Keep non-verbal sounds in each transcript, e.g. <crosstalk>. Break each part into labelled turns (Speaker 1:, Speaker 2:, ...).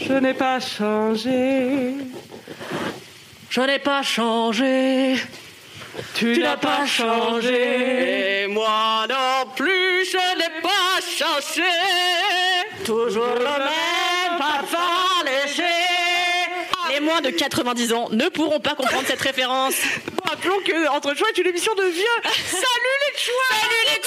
Speaker 1: Je n'ai pas changé. Je n'ai pas changé. Tu, n'as pas changé. Et moi non plus, je n'ai pas changé. Toujours le même parfum léger.
Speaker 2: Les moins de 90 ans ne pourront pas comprendre cette référence.
Speaker 1: Rappelons que Entre Choix est une émission de vieux. Salut les choix
Speaker 2: Salut les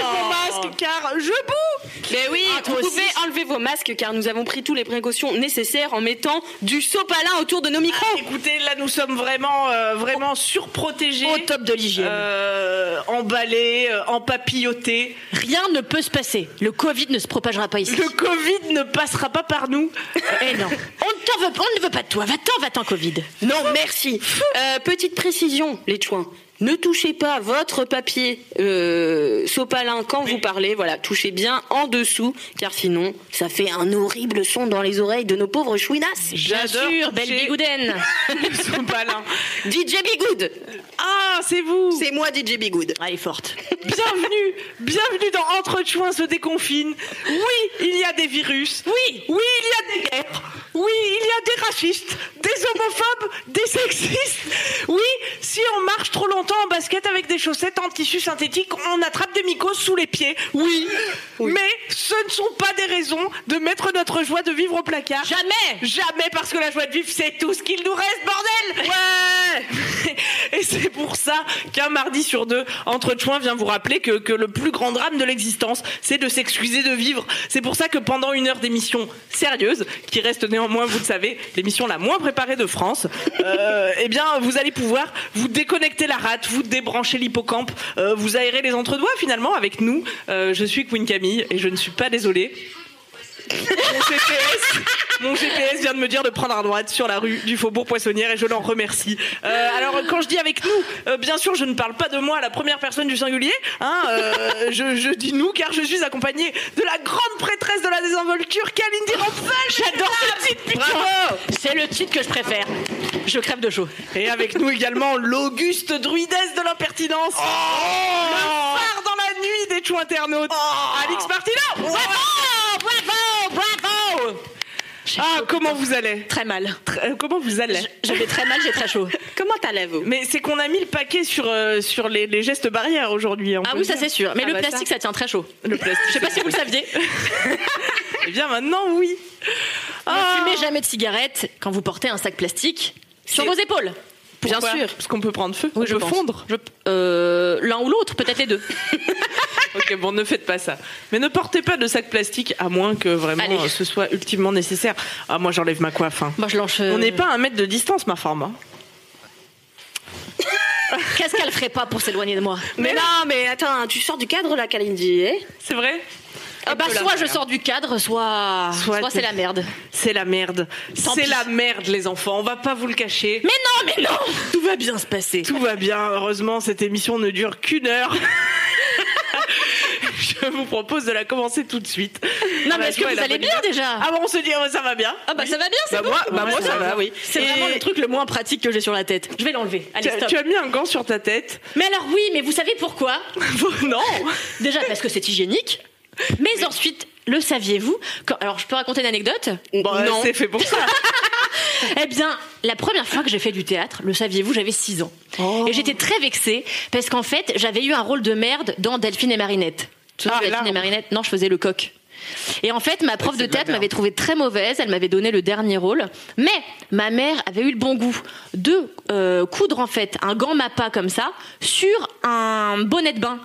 Speaker 1: J'enlève mon masque car je boue
Speaker 2: Mais oui,
Speaker 1: Ah, toi
Speaker 2: vous
Speaker 1: aussi.
Speaker 2: pouvez enlever vos masques car nous avons pris toutes les précautions nécessaires en mettant du sopalin autour de nos micros.
Speaker 1: Écoutez, là nous sommes vraiment, euh, vraiment surprotégés.
Speaker 2: Au top de l'hygiène.
Speaker 1: Euh, emballés, euh, empapillotés.
Speaker 2: Rien ne peut se passer. Le Covid ne se propagera pas ici.
Speaker 1: Le Covid ne passera pas par nous.
Speaker 2: Eh non, on ne, t'en veut, on ne veut pas de toi. Va-t'en, va-t'en, Covid. Non, merci. Euh, petite précision, les chouins. Ne touchez pas votre papier euh, sopalin quand vous parlez. Voilà, touchez bien en dessous, car sinon, ça fait un horrible son dans les oreilles de nos pauvres chouinasses.
Speaker 1: Bien J'adore sûr, belle toucher.
Speaker 2: <laughs> bigoudaine.
Speaker 1: Ils sont malins.
Speaker 2: DJ Bigood,
Speaker 1: Ah, c'est vous
Speaker 2: c'est moi DJ Bigood.
Speaker 1: Elle est forte. Bienvenue Bienvenue dans Entre Chouins se déconfine. Oui, il y a des virus. Oui Oui, il y a des guerres. Oui, il y a des racistes, des homophobes, des sexistes. Oui, si on marche trop longtemps en basket avec des chaussettes en tissu synthétique, on attrape des mycoses sous les pieds. Oui, mais ce ne sont pas des raisons de mettre notre joie de vivre au placard.
Speaker 2: Jamais
Speaker 1: Jamais parce que la joie de vivre, c'est tout ce qu'il nous reste, bordel Ouais Et c'est pour ça qu'un mardi sur deux, Entre Chouins vient vous rappeler que, que le plus grand drame de l'existence, c'est de s'excuser de vivre. C'est pour ça que pendant une heure d'émission sérieuse, qui reste néanmoins, vous le savez, l'émission la moins préparée de France, euh, eh bien, vous allez pouvoir vous déconnecter la rate, vous débrancher l'hippocampe, euh, vous aérer les entre-doigts finalement avec nous. Euh, je suis Queen Camille et je ne suis pas désolée. Mon GPS, mon GPS vient de me dire de prendre à droite sur la rue du Faubourg Poissonnière et je l'en remercie. Euh, alors quand je dis avec nous, euh, bien sûr je ne parle pas de moi à la première personne du singulier. hein, euh, je, je dis nous car je suis accompagnée de la grande prêtresse de la désinvolture, Kalindi Rampal.
Speaker 2: J'adore ce titre, putain.
Speaker 1: Bravo
Speaker 2: C'est le titre que je préfère. Je crève de chaud.
Speaker 1: Et avec nous également l'auguste druidesse de l'impertinence.
Speaker 2: Oh.
Speaker 1: le phare dans la nuit des chou internautes. Alix Martino.
Speaker 2: Bravo Bravo Bravo
Speaker 1: Ah comment vous allez
Speaker 2: Très mal.
Speaker 1: Tr- euh, Comment vous allez
Speaker 2: Je vais très mal, j'ai très chaud. Comment t'allez-vous
Speaker 1: Mais c'est qu'on a mis le paquet sur, euh, sur les, les gestes barrières aujourd'hui. on
Speaker 2: Ah
Speaker 1: peut
Speaker 2: oui,
Speaker 1: le
Speaker 2: ça
Speaker 1: dire.
Speaker 2: c'est sûr. Mais
Speaker 1: Ah
Speaker 2: le
Speaker 1: bah
Speaker 2: plastique, ça. tient très chaud.
Speaker 1: Le plastique.
Speaker 2: <laughs> Je sais pas si vous
Speaker 1: <laughs>
Speaker 2: le saviez.
Speaker 1: Eh bien maintenant, oui. Ah,
Speaker 2: Ne fumez jamais de cigarette quand vous portez un sac plastique sur
Speaker 1: C'est-
Speaker 2: vos épaules.
Speaker 1: Pourquoi
Speaker 2: Bien sûr.
Speaker 1: Parce qu'on peut prendre feu.
Speaker 2: Oui,
Speaker 1: on peut
Speaker 2: pense.
Speaker 1: fondre.
Speaker 2: Je- euh, L'un ou l'autre, peut-être les deux.
Speaker 1: Ok, bon, ne faites pas ça. Mais ne portez pas de sac plastique à moins que vraiment
Speaker 2: Allez. Bah,
Speaker 1: euh, ce soit ultimement nécessaire. Ah, moi j'enlève ma coiffe. hein.
Speaker 2: Moi, je lance.
Speaker 1: On n'est pas à un mètre de distance, ma forme. hein.
Speaker 2: <laughs> Qu'est-ce qu'elle ferait pas pour s'éloigner de moi
Speaker 3: Mais non, mais attends, tu sors du cadre là, Kalindi.
Speaker 2: eh
Speaker 3: hein
Speaker 1: C'est vrai
Speaker 2: Ah bah,
Speaker 1: peu la
Speaker 2: soit je
Speaker 1: merde.
Speaker 2: sors du cadre, soit.
Speaker 1: Soit
Speaker 2: Soit,
Speaker 1: t'es-
Speaker 2: c'est
Speaker 1: <laughs>
Speaker 2: la merde.
Speaker 1: C'est la merde.
Speaker 2: Tant
Speaker 1: C'est
Speaker 2: pis.
Speaker 1: la merde, les enfants. On va pas vous le cacher.
Speaker 2: Mais non, mais non <laughs> Tout va bien se passer.
Speaker 1: Tout va bien, heureusement cette émission ne dure qu'une
Speaker 2: <laughs>
Speaker 1: heure. Je vous propose de la commencer tout de suite.
Speaker 2: Non,
Speaker 1: Ah bah,
Speaker 2: mais est-ce
Speaker 1: tu
Speaker 2: que
Speaker 1: vois,
Speaker 2: vous
Speaker 1: la
Speaker 2: allez
Speaker 1: bonne
Speaker 2: bien
Speaker 1: humeur.
Speaker 2: déjà
Speaker 1: Ah bon, on se dit, ah bah, ça va bien.
Speaker 2: Ah bah ça va bien, c'est
Speaker 1: Bah,
Speaker 2: bon.
Speaker 1: moi- bah, moi, ça va, oui.
Speaker 2: C'est
Speaker 1: Et-
Speaker 2: vraiment le truc le moins pratique que j'ai sur la tête. Je vais l'enlever. Allez,
Speaker 1: Tu as,
Speaker 2: stop.
Speaker 1: tu as mis un gant sur ta
Speaker 2: <laughs>
Speaker 1: tête.
Speaker 2: Mais alors oui, mais vous savez pourquoi
Speaker 1: <laughs> non
Speaker 2: Déjà parce que c'est hygiénique. Mais ensuite, le saviez-vous Quand- Alors je peux raconter une anecdote
Speaker 1: Bon,
Speaker 2: Non.
Speaker 1: C'est fait pour
Speaker 2: <laughs>
Speaker 1: ça.
Speaker 2: Eh bien, la première fois que j'ai fait du théâtre, le saviez-vous, j'avais 6 ans. Et j'étais très vexée parce qu'en fait, j'avais eu un rôle de merde dans Delphine et Marinette. Tu
Speaker 1: Ah,
Speaker 2: vois, Delphine
Speaker 1: là.
Speaker 2: et Marinette Non, je faisais le coq. Et en fait, ma prof de
Speaker 4: de la
Speaker 2: théâtre
Speaker 4: merde.
Speaker 2: m'avait trouvée très mauvaise, elle m'avait donné le dernier rôle, mais ma mère avait eu le bon goût de euh, coudre en fait un gant mappa comme ça sur un bonnet de bain.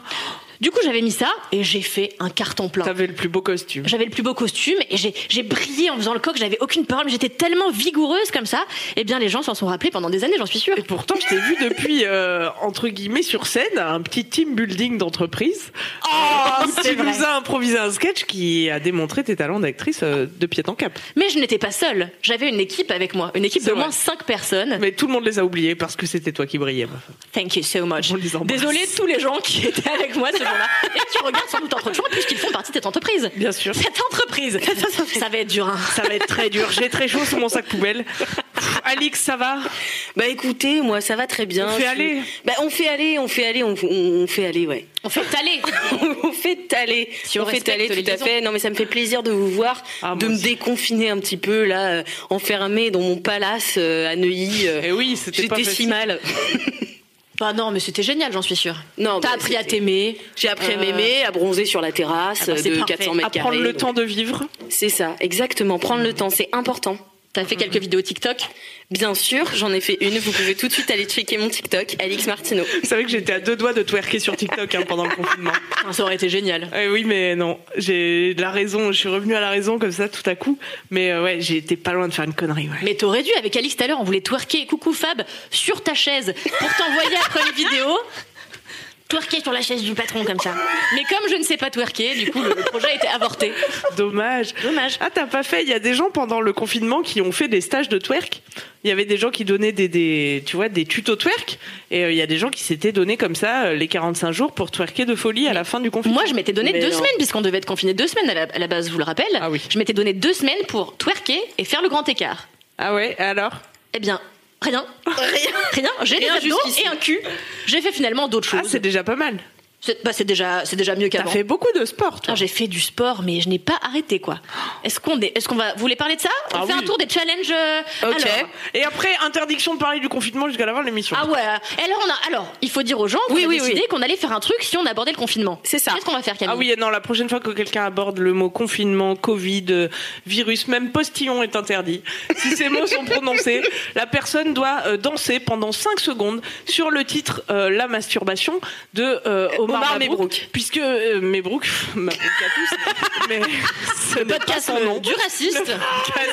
Speaker 2: Du coup, j'avais mis ça et j'ai fait un carton plein.
Speaker 1: T'avais le plus beau costume.
Speaker 2: J'avais le plus beau costume et j'ai j'ai brillé en faisant le coq, j'avais aucune parole, mais j'étais tellement vigoureuse comme ça. Eh bien, les gens s'en sont rappelés pendant des années, j'en suis sûre.
Speaker 1: Et pourtant, je t'ai vu depuis, euh, entre guillemets, sur scène, un petit team building d'entreprise. Oh, tu
Speaker 2: vrai.
Speaker 1: nous as improvisé un sketch qui a démontré tes talents d'actrice euh, de pied en
Speaker 2: <laughs>
Speaker 1: cap.
Speaker 2: Mais je n'étais pas seule, j'avais une équipe avec moi, une équipe
Speaker 1: C'est
Speaker 2: d'au
Speaker 1: vrai.
Speaker 2: moins 5 personnes.
Speaker 1: Mais tout le monde les a oubliés parce que c'était toi qui brillais. ma femme.
Speaker 2: Thank you so much.
Speaker 1: On les embrasse.
Speaker 2: Désolée de tous les gens qui étaient avec moi ce <laughs> jour-là et qui regardent sans doute Entre Chouans puisqu'ils font partie de cette entreprise.
Speaker 1: Bien sûr.
Speaker 2: Cette entreprise, ça va être dur. hein.
Speaker 1: Ça va être très dur. J'ai très chaud sur mon sac poubelle. Pff, Alix, ça va
Speaker 5: Bah écoutez, moi ça va très bien.
Speaker 1: On fait
Speaker 5: Je suis-
Speaker 1: aller.
Speaker 5: Bah on fait aller, on fait aller, on, on- on fait aller, ouais.
Speaker 2: On fait <laughs> taler.
Speaker 5: <laughs> on fait aller.
Speaker 2: Si on
Speaker 5: on fait
Speaker 2: respecte
Speaker 5: aller,
Speaker 2: les
Speaker 5: tout à
Speaker 2: liaisons.
Speaker 5: fait. Non mais ça me fait plaisir de vous voir,
Speaker 1: Ah,
Speaker 5: de
Speaker 1: moi
Speaker 5: me
Speaker 1: aussi.
Speaker 5: déconfiner un petit peu là, euh, enfermée dans mon palace euh, à Neuilly.
Speaker 2: <laughs>
Speaker 5: euh,
Speaker 1: Eh oui, c'était pas
Speaker 5: J'étais si
Speaker 1: facile.
Speaker 5: mal.
Speaker 2: Bah non, mais c'était génial, j'en suis sûre.
Speaker 5: Non,
Speaker 2: T'as
Speaker 5: bah,
Speaker 2: appris à
Speaker 5: c'était-
Speaker 2: t'aimer.
Speaker 5: J'ai appris à
Speaker 2: Euh,
Speaker 5: m'aimer, à bronzer sur la terrasse
Speaker 2: Ah bah, c'est
Speaker 5: de
Speaker 2: parfait.
Speaker 5: 400 mètres carrés.
Speaker 1: Prendre le
Speaker 5: donc.
Speaker 1: temps de vivre.
Speaker 5: C'est ça, exactement. Prendre le temps, c'est important.
Speaker 2: T'as fait quelques vidéos TikTok.
Speaker 5: Bien sûr, j'en ai fait une. Vous pouvez tout de suite aller checker mon TikTok, Alix Martineau.
Speaker 1: Vous savez que j'étais à deux doigts de twerker sur TikTok hein, pendant le confinement.
Speaker 2: Putain, Ça aurait été génial.
Speaker 1: Eh oui, mais non. J'ai de la raison. Je suis revenue à la raison comme ça tout à coup. Mais euh, ouais, j'ai été pas loin de faire une connerie. ouais.
Speaker 2: Mais t'aurais dû, avec Alix tout à l'heure, on voulait twerker, coucou Fab, sur ta chaise pour t'envoyer après une vidéo. Twerker sur la chaise du patron comme ça. Mais comme je ne sais pas twerker, du coup le le projet a été avorté.
Speaker 1: Dommage.
Speaker 2: Dommage.
Speaker 1: Ah, t'as pas fait. Il y a des gens pendant le confinement qui ont fait des stages de twerk. Il y avait des gens qui donnaient des, des tu vois, des tutos twerk. Et euh, il y a des gens qui s'étaient donné comme ça euh, les 45 jours pour twerker de folie à la fin du confinement.
Speaker 2: Moi, je m'étais donné
Speaker 5: Mais
Speaker 2: deux
Speaker 5: non.
Speaker 2: semaines, puisqu'on devait être confiné deux semaines à la, à la base, je vous le rappelle.
Speaker 1: Ah oui.
Speaker 2: Je m'étais donné deux semaines pour twerker et faire le grand écart.
Speaker 1: Ah ouais, alors
Speaker 2: Eh bien, rien. Rien. Rien. J'ai des
Speaker 5: Rien
Speaker 2: abdos
Speaker 5: jusqu'ici.
Speaker 2: et un cul. J'ai fait finalement d'autres
Speaker 1: Ah,
Speaker 2: choses.
Speaker 1: c'est déjà pas mal.
Speaker 2: c'est bah, c'est déjà, c'est déjà mieux
Speaker 1: T'as
Speaker 2: qu'avant.
Speaker 1: fait beaucoup de sport,
Speaker 2: Ah,
Speaker 1: toi.
Speaker 2: J'ai fait du sport, mais je n'ai pas arrêté, quoi. Est-ce qu'on est, est-ce qu'on va, vous voulez parler de ça On
Speaker 1: Ah
Speaker 2: fait un
Speaker 1: oui.
Speaker 2: tour des challenges. euh,
Speaker 1: Ok.
Speaker 2: alors.
Speaker 1: Et après, interdiction de parler du confinement jusqu'à la fin de l'émission.
Speaker 2: Ah ouais. Et alors, on a, alors, il faut dire aux gens qu'on
Speaker 5: Oui,
Speaker 2: a
Speaker 5: oui,
Speaker 2: décidé qu'on allait faire un truc si on abordait le confinement.
Speaker 5: C'est ça.
Speaker 2: Qu'est-ce qu'on va faire, Camille
Speaker 1: Ah oui, et non, la prochaine fois que quelqu'un aborde le mot confinement, Covid, euh, virus, même postillon est interdit. Si ces mots sont prononcés,
Speaker 2: <laughs>
Speaker 1: la personne doit euh, danser pendant 5 secondes sur le titre euh, La masturbation de euh, Omar,
Speaker 5: Omar
Speaker 1: Mabrouk,
Speaker 5: Mabrouk.
Speaker 1: Puisque euh, Mabrouk, <laughs> Mabrouk à tous,
Speaker 2: <laughs>
Speaker 1: mais ce n'est pas
Speaker 2: Podcast euh,
Speaker 1: son nom.
Speaker 2: du raciste.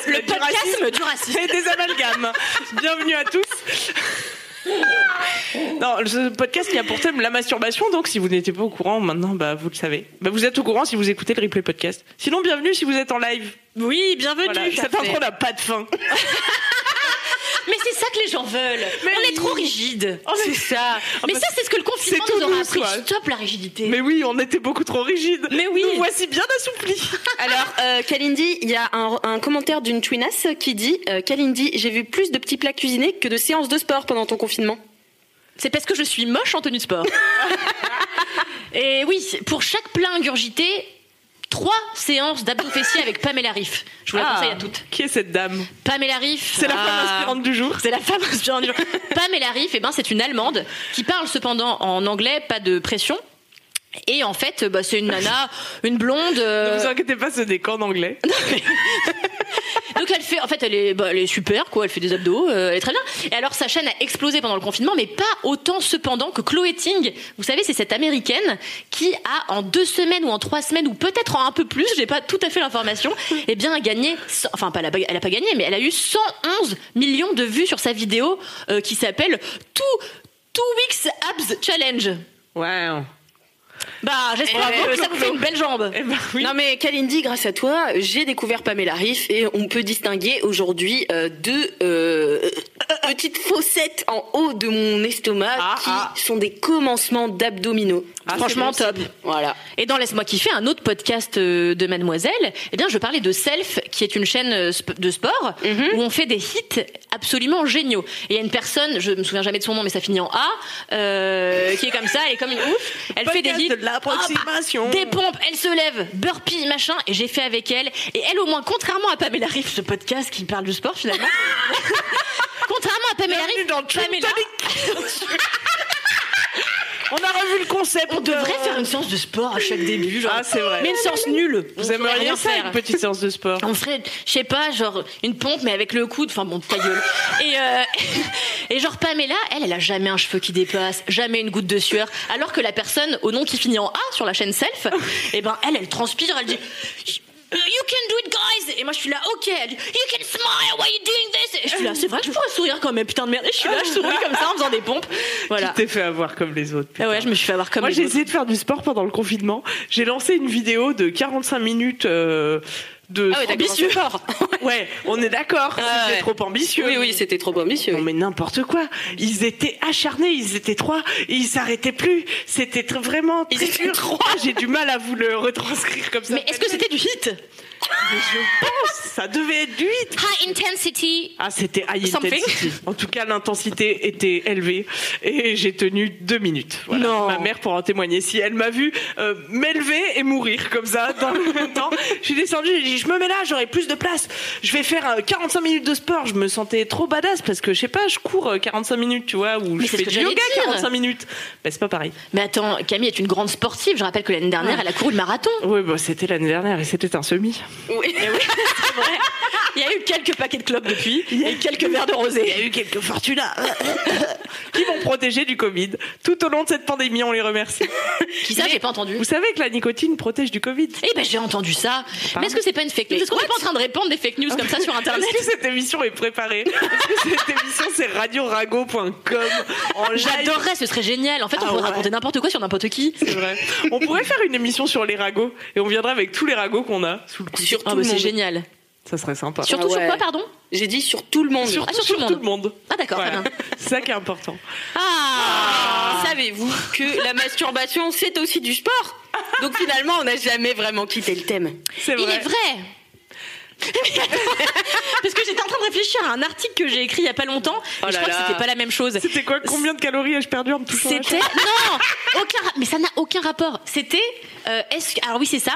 Speaker 1: Le,
Speaker 2: Le podcast du raciste.
Speaker 1: et des amalgames. Bienvenue à tous. Non, ce podcast qui a pour thème la masturbation, donc si vous n'étiez pas au courant maintenant, bah, vous le savez. Bah, vous êtes au courant si vous écoutez le replay podcast. Sinon, bienvenue si vous êtes en live.
Speaker 2: Oui, bienvenue.
Speaker 1: Voilà, cette intro n'a pas de fin.
Speaker 2: Mais c'est ça que les gens veulent. on est trop rigide.
Speaker 1: c'est ça.
Speaker 2: mais Oh, ça, c'est ce que le confinement
Speaker 1: c'est tout
Speaker 2: nous aura
Speaker 1: nous,
Speaker 2: appris.
Speaker 1: quoi.
Speaker 2: Stop la rigidité.
Speaker 1: Oh, bah, Mais oui, on était beaucoup trop rigide.
Speaker 2: Mais oui.
Speaker 1: Nous voici bien assouplis.
Speaker 5: Alors, euh, Kalindi, il y a un, un commentaire d'une twinasse qui dit euh, Kalindi, j'ai vu plus de petits plats cuisinés que de séances de sport pendant ton confinement.
Speaker 2: C'est parce que je suis moche en tenue
Speaker 1: <laughs>
Speaker 2: de sport. Et oui, pour chaque plat ingurgité, trois séances d'abdos fessiers avec Pamela Riff. Je vous la conseille à toutes.
Speaker 1: Qui est cette dame
Speaker 2: Pamela Riff.
Speaker 1: Ah. C'est la femme
Speaker 2: ah,
Speaker 1: inspirante du jour.
Speaker 2: C'est la femme
Speaker 1: <laughs>
Speaker 2: inspirante du jour. Pamela Riff, eh ben, c'est une Allemande qui parle cependant en anglais, pas de pression. Et en fait, bah, c'est une nana, une blonde. euh,
Speaker 1: Ne vous inquiétez pas, ce n'est qu'en
Speaker 2: <laughs>
Speaker 1: anglais.
Speaker 2: Donc elle fait, en fait, elle est, bah, elle est super, quoi. Elle fait des abdos, euh, elle est très bien. Et alors sa chaîne a explosé pendant le confinement, mais pas autant cependant que Chloé Ting. Vous savez, c'est cette américaine qui a en deux semaines ou en trois semaines ou peut-être en un peu plus, j'ai pas tout à fait l'information, eh bien a gagné, 100 enfin pas, elle a pas- elle a pas gagné, mais elle a eu 111 millions de vues sur sa vidéo euh, qui s'appelle Two Two Weeks Abs Challenge.
Speaker 1: Wow.
Speaker 2: Bah j'espère
Speaker 5: Eh,
Speaker 2: que ça vous fait une belle jambe.
Speaker 1: Eh ben oui.
Speaker 5: Non mais Kalindi, grâce à toi, j'ai découvert Pamela Riff et on peut distinguer aujourd'hui euh, deux euh, petites fossettes en haut de mon estomac
Speaker 1: Ah,
Speaker 5: qui
Speaker 1: ah.
Speaker 5: sont des commencements d'abdominaux.
Speaker 1: Ah,
Speaker 2: Franchement
Speaker 1: c'est
Speaker 2: top.
Speaker 5: Voilà.
Speaker 2: Et dans Laisse-moi kiffer, un autre podcast euh, de Mademoiselle, eh bien, je parlais de Self, qui est une chaîne euh, sp- de sport,
Speaker 1: Mhm.
Speaker 2: où on fait des hits absolument géniaux. Et il y a une personne, je me souviens jamais de son nom, mais ça finit en A, euh, qui est comme ça, elle est comme une ouf. Elle fait des
Speaker 1: Podcast
Speaker 2: hits.
Speaker 1: de l'approximation.
Speaker 2: Hop, des pompes, elle se lève, burpee, machin, et j'ai fait avec elle. Et elle, au moins, contrairement à Pamela Riff, ce podcast qui parle du sport finalement. <laughs> contrairement à Pamela
Speaker 1: Bienvenue
Speaker 2: Riff,
Speaker 1: dans Trip
Speaker 2: Pamela-
Speaker 1: <laughs> On a revu le concept.
Speaker 2: On devrait
Speaker 1: euh,
Speaker 2: faire une séance de sport à chaque début, genre.
Speaker 1: Ah, c'est vrai.
Speaker 2: Mais une séance nulle.
Speaker 1: Vous aimeriez
Speaker 2: rien
Speaker 1: ça,
Speaker 2: faire.
Speaker 1: une petite séance de sport
Speaker 2: On ferait, je sais pas, genre une pompe, mais avec le coude. Enfin bon, ta gueule. Et, euh, <laughs> et genre Pamela, elle, elle a jamais un cheveu qui dépasse, jamais une goutte de sueur. Alors que la personne au nom qui finit en A sur la
Speaker 1: <laughs>
Speaker 2: chaîne Self, et ben elle, elle transpire, elle dit. You can do it, guys! Et moi, je suis là, ok. Elle dit, you can smile while you're doing this! Et je suis là, c'est vrai que je pourrais sourire quand même, putain de merde. Et je suis là, je souris comme ça en faisant des pompes. Voilà.
Speaker 1: Tu t'es fait avoir comme les autres.
Speaker 2: Ah
Speaker 1: putain.
Speaker 2: ouais, je me suis fait avoir comme
Speaker 1: Moi,
Speaker 2: les
Speaker 1: j'ai
Speaker 2: autres.
Speaker 1: essayé de faire du sport pendant le confinement. J'ai lancé une vidéo de 45 minutes euh, de.
Speaker 2: Ah ouais, t'as
Speaker 1: ambitieux.
Speaker 2: commencé fort.
Speaker 1: <laughs> ouais, on est d'accord.
Speaker 2: Ah
Speaker 1: C'était
Speaker 2: ouais.
Speaker 1: trop ambitieux.
Speaker 5: Oui, oui, c'était trop ambitieux.
Speaker 1: Non mais n'importe quoi. Ils étaient acharnés, ils étaient trois, et ils s'arrêtaient plus. C'était tr- vraiment
Speaker 5: Ils
Speaker 1: très
Speaker 5: étaient
Speaker 1: dur. J'ai du mal à vous le retranscrire comme ça.
Speaker 2: Mais est-ce que c'était du hit?
Speaker 1: Je pense, ça devait être du hit.
Speaker 2: High intensity!
Speaker 1: Ah, c'était high
Speaker 2: Something.
Speaker 1: intensity. En tout cas, l'intensité était élevée et j'ai tenu deux minutes. Voilà.
Speaker 2: Non.
Speaker 1: Ma mère pourra en témoigner. Si elle m'a vu euh, m'élever et mourir comme ça dans le même temps, je suis descendue, j'ai dit je me mets là, j'aurai plus de place. Je vais faire euh, 45 minutes de sport. Je me sentais trop badass parce que je sais pas, je cours euh, 45 minutes, tu vois, ou je
Speaker 2: c'est
Speaker 1: fais
Speaker 2: ce que
Speaker 1: du yoga
Speaker 2: j'allais dire.
Speaker 1: 45 minutes. Bah, c'est pas pareil.
Speaker 2: Mais attends, Camille est une grande sportive. Je rappelle que l'année dernière, elle a couru le marathon.
Speaker 1: Oui, bah, c'était l'année dernière et c'était un semi.
Speaker 5: Oui.
Speaker 2: Il y a eu quelques paquets de clopes <laughs> depuis et quelques verres de <laughs> rosé.
Speaker 1: Il y a eu quelques fortunats <laughs> qui vont protéger du Covid. Tout au long de cette pandémie, on les remercie.
Speaker 2: Qui ça, j'ai pas entendu.
Speaker 1: Vous savez que la nicotine protège du Covid.
Speaker 2: Eh ben j'ai entendu ça. Mais est-ce que c'est pas une fake news Est-ce qu'on est pas en train de répandre des fake news comme <laughs> ça sur internet
Speaker 1: Est-ce que cette émission est préparée Est-ce que cette émission c'est radiorago.com en live
Speaker 2: J'adorerais, ce serait génial. En fait, on
Speaker 1: Ah
Speaker 2: pourrait
Speaker 1: ouais.
Speaker 2: raconter n'importe quoi sur n'importe qui.
Speaker 1: C'est vrai. On pourrait faire une émission sur les ragots et on viendrait avec tous les ragots qu'on a sous le coup.
Speaker 5: Sur
Speaker 2: Ah
Speaker 5: tout
Speaker 2: bah
Speaker 5: le
Speaker 2: c'est
Speaker 5: monde.
Speaker 2: génial.
Speaker 1: Ça serait sympa.
Speaker 2: Surtout
Speaker 5: Ah
Speaker 2: sur
Speaker 5: ouais.
Speaker 2: quoi, pardon
Speaker 5: J'ai dit sur tout le monde.
Speaker 1: Surtout
Speaker 2: Ah, sur tout le
Speaker 1: sur
Speaker 2: monde.
Speaker 1: tout le monde.
Speaker 2: Ah d'accord. très
Speaker 1: Voilà.
Speaker 2: bien.
Speaker 1: C'est ça qui est important.
Speaker 2: Ah,
Speaker 5: Savez-vous que la masturbation, c'est aussi du sport Donc finalement, on n'a jamais vraiment quitté le thème.
Speaker 1: C'est
Speaker 2: Il est vrai <laughs> Parce que j'étais en train de réfléchir à un article que j'ai écrit il y a pas longtemps. et je
Speaker 1: là
Speaker 2: crois que
Speaker 1: là.
Speaker 2: c'était pas la même chose.
Speaker 1: C'était quoi Combien de calories ai-je perdu en me touchant la
Speaker 2: C'était non, aucun ra- mais ça n'a aucun rapport. C'était euh, est-ce que- alors oui, c'est ça.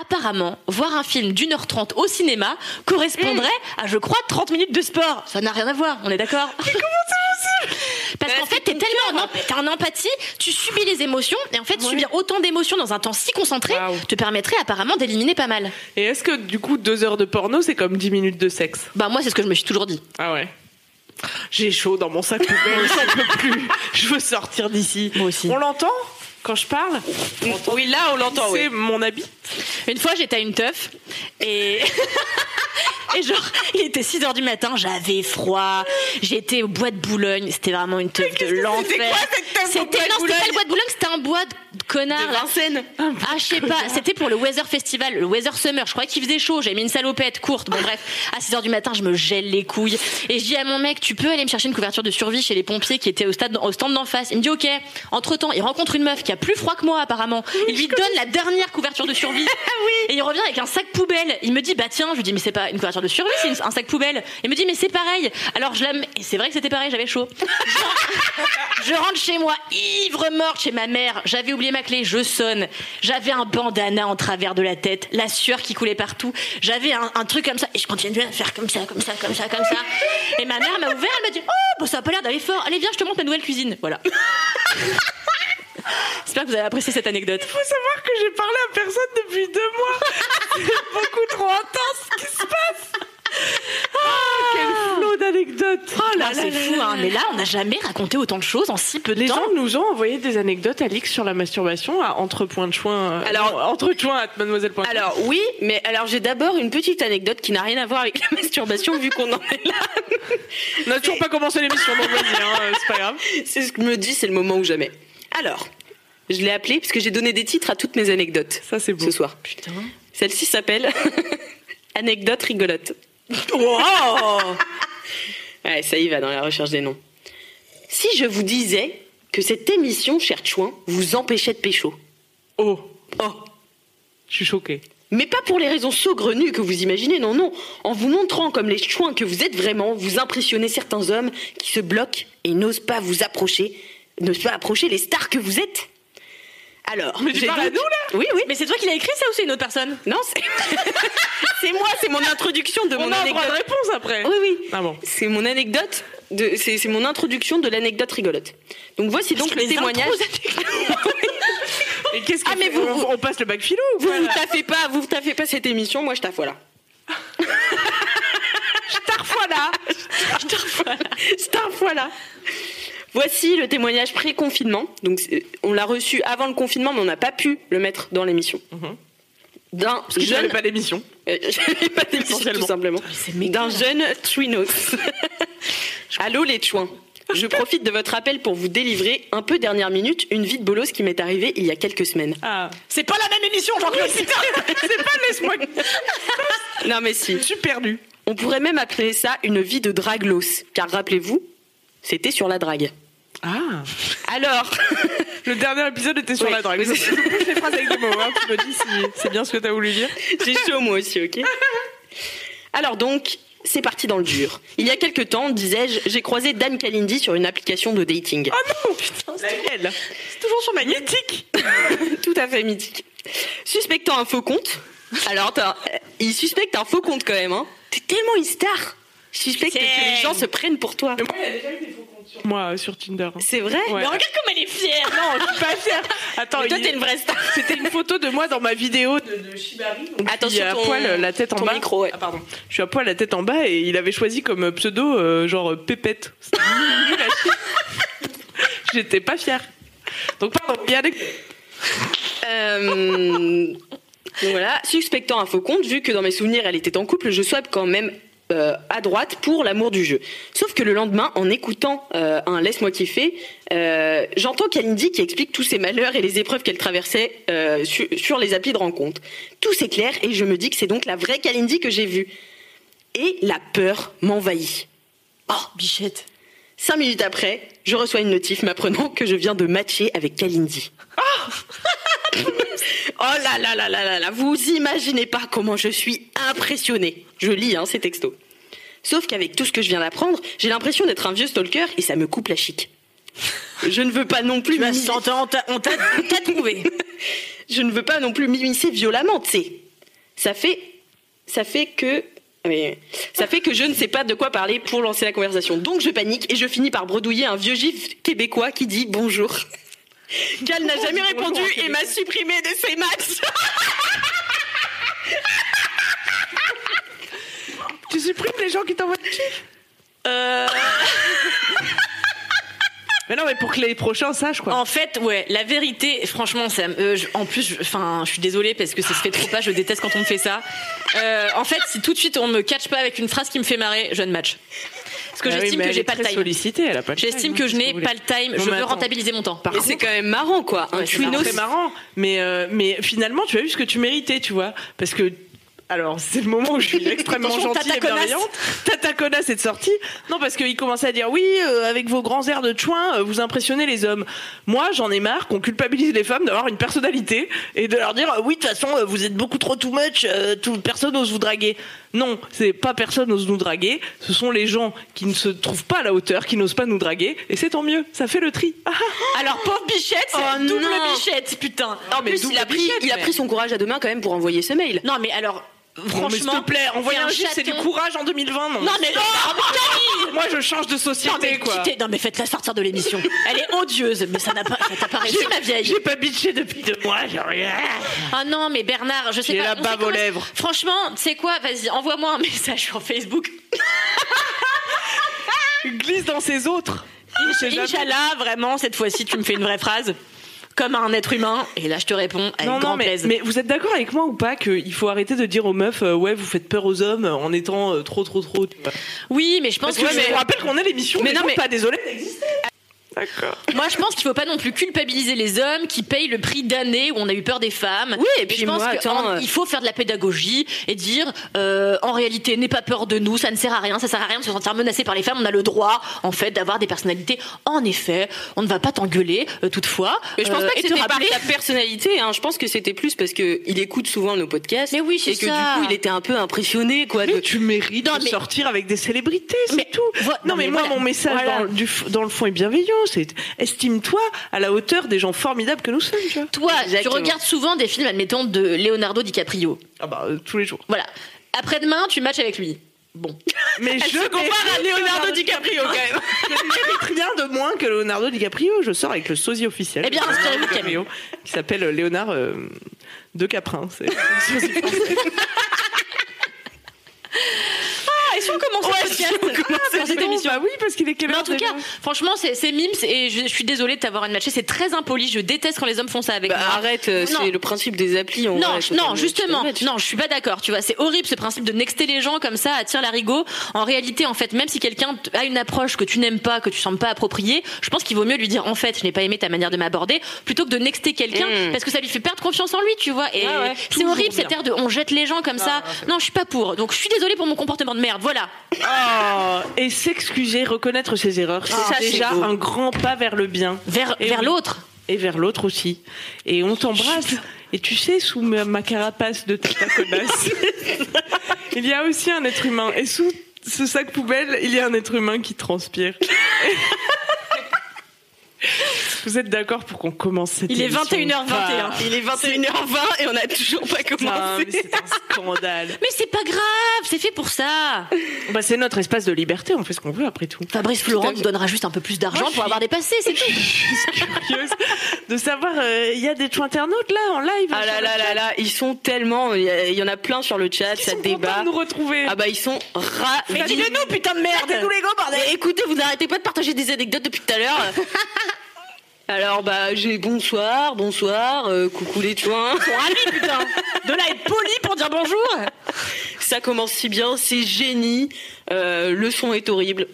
Speaker 2: Apparemment, voir un film d'une heure trente au cinéma correspondrait à je crois 30 minutes de sport. Ça n'a rien à voir, on est <laughs> d'accord Parce qu'en fait, t'es tellement, en emp- t'as un empathie, tu subis les émotions, et en fait, subir autant d'émotions dans un temps si concentré
Speaker 1: Waouh.
Speaker 2: te permettrait apparemment d'éliminer pas mal.
Speaker 1: Et est-ce que du coup deux heures de porno c'est comme 10 minutes de sexe
Speaker 2: Bah moi, c'est ce que je me suis toujours dit.
Speaker 1: Ah ouais. J'ai chaud dans mon sac poubelle, j'en peux <laughs> plus. Je veux sortir d'ici.
Speaker 2: Moi aussi.
Speaker 1: On l'entend quand je parle
Speaker 5: Oui, là, on l'entend,
Speaker 1: C'est
Speaker 5: oui.
Speaker 1: mon habit.
Speaker 2: Une fois, j'étais à une teuf et. <laughs> Et genre, il était 6 h du matin, j'avais froid, j'étais au bois de Boulogne, c'était vraiment une teuf de l'enfer. C'était
Speaker 5: bois de
Speaker 2: non, c'était
Speaker 5: Boulogne
Speaker 2: pas le bois de Boulogne, c'était un bois de connard.
Speaker 5: De
Speaker 2: là.
Speaker 5: Vincennes.
Speaker 2: Ah, je sais pas, c'était pour le Weather Festival, le Weather Summer. Je croyais qu'il faisait chaud, j'avais mis une salopette courte. Bon, bref, à 6 h du matin, je me gèle les couilles. Et je dis à mon mec, tu peux aller me chercher une couverture de survie chez les pompiers qui étaient au, stade, au stand d'en face. Il me dit, ok. Entre temps, il rencontre une meuf qui a plus froid que moi, apparemment. Il lui donne la dernière couverture de survie. Et il revient avec un sac poubelle. Il me dit, bah tiens, je lui dis, mais c'est pas une couverture de survie, c'est une- un sac poubelle. Il me dit, mais c'est pareil. Alors je l'aime. Et c'est vrai que c'était pareil, j'avais chaud. Je rentre chez moi, ivre morte chez ma mère. J'avais oublié ma clé, je sonne. J'avais un bandana en travers de la tête, la sueur qui coulait partout. J'avais un, un truc comme ça et je continuais à faire comme ça, comme ça, comme ça, comme ça. Et ma mère m'a ouvert, elle m'a dit Oh, bon, ça a pas l'air d'aller fort. Allez, viens, je te montre ma nouvelle cuisine. Voilà. <laughs> J'espère que vous avez apprécié cette anecdote.
Speaker 1: Faut savoir que j'ai parlé à personne depuis deux mois. C'est beaucoup trop intense ce qui se passe. Ah, quel flot d'anecdotes.
Speaker 2: Ah, c'est fou, hein, mais là, on n'a jamais raconté autant de choses en si peu de
Speaker 1: Les
Speaker 2: temps.
Speaker 1: gens nous ont envoyé des anecdotes, Alix, sur la masturbation à entre de choin.
Speaker 5: Alors-
Speaker 1: entre choin à mademoiselle Point.
Speaker 5: Alors oui, mais alors j'ai d'abord une petite anecdote qui n'a rien à voir avec la <laughs> masturbation vu qu'on en est là.
Speaker 1: on n'a toujours pas commencé l'émission, donc vas-y, hein, euh, c'est pas grave.
Speaker 5: C'est ce que je me dis, c'est le moment ou jamais. Alors, je l'ai appelée parce que j'ai donné des titres à toutes mes anecdotes
Speaker 1: Ça, c'est beau.
Speaker 5: ce soir. Putain. Celle-ci s'appelle <laughs> Anecdote rigolote. Ouais, ça y va dans la recherche des noms. Si je vous disais que cette émission, cher Chouin, vous empêchait de pécho.
Speaker 1: Oh,
Speaker 5: Oh
Speaker 1: je suis choquée.
Speaker 5: Mais pas pour les raisons saugrenues que vous imaginez, non, non. En vous montrant comme les chouins que vous êtes vraiment, vous impressionnez certains hommes qui se bloquent et n'osent pas vous approcher, n'osent pas approcher les stars que vous êtes. Alors,
Speaker 1: Mais tu
Speaker 5: j'ai
Speaker 1: parles à
Speaker 5: donc-
Speaker 1: nous,
Speaker 5: Oui, oui.
Speaker 2: Mais c'est toi qui l'as écrit, ça, ou c'est une autre personne
Speaker 5: Non, c'est <laughs> c'est moi, c'est mon introduction de
Speaker 1: On
Speaker 5: mon
Speaker 1: a un droit de
Speaker 5: anecdote.
Speaker 1: réponse après.
Speaker 5: Oui, oui.
Speaker 1: Ah bon.
Speaker 5: C'est mon anecdote de- c'est c'est mon introduction de l'anecdote rigolote. Donc voici donc le témoignage.
Speaker 1: Et qu'est-ce qu'on
Speaker 5: Ah, mais
Speaker 1: fait
Speaker 5: vous-
Speaker 1: on, on passe le bac philo ou
Speaker 5: Vous
Speaker 1: quoi,
Speaker 5: vous
Speaker 1: là
Speaker 5: taffez pas, vous vous taffez pas cette émission, moi je
Speaker 1: <laughs>
Speaker 5: taffe, voilà. <laughs>
Speaker 1: Voilà.
Speaker 5: Star voilà. Voici le témoignage pré-confinement. Donc c'est- on l'a reçu avant le confinement, mais on n'a pas pu le mettre dans l'émission. D'un
Speaker 1: Mhm. Je n'avais
Speaker 5: jeune,
Speaker 1: pas d'émission.
Speaker 5: Euh, <laughs> j'avais pas d'émission, tout
Speaker 1: Essentiellement.
Speaker 5: simplement. D'un jeune
Speaker 1: <laughs>
Speaker 5: Twinos. Allô les Chouins. Je profite de votre appel pour vous délivrer un peu dernière minute une vie de bolos qui m'est arrivée il y a quelques semaines.
Speaker 1: C'est pas la même émission, Jean-Claude. Putain, <laughs> C'est pas laisse-moi.
Speaker 5: Non mais si.
Speaker 1: Je suis perdu.
Speaker 5: On pourrait même appeler ça une vie de draglos, car rappelez-vous, c'était sur la drague.
Speaker 1: Ah.
Speaker 5: Alors, <laughs>
Speaker 1: Le dernier épisode était sur
Speaker 5: Oui.
Speaker 1: la drague. Je bouche les phrases avec des mots. hein. Tu me dis si c'est bien ce que t'as voulu dire.
Speaker 5: J'ai chaud moi aussi, ok Alors donc, c'est parti dans le dur. Il y a quelque temps, disais-je, j'ai croisé Dan Kalindi sur une application de dating.
Speaker 1: Oh putain, c'est C'est toujours sur ma mythique.
Speaker 5: Tout à fait mythique. Suspectant un faux compte. Alors, attends, euh, il suspecte un faux compte quand même, hein. T'es tellement une star. Je suspecte que les gens se prennent pour toi.
Speaker 1: Moi, euh, sur Tinder. hein.
Speaker 5: C'est vrai
Speaker 1: Ouais.
Speaker 5: Mais
Speaker 2: Regarde comme elle est fière.
Speaker 1: Non, je suis pas fière. Attends,
Speaker 5: Toi,
Speaker 1: il-
Speaker 5: t'es une vraie star.
Speaker 1: c'était une photo de moi dans ma vidéo de, de Shibari. donc je suis
Speaker 5: Attention,
Speaker 1: à
Speaker 5: ton-
Speaker 1: poil, euh, la tête en
Speaker 5: ton
Speaker 1: bas.
Speaker 5: micro, ouais.
Speaker 1: Ah, pardon. Je suis à poil, la tête en bas, et il avait choisi comme euh, pseudo euh, genre euh, Pépette. C'était nul à chier. <laughs> J'étais pas fière. Donc pardon. Il y a des-
Speaker 5: Euh, donc voilà, suspectant un faux compte, vu que dans mes souvenirs elle était en couple, je swipe quand même euh, à droite pour l'amour du jeu. Sauf que le lendemain, en écoutant euh, un Laisse-moi kiffer, euh, j'entends Kalindi qui explique tous ses malheurs et les épreuves qu'elle traversait euh, sur, sur les applis de rencontre. Tout s'éclaire et je me dis que c'est donc la vraie Kalindi que j'ai vue. Et la peur m'envahit.
Speaker 2: Oh, bichette.
Speaker 5: Cinq minutes après, je reçois une notif m'apprenant que je viens de matcher avec Kalindi. Oh là là là là là là, vous imaginez pas comment je suis impressionnée. Je lis hein, ces textos. Sauf qu'avec tout ce que je viens d'apprendre, j'ai l'impression d'être un vieux stalker et ça me coupe la chic. Je ne veux pas non plus
Speaker 3: Bah,
Speaker 5: m'immiscer-
Speaker 3: sans toi, on t'a- on t'a on t'a trouvé.
Speaker 5: <laughs> je ne veux pas non plus m'immiscer violemment, tu sais. Ça fait, ça fait que, mais, ça fait que je ne sais pas de quoi parler pour lancer la conversation. Donc je panique et je finis par bredouiller un vieux gif québécois qui dit
Speaker 3: <laughs>
Speaker 5: bonjour. Cal n'a jamais répondu et m'a supprimé de ses matchs.
Speaker 1: Tu supprimes les gens qui t'envoient de qui
Speaker 2: Euh.
Speaker 1: Mais non, mais pour que les prochains sachent quoi.
Speaker 2: En fait, ouais, la vérité, franchement, ça, me- euh, je- en plus, je- enfin, je suis désolée parce que ça se fait trop pas. Je déteste quand on me fait ça. Euh, en fait, si tout de suite on me catch pas avec une phrase qui me fait marrer, je ne match. Parce que
Speaker 1: Bah oui,
Speaker 2: j'estime
Speaker 1: mais
Speaker 2: que
Speaker 1: elle
Speaker 2: j'ai
Speaker 1: est
Speaker 2: pas le
Speaker 1: très
Speaker 2: time.
Speaker 1: sollicitée, elle a pas le time,
Speaker 2: J'estime
Speaker 1: hein,
Speaker 2: que
Speaker 1: qu'est-ce
Speaker 2: je n'ai
Speaker 1: vous
Speaker 2: pas le
Speaker 1: voulez.
Speaker 2: time.
Speaker 1: Non,
Speaker 2: je
Speaker 1: mais
Speaker 2: veux
Speaker 1: attends.
Speaker 2: rentabiliser mon temps. Par
Speaker 5: Mais
Speaker 2: contre,
Speaker 5: c'est quand même marrant quoi, un
Speaker 2: Ouais, c'est
Speaker 5: twinos.
Speaker 1: Ah, C'est marrant, mais, euh, mais finalement, tu as eu ce que tu méritais, tu vois. Parce que, alors, c'est le moment où je suis
Speaker 2: <laughs>
Speaker 1: extrêmement
Speaker 2: Attention,
Speaker 1: gentille et
Speaker 2: tata connasse.
Speaker 1: bienveillante. Tata connasse est sortie. Non, parce qu'il commençait à dire, oui, euh, avec vos grands airs de chouin, euh, vous impressionnez les hommes. Moi, j'en ai marre qu'on culpabilise les femmes d'avoir une personnalité et de leur dire, euh, oui, de toute façon, euh, vous êtes beaucoup trop too much, euh, tout, personne n'ose vous draguer. Non, c'est pas personne n'ose nous draguer, ce sont les gens qui ne se trouvent pas à la hauteur, qui n'osent pas nous draguer, et c'est tant mieux, ça fait le tri. Ah,
Speaker 2: alors pauvre bichette, c'est la
Speaker 5: Oh
Speaker 2: double
Speaker 5: non.
Speaker 2: bichette, putain.
Speaker 5: En plus, il a pris, il a pris son courage à deux mains quand même pour envoyer ce mail. hein.
Speaker 2: Non, mais alors,
Speaker 1: Franchement, s'il
Speaker 2: franchement,
Speaker 1: te plaît, envoyer
Speaker 2: t'es
Speaker 1: un gif, c'est du
Speaker 2: chaton.
Speaker 1: courage en 2020, non
Speaker 2: Non mais Oh, putain
Speaker 1: Moi, je change de société,
Speaker 2: Non mais,
Speaker 1: quoi.
Speaker 2: quittez- non, mais faites-la sortir de l'émission. Elle est odieuse, mais ça n'a pas, ça t'a pas réussi, ma vieille.
Speaker 1: J'ai pas bitché depuis deux mois, j'ai rien.
Speaker 2: Ah non, mais Bernard, je sais
Speaker 1: J'ai
Speaker 2: pas.
Speaker 1: la
Speaker 2: on sait
Speaker 1: bave aux
Speaker 2: comment-
Speaker 1: lèvres.
Speaker 2: Franchement, tu sais quoi Vas-y, envoie-moi un message sur Facebook.
Speaker 1: Glisse dans ses autres. C'est jamais-
Speaker 2: Inch'Allah, vraiment, cette fois-ci, tu me fais une vraie phrase. Comme un être humain. Et là, je te réponds avec
Speaker 1: Non,
Speaker 2: grand
Speaker 1: non, mais,
Speaker 2: plaisir.
Speaker 1: mais vous êtes d'accord avec moi ou pas qu'il faut arrêter de dire aux meufs, euh, ouais, vous faites peur aux hommes en étant euh, trop, trop, trop. tu vois.
Speaker 2: Oui, mais je pense
Speaker 1: Parce que
Speaker 2: que-
Speaker 1: je vous rappelle qu'on est l'émission,
Speaker 2: Mais
Speaker 1: mais
Speaker 2: non,
Speaker 1: non,
Speaker 2: mais-
Speaker 1: pas désolé d'exister. D'accord.
Speaker 2: Moi, je pense qu'il faut pas non plus culpabiliser les hommes qui payent le prix d'années où on a eu peur des femmes.
Speaker 5: Oui, et
Speaker 2: Mais
Speaker 5: puis
Speaker 2: je pense
Speaker 5: moi,
Speaker 2: que
Speaker 5: attends,
Speaker 2: en-
Speaker 5: euh,
Speaker 2: il faut faire de la pédagogie et dire euh, en réalité, n'aie pas peur de nous, ça ne sert à rien, ça sert à rien de se sentir menacé par les femmes. On a le droit, en fait, d'avoir des personnalités. En effet, on ne va pas t'engueuler, euh, toutefois.
Speaker 5: Mais je pense
Speaker 2: Euh,
Speaker 5: pas que
Speaker 2: et te
Speaker 5: c'était par
Speaker 2: rappeler-
Speaker 5: <laughs> ta personnalité. Hein. Je pense que c'était plus parce que il écoute souvent nos podcasts.
Speaker 2: Mais oui, c'est
Speaker 5: et que
Speaker 2: ça.
Speaker 5: du coup, il était un peu impressionné, quoi. de-
Speaker 1: Mais tu mérites
Speaker 2: Non,
Speaker 1: de
Speaker 2: mais-
Speaker 1: sortir avec des célébrités,
Speaker 2: Mais-
Speaker 1: c'est tout.
Speaker 2: Vo-
Speaker 1: non, mais, moi,
Speaker 2: voilà.
Speaker 1: mon message
Speaker 2: Voilà.
Speaker 1: dans, le- du f- dans le fond est bienveillant. C'est estime-toi à la hauteur des gens formidables que nous sommes, tu vois.
Speaker 2: Toi,
Speaker 5: Exactement.
Speaker 2: tu regardes souvent des films, admettons, de Leonardo DiCaprio. <laughs>
Speaker 1: Ah bah, euh, tous les jours.
Speaker 2: Voilà. Après-demain, tu matches avec lui. Bon. Ah,
Speaker 1: Mais je compare à Leonardo DiCaprio quand même. Je ne mérite rien de moins que Leonardo DiCaprio. Je sors avec le sosie officiel.
Speaker 2: Eh bien,
Speaker 1: de Leonardo
Speaker 2: inspirez-vous,
Speaker 1: DiCaprio, Qui s'appelle euh, Léonard euh, de Caprin.
Speaker 2: <laughs>
Speaker 1: C'est une sosie française.
Speaker 2: Ah, et si on commence le podcast
Speaker 1: Comment
Speaker 2: Dans cette
Speaker 1: c'est bon
Speaker 2: émission.
Speaker 1: Bah oui, parce qu'il est
Speaker 2: Mais
Speaker 1: québécois.
Speaker 2: en tout cas, franchement, c'est c'est Mims et je, je suis désolée de t'avoir matché. C'est très impoli. Je déteste quand les hommes font ça avec
Speaker 5: Bah,
Speaker 2: moi.
Speaker 5: arrête, euh,
Speaker 2: Non.
Speaker 5: c'est le principe des applis. en
Speaker 2: Non,
Speaker 5: vrai,
Speaker 2: je-
Speaker 5: faut pas
Speaker 2: non,
Speaker 5: le-
Speaker 2: justement,
Speaker 5: faut pas le mettre.
Speaker 2: non, je suis pas d'accord. Tu vois, c'est horrible ce principe de nexter les gens comme ça à tire larigot. En réalité, en fait, même si quelqu'un t- a une approche que tu n'aimes pas, que tu sembles pas appropriée, je pense qu'il vaut mieux lui dire en fait, je n'ai pas aimé ta manière de m'aborder, plutôt que de nexter quelqu'un
Speaker 5: Mm.
Speaker 2: parce que ça lui fait perdre confiance en lui, tu vois. Et
Speaker 1: Ah ouais,
Speaker 2: c'est
Speaker 1: toujours
Speaker 2: horrible
Speaker 1: bien.
Speaker 2: cette air de on jette les gens comme ça. Non, je suis pas pour. Donc je suis désolée pour mon comportement de merde. Voilà. ah.
Speaker 1: Oh, et s'excuser, reconnaître ses erreurs,
Speaker 5: ça,
Speaker 1: c'est
Speaker 5: c'est
Speaker 1: déjà
Speaker 5: beau.
Speaker 1: un grand pas vers le bien
Speaker 2: Vers
Speaker 1: Et
Speaker 2: vers
Speaker 1: oui.
Speaker 2: l'autre.
Speaker 1: et vers l'autre aussi. Et on t'embrasse. Et tu sais, sous ma, ma carapace de tata connasse, <laughs> il y a aussi un être humain. Et sous ce sac poubelle, il y a un être humain qui <laughs> transpire. Vous êtes d'accord pour qu'on commence cette
Speaker 2: Il est
Speaker 1: émission
Speaker 2: 21h21.
Speaker 1: Ah,
Speaker 5: Il est 21h20 et on n'a toujours pas
Speaker 1: putain,
Speaker 5: commencé.
Speaker 1: Ah, mais C'est un scandale.
Speaker 2: Mais c'est pas grave, c'est fait pour ça.
Speaker 1: <laughs> Bah, c'est notre espace de liberté, on fait ce qu'on veut après tout.
Speaker 2: Fabrice Florent nous donnera juste un peu plus d'argent
Speaker 1: Moi, je
Speaker 2: pour
Speaker 1: suis-
Speaker 2: avoir dépassé, c'est tout.
Speaker 1: curieuse de savoir, euh, il y a des chou internautes là en live.
Speaker 5: Ah là là là là, ils sont tellement. Il y a- il y en a plein sur le chat,
Speaker 1: ils
Speaker 5: ça
Speaker 1: sont contents
Speaker 5: débat.
Speaker 1: de nous retrouver.
Speaker 5: Ah bah ils sont ravis.
Speaker 1: Mais dis-le-nous,
Speaker 5: putain de merde nous les gars, bordel Écoutez, vous n'arrêtez pas de partager des anecdotes depuis tout à l'heure. <laughs> Alors bah j'ai bonsoir, bonsoir, euh, coucou les chouins.
Speaker 2: putain. De là être poli pour dire bonjour.
Speaker 5: Ça commence si bien, c'est génie. Euh, le son est horrible.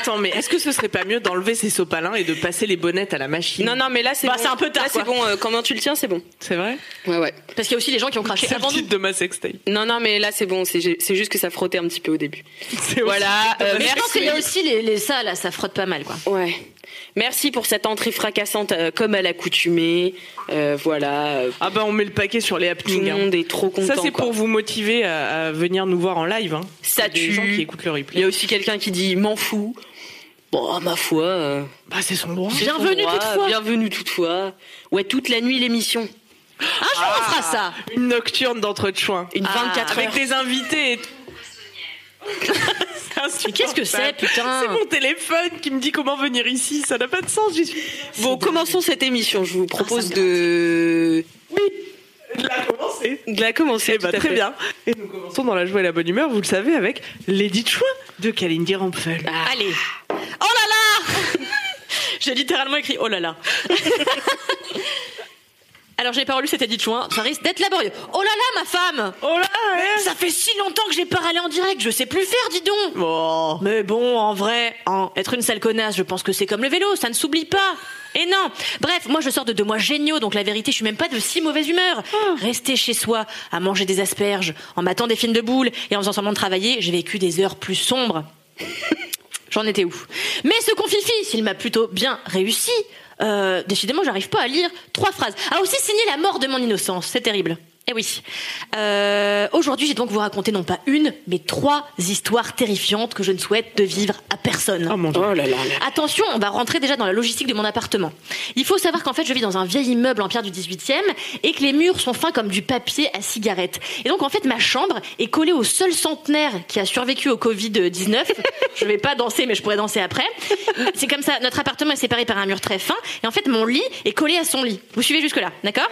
Speaker 1: Attends, mais est-ce que ce serait pas mieux d'enlever ces sopalins et de passer les bonnettes à la machine
Speaker 5: Non non mais là c'est
Speaker 1: Bah,
Speaker 5: bon.
Speaker 1: c'est un peu tard,
Speaker 5: Là c'est
Speaker 1: quoi.
Speaker 5: bon. euh, comment tu le tiens, c'est bon.
Speaker 1: C'est vrai
Speaker 5: Ouais ouais.
Speaker 2: Parce qu'il y a aussi les gens qui ont craché
Speaker 1: C'est le
Speaker 2: avant nous.
Speaker 1: titre de ma sextape.
Speaker 5: Non non mais là c'est bon. C'est c'est juste que ça frottait un petit peu au début. Voilà. euh,
Speaker 2: Mais je pense qu'il y a
Speaker 5: merci.
Speaker 2: aussi les, les ça là, ça frotte pas mal quoi.
Speaker 5: Ouais. Merci pour cette entrée fracassante euh, comme à l'accoutumée. Euh, voilà. euh,
Speaker 1: Ah bah on met le paquet sur les
Speaker 5: Tout
Speaker 1: happenings.
Speaker 5: le
Speaker 1: hein.
Speaker 5: monde est trop content.
Speaker 1: Ça c'est
Speaker 5: quoi.
Speaker 1: pour vous motiver à, à venir nous voir en live. Hein.
Speaker 5: Ça
Speaker 1: Des
Speaker 5: tue.
Speaker 1: gens qui écoutent le replay.
Speaker 5: Il y a aussi quelqu'un qui dit m'en fous. Bon, ma foi. euh,
Speaker 1: Bah c'est son droit.
Speaker 5: c'est
Speaker 2: Bienvenue
Speaker 5: son droit,
Speaker 2: toutefois.
Speaker 5: Bienvenue toutefois. Ouais, toute la nuit l'émission.
Speaker 2: Un jour on fera ça.
Speaker 1: Une nocturne d'entrechoin.
Speaker 5: Une
Speaker 2: Ah,
Speaker 5: 24
Speaker 1: Avec
Speaker 5: heures.
Speaker 1: des invités et tout.
Speaker 2: Mais qu'est-ce que c'est putain
Speaker 1: C'est mon téléphone qui me dit comment venir ici, ça n'a pas de sens. j'y suis-
Speaker 5: Bon, commençons cette émission. Je vous propose
Speaker 2: Ah, me
Speaker 5: de...
Speaker 1: La commencer.
Speaker 5: de la commencer.
Speaker 1: Eh bah,
Speaker 5: tout à
Speaker 1: très
Speaker 5: fait.
Speaker 1: bien. Et nous commençons dans la joie et la bonne humeur, vous le savez, avec Lady Chouin de Kalindi Rampfel.
Speaker 2: Allez. Oh là Oh là <laughs> J'ai littéralement écrit oh là <laughs> là. Alors je n'ai pas relu cet edit joint, ça risque d'être laborieux. Oh là là ma femme
Speaker 1: Oh là hein
Speaker 2: Ça fait si longtemps que j'ai pas râlé en direct, je sais plus faire dis donc
Speaker 1: Bon.
Speaker 2: Mais bon, en vrai, hein, être une sale connasse, je pense que c'est comme le vélo, ça ne s'oublie pas. Et non. Bref, moi je sors de deux mois géniaux, donc la vérité, je suis même pas de si mauvaise humeur.
Speaker 1: Oh.
Speaker 2: Rester chez soi, à manger des asperges, en matant des films de boules et en faisant semblant de travailler, j'ai vécu des heures plus sombres. J'en étais où Mais ce confifi, s'il m'a plutôt bien réussi, euh, décidément, j'arrive pas à lire trois phrases. A aussi signé la mort de mon innocence. C'est terrible. Eh oui. Euh, Aujourd'hui, j'ai donc vous raconter non pas une, mais trois histoires terrifiantes que je ne souhaite de vivre à personne.
Speaker 1: Oh mon dieu.
Speaker 5: Oh là là. là.
Speaker 2: Attention, on va rentrer déjà dans la logistique de mon appartement. Il faut savoir qu'en fait, je vis dans un vieil immeuble en pierre du 18e et que les murs sont fins comme du papier à cigarette. Et donc, en fait, ma chambre est collée au seul centenaire qui a survécu au Covid-19. je vais pas danser, mais je pourrais danser après. C'est comme ça, notre appartement est séparé par un mur très fin. Et en fait, mon lit est collé à son lit. Vous suivez jusque-là, d'accord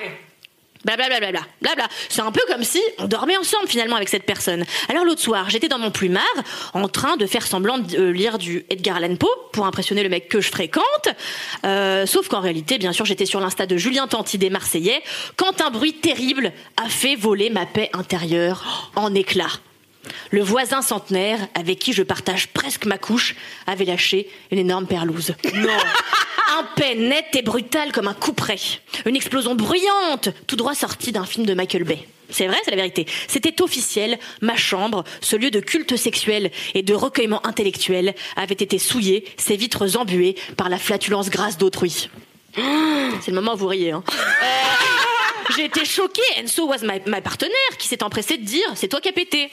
Speaker 2: Blablabla, blabla. C'est un peu comme si on dormait ensemble finalement avec cette personne. Alors l'autre soir, j'étais dans mon plumard, en train de faire semblant de euh, lire du Edgar Allan Poe pour impressionner le mec que je fréquente. Euh, sauf qu'en réalité, bien sûr, j'étais sur l'insta de Julien Tanti des Marseillais quand un bruit terrible a fait voler ma paix intérieure en éclats. Le voisin centenaire, avec qui je partage presque ma couche, avait lâché une énorme perlouse. Non Un paix net et brutal comme un couperet. Une explosion bruyante, tout droit sortie d'un film de Michael Bay. C'est vrai, c'est la vérité. C'était officiel, ma chambre, ce lieu de culte sexuel et de recueillement intellectuel, avait été souillé, ses vitres embuées par la flatulence grasse d'autrui. <gasps> C'est le moment où vous riez. Hein. J'ai été choquée. And so was my- ma partenaire qui s'est empressée de dire c'est toi qui as pété.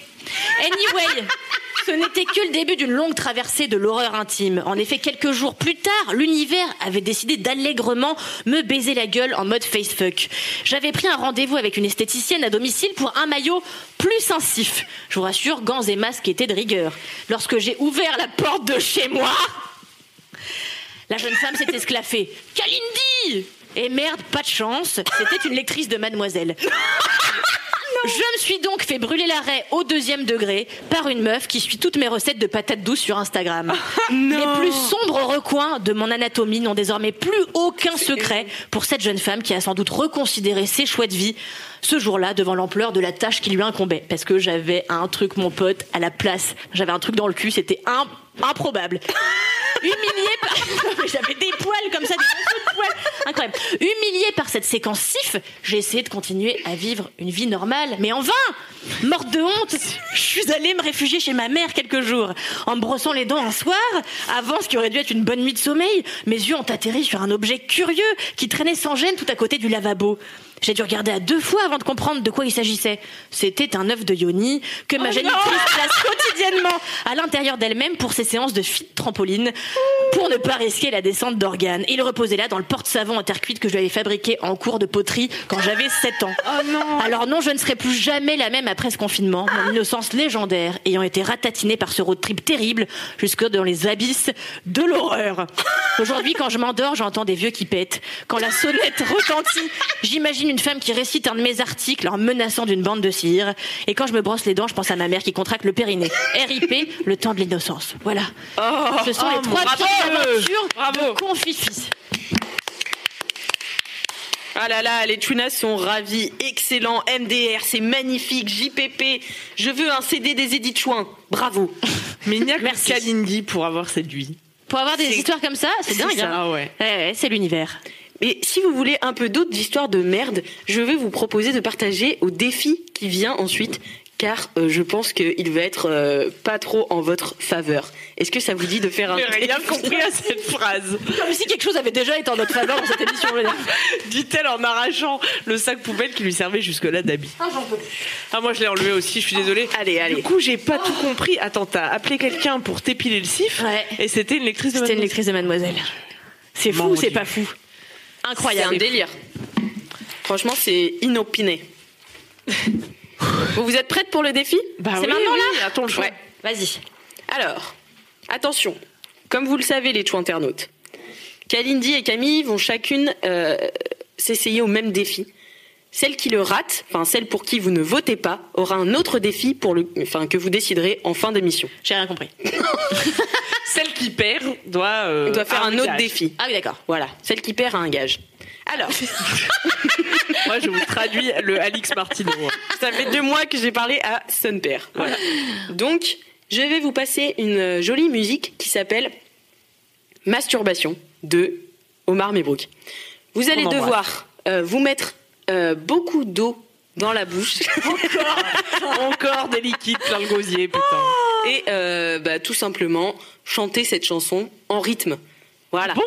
Speaker 2: Anyway, Ce n'était que le début d'une longue traversée de l'horreur intime. En effet, quelques jours plus tard, l'univers avait décidé d'allègrement me baiser la gueule en mode facefuck. J'avais pris un rendez-vous avec une esthéticienne à domicile pour un maillot plus sincif. Je vous rassure, gants et masques étaient de rigueur. Lorsque j'ai ouvert la porte de chez moi, la jeune femme s'est esclaffée. Kalindi Et merde, pas de chance, c'était une lectrice de Mademoiselle. Je me suis donc fait brûler l'arrêt au deuxième degré par une meuf qui suit toutes mes recettes de patates douces sur Instagram. Les plus sombres recoins de mon anatomie n'ont désormais plus aucun secret pour cette jeune femme qui a sans doute reconsidéré ses choix de vie ce jour-là devant l'ampleur de la tâche qui lui incombait. Parce que j'avais un truc, mon pote, à la place. J'avais un truc dans le cul, c'était im- improbable. Humiliée par... <laughs> Non, mais J'avais des poils comme ça, des morceaux de poils. Incroyable. Humiliée par cette séquence sif, j'ai essayé de continuer à vivre une vie normale, mais en vain Morte de honte, je suis allée me réfugier chez ma mère quelques jours. En me brossant les dents un soir, avant ce qui aurait dû être une bonne nuit de sommeil, mes yeux ont atterri sur un objet curieux qui traînait sans gêne tout à côté du lavabo. J'ai dû regarder à deux fois avant de comprendre de quoi il s'agissait. C'était un œuf de Yoni que ma génitrice place quotidiennement à l'intérieur d'elle-même pour ses séances de fit trampoline pour ne pas risquer la descente d'organes. Il reposait là dans le porte-savon en terre cuite que je lui avais fabriqué en cours de poterie quand j'avais 7 ans. Alors non, je ne serai plus jamais la même après ce confinement. Mon innocence légendaire ayant été ratatinée par ce road trip terrible jusque dans les abysses de l'horreur. Aujourd'hui, quand je m'endors, j'entends des vieux qui pètent. Quand la sonnette retentit, j'imagine une femme qui récite un de mes articles en menaçant d'une bande de cire. Et quand je me brosse les dents, je pense à ma mère qui contracte le périnée. RIP, le temps de l'innocence. Voilà. ce sont
Speaker 1: oh,
Speaker 2: les trois
Speaker 1: bravo.
Speaker 2: pires aventures
Speaker 1: Bravo.
Speaker 2: de Confifi.
Speaker 5: Ah là là, les Tunas sont ravis, excellent, MDR, c'est magnifique, JPP, je veux un CD des Edith Chouin, bravo.
Speaker 1: Mais il n'y a que
Speaker 2: Merci.
Speaker 1: Kalindi pour avoir séduit.
Speaker 2: Pour avoir des
Speaker 5: C'est-
Speaker 2: histoires comme ça, c'est
Speaker 1: c'est
Speaker 2: dingue.
Speaker 1: ça,
Speaker 2: hein.
Speaker 1: ouais.
Speaker 2: ouais, c'est l'univers.
Speaker 5: Et si vous voulez un peu d'autres histoires de merde, je vais vous proposer de partager au défi qui vient ensuite, car euh, je pense qu'il va être euh, pas trop en votre faveur. Est-ce que ça vous dit de faire un...
Speaker 1: J'ai rien compris à cette phrase.
Speaker 2: Comme si quelque chose avait déjà été en notre faveur dans cette émission.
Speaker 1: Dit-elle en m'arrachant le sac poubelle qui lui servait jusque-là d'habit. Ah, moi je l'ai enlevé aussi, je suis désolée.
Speaker 5: Ah, Allez, allez.
Speaker 1: Du coup, j'ai pas tout compris. Attends, t'as appelé quelqu'un pour t'épiler le sif
Speaker 2: Ouais.
Speaker 1: et c'était une lectrice de
Speaker 2: C'était une
Speaker 1: Mademoiselle.
Speaker 2: lectrice de Mademoiselle. C'est fou
Speaker 1: Mon
Speaker 2: ou c'est
Speaker 1: Dieu.
Speaker 2: pas fou
Speaker 5: C'est un
Speaker 2: Incroyable.
Speaker 5: délire. Franchement, c'est <laughs> inopiné. vous, vous êtes prête pour le défi
Speaker 1: Bah
Speaker 5: C'est
Speaker 1: oui,
Speaker 5: maintenant
Speaker 1: oui,
Speaker 5: là
Speaker 1: à ton choix.
Speaker 5: Ouais.
Speaker 2: Vas-y.
Speaker 5: Alors, attention. Comme vous le savez, les chou internautes, Kalindi et Camille vont chacune euh, s'essayer au même défi. Celle qui le rate, enfin celle pour qui vous ne votez pas, aura un autre défi pour le, enfin que vous déciderez en fin d'émission.
Speaker 2: J'ai rien compris.
Speaker 1: Celle qui perd doit, euh,
Speaker 5: On doit faire un autre
Speaker 1: gage.
Speaker 5: défi.
Speaker 2: Ah oui, d'accord.
Speaker 5: Voilà, celle qui perd a un gage. Alors,
Speaker 1: Moi, je vous traduis le Alix Martino.
Speaker 5: ça fait deux mois que j'ai parlé à son père. Voilà. Donc, je vais vous passer une euh, jolie musique qui s'appelle Masturbation de Omar Mebrook. Vous allez
Speaker 1: On embrasse.
Speaker 5: devoir euh, vous mettre euh, beaucoup d'eau dans
Speaker 1: <laughs>
Speaker 5: la bouche
Speaker 1: Encore des liquides plein le gosier, putain.
Speaker 5: et euh, bah, tout simplement chanter cette chanson en rythme. Voilà.
Speaker 1: Ah, Bon,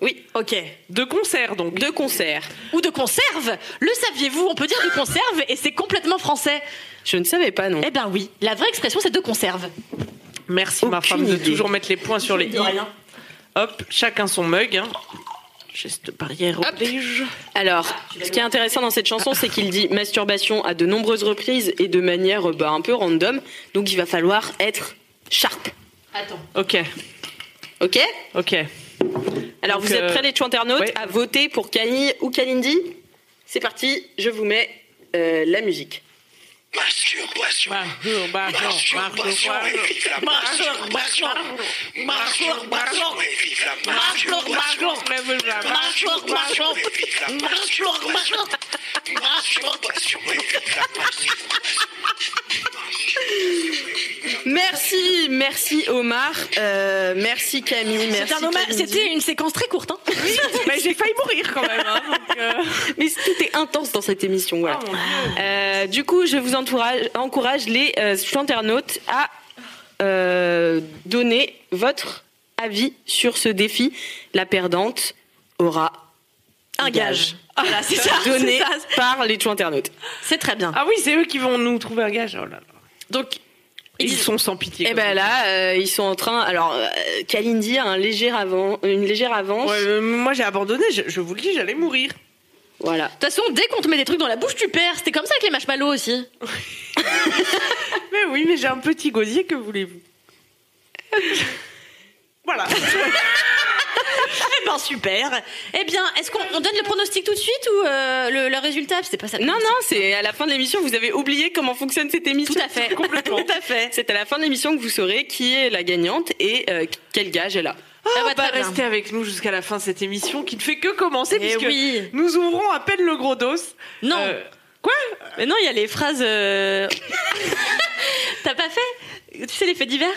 Speaker 5: Oui,
Speaker 2: Ok.
Speaker 1: de concert donc.
Speaker 5: de concert.
Speaker 2: Ou de conserve Le saviez-vous On peut dire de conserve et c'est complètement français.
Speaker 5: Je ne savais pas, non.
Speaker 2: Eh ben oui, la vraie expression c'est de conserve.
Speaker 1: Merci ma
Speaker 5: Aucune
Speaker 1: femme de
Speaker 5: idée.
Speaker 1: toujours mettre les points sur les i.
Speaker 2: De rien.
Speaker 1: Hop, chacun son mug. hein. Geste barrière oblige.
Speaker 5: Alors, ce qui est intéressant dans cette chanson, c'est qu'il dit masturbation à de nombreuses reprises et de manière euh, bah, un peu random. Donc, il va falloir être sharp.
Speaker 2: Attends.
Speaker 1: Ok,
Speaker 5: Ok
Speaker 1: ok.
Speaker 5: Alors,
Speaker 1: Donc,
Speaker 5: vous êtes
Speaker 1: euh,
Speaker 5: prêts, les internautes,
Speaker 1: ouais.
Speaker 5: à voter pour Camille ou Kalindi C'est parti, je vous mets euh, la musique.
Speaker 6: Masturbation.
Speaker 1: Bah,
Speaker 6: Masturbation et vive la
Speaker 1: bah,
Speaker 6: masturbation. Masturbation et vive la masturbation. Masturbation et vive la masturbation. Masturbation et vive la masturbation.
Speaker 5: Merci, merci Omar, euh, merci Camille, merci.
Speaker 2: C'était un hommage-
Speaker 5: Kalindi.
Speaker 2: c'était une séquence très courte. Hein.
Speaker 1: Mais j'ai failli mourir quand même. hein, donc, euh,
Speaker 5: Mais tout est intense dans cette émission, voilà. Euh, du coup, je vous entourage- encourage les euh, internautes à euh, donner votre avis sur ce défi. La perdante aura
Speaker 2: Un
Speaker 5: <laughs>
Speaker 2: gage. Voilà, c'est ça.
Speaker 5: donné
Speaker 2: c'est ça.
Speaker 5: par les internautes.
Speaker 2: C'est très bien.
Speaker 1: Ah oui, c'est eux qui vont nous trouver un gage. Oh là là.
Speaker 2: Donc,
Speaker 1: Ils Eh sont sans pitié.
Speaker 5: Et
Speaker 1: comme
Speaker 5: ben
Speaker 1: ça.
Speaker 5: là, euh, ils sont en train. Alors, euh, Kalindi a un léger avant, une légère avance.
Speaker 1: Ouais, euh, moi j'ai abandonné, je, je vous le dis, j'allais mourir.
Speaker 5: Voilà.
Speaker 2: toute façon, dès qu'on te met des trucs dans la bouche, tu perds. C'était comme ça avec les marshmallows aussi.
Speaker 1: Mais oui, mais j'ai un petit gosier, que voulez-vous <laughs> Voilà.
Speaker 2: Eh ben super. Eh bien, est-ce qu'on on donne le pronostic tout de suite ou euh, le, le résultat C'est pas ça.
Speaker 5: Non, non, c'est à la fin de l'émission. Vous avez oublié comment <laughs> fonctionne cette émission.
Speaker 2: Tout à fait. <laughs> Complètement.
Speaker 5: Tout à fait. C'est à la fin de l'émission que vous saurez qui est la gagnante et euh, quel gage elle a.
Speaker 2: Ça va
Speaker 1: va
Speaker 2: très Ah, bien.
Speaker 1: rester avec nous jusqu'à la fin de cette émission qui ne fait que commencer
Speaker 2: Eh
Speaker 1: puisque
Speaker 2: oui.
Speaker 1: nous ouvrons à peine le gros dos.
Speaker 2: Non.
Speaker 1: Euh, quoi
Speaker 2: Mais non, il y a les phrases.
Speaker 5: <laughs>
Speaker 2: euh, T'as pas fait Tu sais les faits divers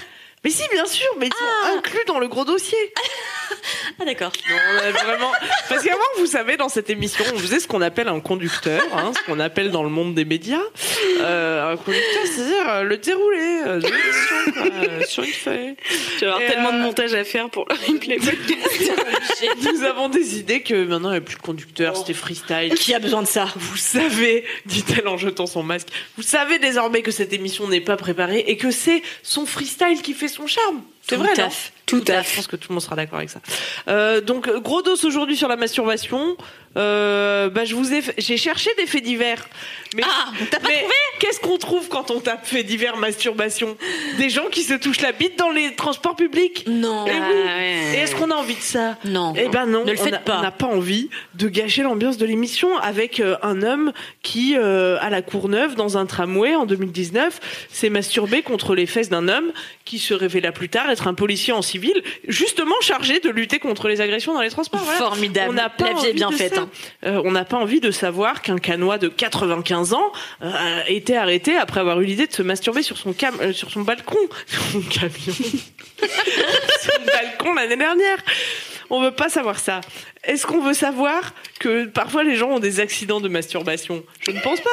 Speaker 1: Mais si, bien sûr, mais ils sont inclus dans le gros dossier. <laughs>
Speaker 2: Ah d'accord.
Speaker 1: Non, on a vraiment. Parce qu'avant, vous savez, dans cette émission, on faisait ce qu'on appelle un conducteur, hein, ce qu'on appelle dans le monde des médias. Euh, un conducteur, c'est-à-dire euh, le déroulé euh, de l'émission quoi, euh, sur une feuille.
Speaker 5: Tu vas avoir
Speaker 1: Et,
Speaker 5: tellement
Speaker 1: euh,
Speaker 5: de montage à faire pour
Speaker 1: <laughs>
Speaker 5: les podcasts.
Speaker 1: Nous avons décidé que maintenant, il n'y avait plus de conducteur, c'était freestyle.
Speaker 5: Oh. Qui a besoin de ça
Speaker 1: Vous savez, dit-elle en jetant son masque, vous savez désormais que cette émission n'est pas préparée et que c'est son freestyle qui fait son charme. C'est
Speaker 5: Tout
Speaker 1: vrai,
Speaker 5: à
Speaker 1: non
Speaker 5: fait. Tout à
Speaker 1: Je
Speaker 5: fait.
Speaker 1: pense que tout le monde sera d'accord avec ça. Euh, donc, gros dos aujourd'hui sur la masturbation. Euh, bah, je vous ai, fait- j'ai cherché des faits divers. Mais,
Speaker 2: <laughs> Ah, t'as pas
Speaker 1: mais
Speaker 2: trouvé
Speaker 1: Qu'est-ce qu'on trouve quand on tape faits divers masturbation Des gens qui se touchent la bite dans les transports publics.
Speaker 2: Non.
Speaker 1: Eh oui.
Speaker 5: ouais.
Speaker 1: Et est-ce qu'on a envie de ça
Speaker 2: Non.
Speaker 1: Eh ben non.
Speaker 2: Ah, Ne le
Speaker 1: on
Speaker 2: faites
Speaker 1: a-
Speaker 2: pas.
Speaker 1: On n'a pas envie de gâcher l'ambiance de l'émission avec euh, un homme qui, euh, à la Courneuve, dans un tramway en 2019, s'est masturbé contre les fesses d'un homme qui se révéla plus tard être un policier en civil, justement chargé de lutter contre les agressions dans les transports. Voilà.
Speaker 2: Formidable.
Speaker 1: On n'a pas
Speaker 2: La vie est
Speaker 1: envie
Speaker 2: bien
Speaker 1: de
Speaker 2: faite,
Speaker 1: ça.
Speaker 2: hein.
Speaker 1: Euh, on n'a pas envie de savoir qu'un canois de 95 ans euh, a été arrêté après avoir eu l'idée de se masturber sur son, cam euh, sur son balcon. <laughs> Sur son camion. <laughs> sur le balcon l'année dernière. On veut pas savoir ça. Est-ce qu'on veut savoir que parfois les gens ont des accidents de masturbation Je ne pense pas.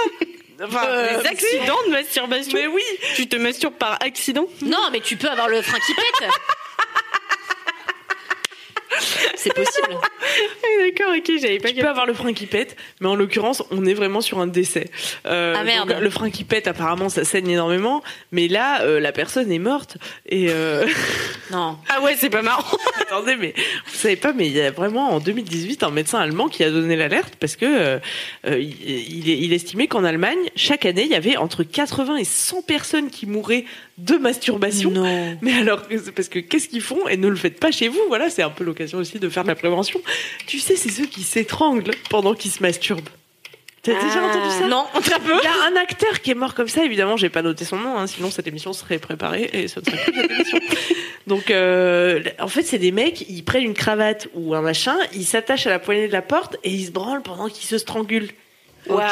Speaker 1: Enfin,
Speaker 5: Euh,
Speaker 1: des
Speaker 5: des accidents de masturbation.
Speaker 1: Mais oui.
Speaker 5: Tu te masturbes par accident
Speaker 2: Non, mais tu peux avoir le frein qui
Speaker 5: <laughs>
Speaker 2: pète. C'est possible.
Speaker 5: Ah, D'accord, ok, j'avais pas
Speaker 1: Tu peux avoir le frein qui pète, mais en l'occurrence, on est vraiment sur un décès. Euh,
Speaker 2: Ah, merde.
Speaker 1: donc, le frein qui pète, apparemment, ça saigne énormément, mais là, euh, la personne est morte. Et euh,
Speaker 2: Non.
Speaker 5: Ah ouais, c'est pas marrant.
Speaker 1: <laughs> attendez, mais vous savez pas, mais il y a vraiment en 2018 un médecin allemand qui a donné l'alerte parce que euh, euh, il, il- il estimait qu'en Allemagne, chaque année, il y avait entre 80 et 100 personnes qui mouraient de masturbation.
Speaker 2: Non.
Speaker 1: <laughs> Mais alors, que c'est parce que qu'est-ce qu'ils font Et ne le faites pas chez vous, voilà, c'est un peu l'occasion aussi de faire de la prévention. Tu sais, c'est ceux qui s'étranglent pendant qu'ils se masturbent. T'as déjà entendu ça
Speaker 2: Ah. Non, très peu.
Speaker 1: Il y a un acteur qui est mort comme ça, évidemment, j'ai pas noté son nom, hein, sinon cette émission serait préparée et ça ne serait plus cette
Speaker 2: <laughs>
Speaker 1: émission. Donc, euh, en fait, c'est des mecs, ils prennent une cravate ou un machin, ils s'attachent à la poignée de la porte et ils se branlent pendant qu'ils se strangulent.
Speaker 5: Waouh.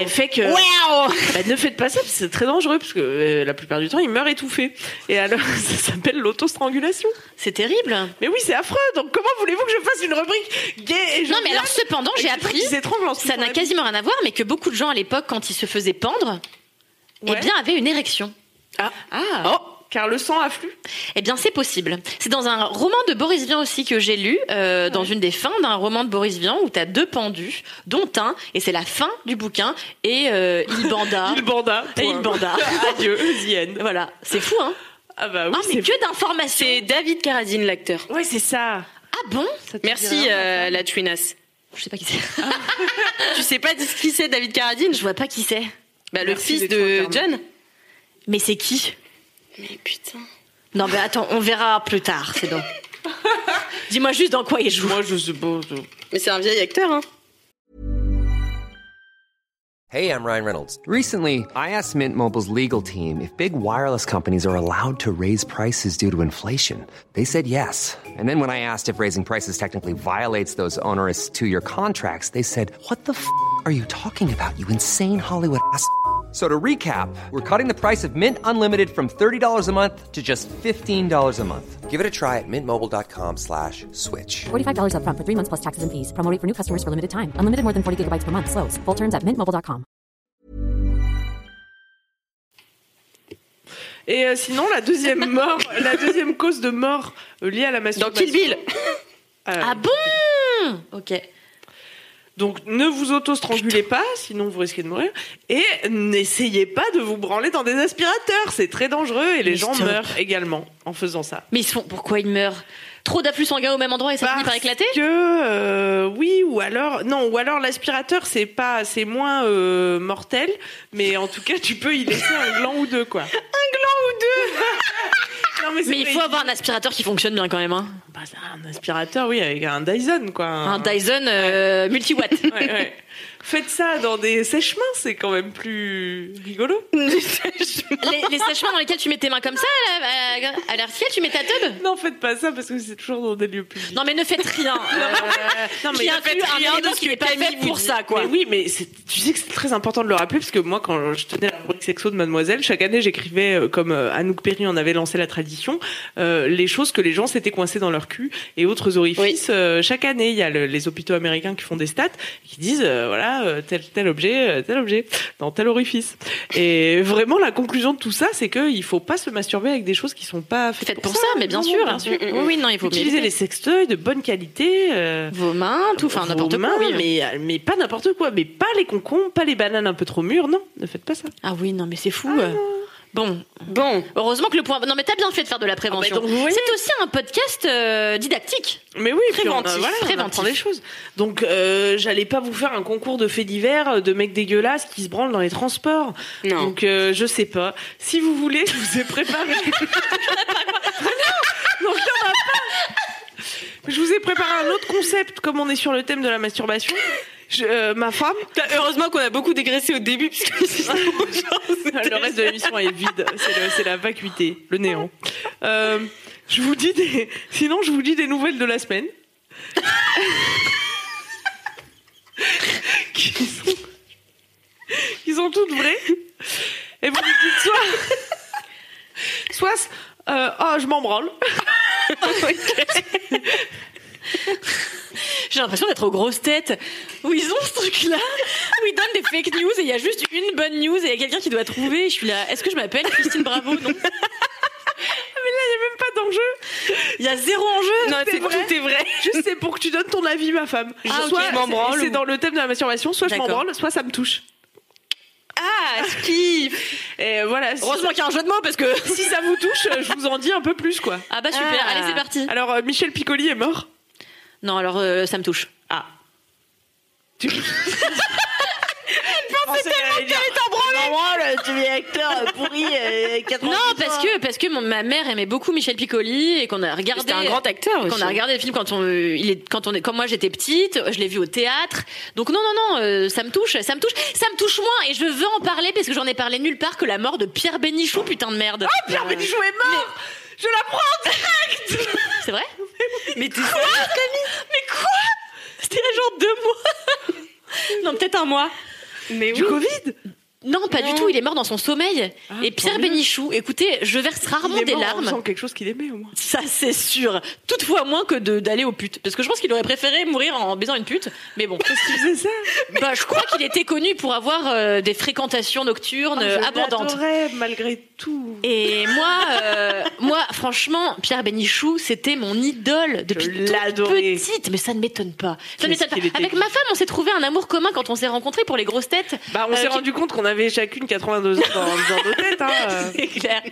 Speaker 1: Et fait que. Bah, ne faites pas ça, parce que c'est très dangereux, parce que euh, la plupart du temps, ils meurent étouffés. Et alors, <laughs> ça s'appelle l'autostrangulation.
Speaker 2: C'est terrible.
Speaker 1: Mais oui, c'est affreux. Donc comment voulez-vous que je fasse une rubrique gay et
Speaker 2: Non, mais alors cependant, j'ai appris, ça n'a quasiment rien à voir, mais que beaucoup de gens à l'époque, quand ils se faisaient pendre, eh
Speaker 1: Ouais.
Speaker 2: bien, avaient une érection.
Speaker 1: Ah.
Speaker 2: Ah.
Speaker 1: Oh, car le sang afflue.
Speaker 2: Eh bien, c'est possible. C'est dans un roman de Boris Vian aussi que j'ai lu, euh, dans une des fins d'un roman de Boris Vian où t'as deux pendus, dont un, et c'est la fin du bouquin, et euh, il banda.
Speaker 5: <laughs>
Speaker 1: Il hein, banda.
Speaker 2: Et il banda.
Speaker 1: Adieu, the end.
Speaker 2: voilà, c'est fou, hein
Speaker 1: Ah bah oui,
Speaker 2: Ah, mais
Speaker 1: c'est...
Speaker 2: que d'informations
Speaker 5: C'est David Carradine, l'acteur.
Speaker 1: Ouais, c'est ça.
Speaker 2: Ah bon
Speaker 5: Merci, euh, la Twinas.
Speaker 2: Je sais pas qui c'est.
Speaker 5: Ah. tu sais pas dis- qui c'est David Carradine
Speaker 2: Je vois pas qui c'est.
Speaker 5: Bah, le
Speaker 1: Merci
Speaker 5: fils
Speaker 1: d'être
Speaker 5: de
Speaker 1: interne.
Speaker 5: John.
Speaker 2: Mais c'est qui
Speaker 5: Mais putain.
Speaker 2: Non, mais attends, on verra plus tard, c'est
Speaker 5: <laughs>
Speaker 2: bon. Dis-moi juste dans quoi il joue.
Speaker 1: Moi, je sais pas. je-
Speaker 5: Mais c'est un vieil acteur, hein.
Speaker 4: Hey, I'm Ryan Reynolds. Recently, I asked Mint Mobile's legal team if big wireless companies are allowed to raise prices due to inflation. They said yes. And then when I asked if raising prices technically violates those onerous two year contracts, they said, What the f are you talking about, you insane Hollywood ass? f- So to recap, we're cutting the price of Mint Unlimited from $30 a month to just $15 a month. Give it a try at mintmobile.com slash switch.
Speaker 7: $45 upfront for three months plus taxes and fees. Promo rate for new customers for limited time. Unlimited more than 40 gigabytes per month. Slows. Full terms at mintmobile.com.
Speaker 1: Et euh, sinon, la deuxième mort, la deuxième cause de mort
Speaker 2: Bah,
Speaker 1: euh, liée à la
Speaker 5: Dans
Speaker 1: Ah masturbation.
Speaker 5: Kill Bill.
Speaker 1: Euh,
Speaker 2: Ah bon Ok.
Speaker 1: Donc ne vous auto-strangulez pas, sinon vous risquez de mourir. Et n'essayez pas de vous branler dans des aspirateurs, c'est très dangereux et les
Speaker 2: Mais
Speaker 1: gens
Speaker 2: stop.
Speaker 1: meurent également en faisant ça.
Speaker 2: Mais ils sont, pourquoi ils meurent Trop d'afflux sanguins au même endroit et ça finit par
Speaker 1: Parce
Speaker 2: éclater
Speaker 1: Que euh, oui ou alors non ou alors l'aspirateur c'est pas c'est moins euh, mortel, mais en tout cas tu peux y laisser un gland ou
Speaker 2: <laughs>
Speaker 1: deux quoi. Un gland ou deux. <laughs> non mais, c'est
Speaker 2: Mais il
Speaker 1: vrai,
Speaker 2: faut avoir un aspirateur qui fonctionne bien quand même. hein.
Speaker 1: bah, c'est un aspirateur oui avec un Dyson quoi.
Speaker 2: Un Dyson euh, multi-watt.
Speaker 1: Ah. <laughs> Ouais, ouais. Faites ça dans des sèches-mains, c'est quand même plus rigolo.
Speaker 2: les, les sèches-mains dans lesquels tu mets tes mains comme ça, à la- à la- à l'artiel, tu mets ta teub
Speaker 1: Non, faites pas ça parce que c'est toujours dans des lieux publics.
Speaker 2: Non mais ne faites rien. Euh,
Speaker 1: Non,
Speaker 2: qui inclut un élément qui n'est pas
Speaker 1: Camille
Speaker 2: fait
Speaker 1: vous
Speaker 2: pour
Speaker 1: dit.
Speaker 2: ça, quoi.
Speaker 1: Mais oui, mais c'est- tu sais que c'est très important de le rappeler parce que moi, quand je tenais la rubrique sexo de Mademoiselle, chaque année, j'écrivais, euh, comme euh, Anouk Perry en avait lancé la tradition, euh, les choses que les gens s'étaient coincés dans leur cul et autres orifices. Euh, chaque année, il y a le- les hôpitaux américains qui font des stats qui disent, euh, voilà, euh, tel, tel objet, euh, tel objet, dans tel orifice. Et vraiment, la conclusion de tout ça, c'est qu'il faut pas se masturber avec des choses qui sont pas faites,
Speaker 2: Faites pour ça, mais bien sûr. Oui, oui, non, il faut
Speaker 1: Utiliser les
Speaker 2: éviter.
Speaker 1: sextoys de bonne qualité. euh,
Speaker 2: vos mains, tout, enfin
Speaker 1: vos
Speaker 2: n'importe quoi.
Speaker 1: mains,
Speaker 2: oui.
Speaker 1: mais, mais pas n'importe quoi. Mais pas les concombres, pas les bananes un peu trop mûres. Non, ne faites pas ça.
Speaker 2: Ah oui, non mais c'est fou. euh. Bon,
Speaker 5: Bon,
Speaker 2: heureusement que le point. Non mais t'as bien fait de faire de la
Speaker 1: Ah,
Speaker 2: prévention.
Speaker 1: bah donc, vous voyez.
Speaker 2: c'est aussi un podcast euh, didactique.
Speaker 1: Mais oui, puis on- euh,
Speaker 2: Préventif,
Speaker 1: voilà, on
Speaker 2: préventif.
Speaker 1: apprend des choses. Donc, euh, j'allais pas vous faire un concours de faits divers euh, de mecs dégueulasses qui se branlent dans les transports.
Speaker 5: Non.
Speaker 1: Donc, euh, je sais pas. Si vous voulez, je vous ai
Speaker 5: <laughs>
Speaker 1: préparé. Non, non, il y en a pas. Je vous ai préparé un autre concept, comme on est sur le thème de la masturbation. Je- euh, ma femme.
Speaker 5: Bah, heureusement qu'on a beaucoup dégraissé au début, parce
Speaker 1: <laughs>
Speaker 5: que sinon, genre, c'était-
Speaker 1: le reste de l'émission est vide. C'est le- C'est la vacuité, le néant. Euh, je vous dis des... Sinon, je vous dis des nouvelles de la
Speaker 2: <laughs>
Speaker 1: semaine. qui, sont... qui sont toutes vraies. Et vous me dites soit... Soit... euh, Ah, je m'en branle.
Speaker 2: J'ai l'impression d'être aux grosses têtes où ils ont ce truc-là, où ils donnent des fake news et il y a juste une bonne news et il y a quelqu'un qui doit trouver. Je suis là, est-ce que je m'appelle Christine Bravo Non.
Speaker 1: Même pas d'enjeu.
Speaker 2: Il y a zéro enjeu.
Speaker 1: Non, c'est vrai.
Speaker 5: Tout est vrai.
Speaker 1: <laughs> Juste, c'est pour que tu donnes ton avis, ma femme.
Speaker 2: Ah, ok.
Speaker 1: soit
Speaker 2: Je m'en branle
Speaker 1: C'est
Speaker 2: ou-
Speaker 1: dans le thème de la masturbation. Soit je m'en
Speaker 2: D'accord.
Speaker 1: branle, soit ça me touche.
Speaker 5: Ah, skiff.
Speaker 1: Et voilà.
Speaker 2: Heureusement qu'il y a un jeu de mots parce que.
Speaker 1: si ça vous touche, je vous en dis un peu plus, quoi.
Speaker 2: Ah bah super,
Speaker 5: Ah.
Speaker 2: allez c'est parti.
Speaker 1: Alors, euh, Michel Piccoli est mort.
Speaker 2: Non alors euh, ça me touche.
Speaker 1: Ah. Tu... Elle pensait tellement qu'elle était
Speaker 5: tu es acteur pourri, euh,
Speaker 2: Non parce que parce que mon- ma mère aimait beaucoup Michel Piccoli et qu'on a regardé.
Speaker 5: C'était un grand acteur aussi.
Speaker 2: Qu'on a regardé le film quand on, euh, il est, quand on est, quand moi j'étais petite, je l'ai vu au théâtre. Donc non, non, non, euh, ça me touche, ça me touche, ça me touche moins et je veux en parler parce que j'en ai parlé nulle part que la mort de Pierre Bénichou, putain de merde. Ah, Pierre
Speaker 1: Bénichou est mort Je la prends
Speaker 2: <laughs> C'est vrai
Speaker 5: Mais t'es
Speaker 2: Mais quoi C'était il y a genre deux mois Non, peut-être un mois.
Speaker 5: Mais oui.
Speaker 1: Du Covid
Speaker 2: Non, pas du
Speaker 5: Non.
Speaker 2: tout, il est mort dans son sommeil.
Speaker 1: Ah,
Speaker 2: et Pierre
Speaker 1: tant mieux.
Speaker 2: Bénichou, écoutez, je verse rarement
Speaker 1: Il est
Speaker 2: des
Speaker 1: mort
Speaker 2: larmes.
Speaker 1: en faisant quelque chose qu'il aimait, au moins.
Speaker 2: Ça, c'est sûr. Toutefois, moins que de- d'aller aux putes. Parce que je pense qu'il aurait préféré mourir en baisant une pute. Mais bon.
Speaker 1: Parce qu'il faisait ça
Speaker 2: <laughs> Bah, je crois qu'il était connu pour avoir euh, des fréquentations nocturnes euh,
Speaker 1: Ah, Je
Speaker 2: abondantes.
Speaker 1: l'adorais, malgré tout.
Speaker 2: Et moi, euh, moi, franchement, Pierre Bénichou, c'était mon idole depuis
Speaker 1: Je
Speaker 2: toute
Speaker 1: l'adorais.
Speaker 2: petite. Mais ça ne m'étonne pas.
Speaker 1: Qu'est-ce
Speaker 2: Ça ne m'étonne pas.
Speaker 1: qu'il était
Speaker 2: Avec ma femme, on s'est trouvé un amour commun quand on s'est rencontrés pour les grosses têtes.
Speaker 1: Bah, on
Speaker 2: Euh,
Speaker 1: s'est
Speaker 2: qui-
Speaker 1: rendu compte qu'on avait chacune 82 ans dans, dans nos têtes. <laughs> Hein.
Speaker 2: <laughs> C'est clair.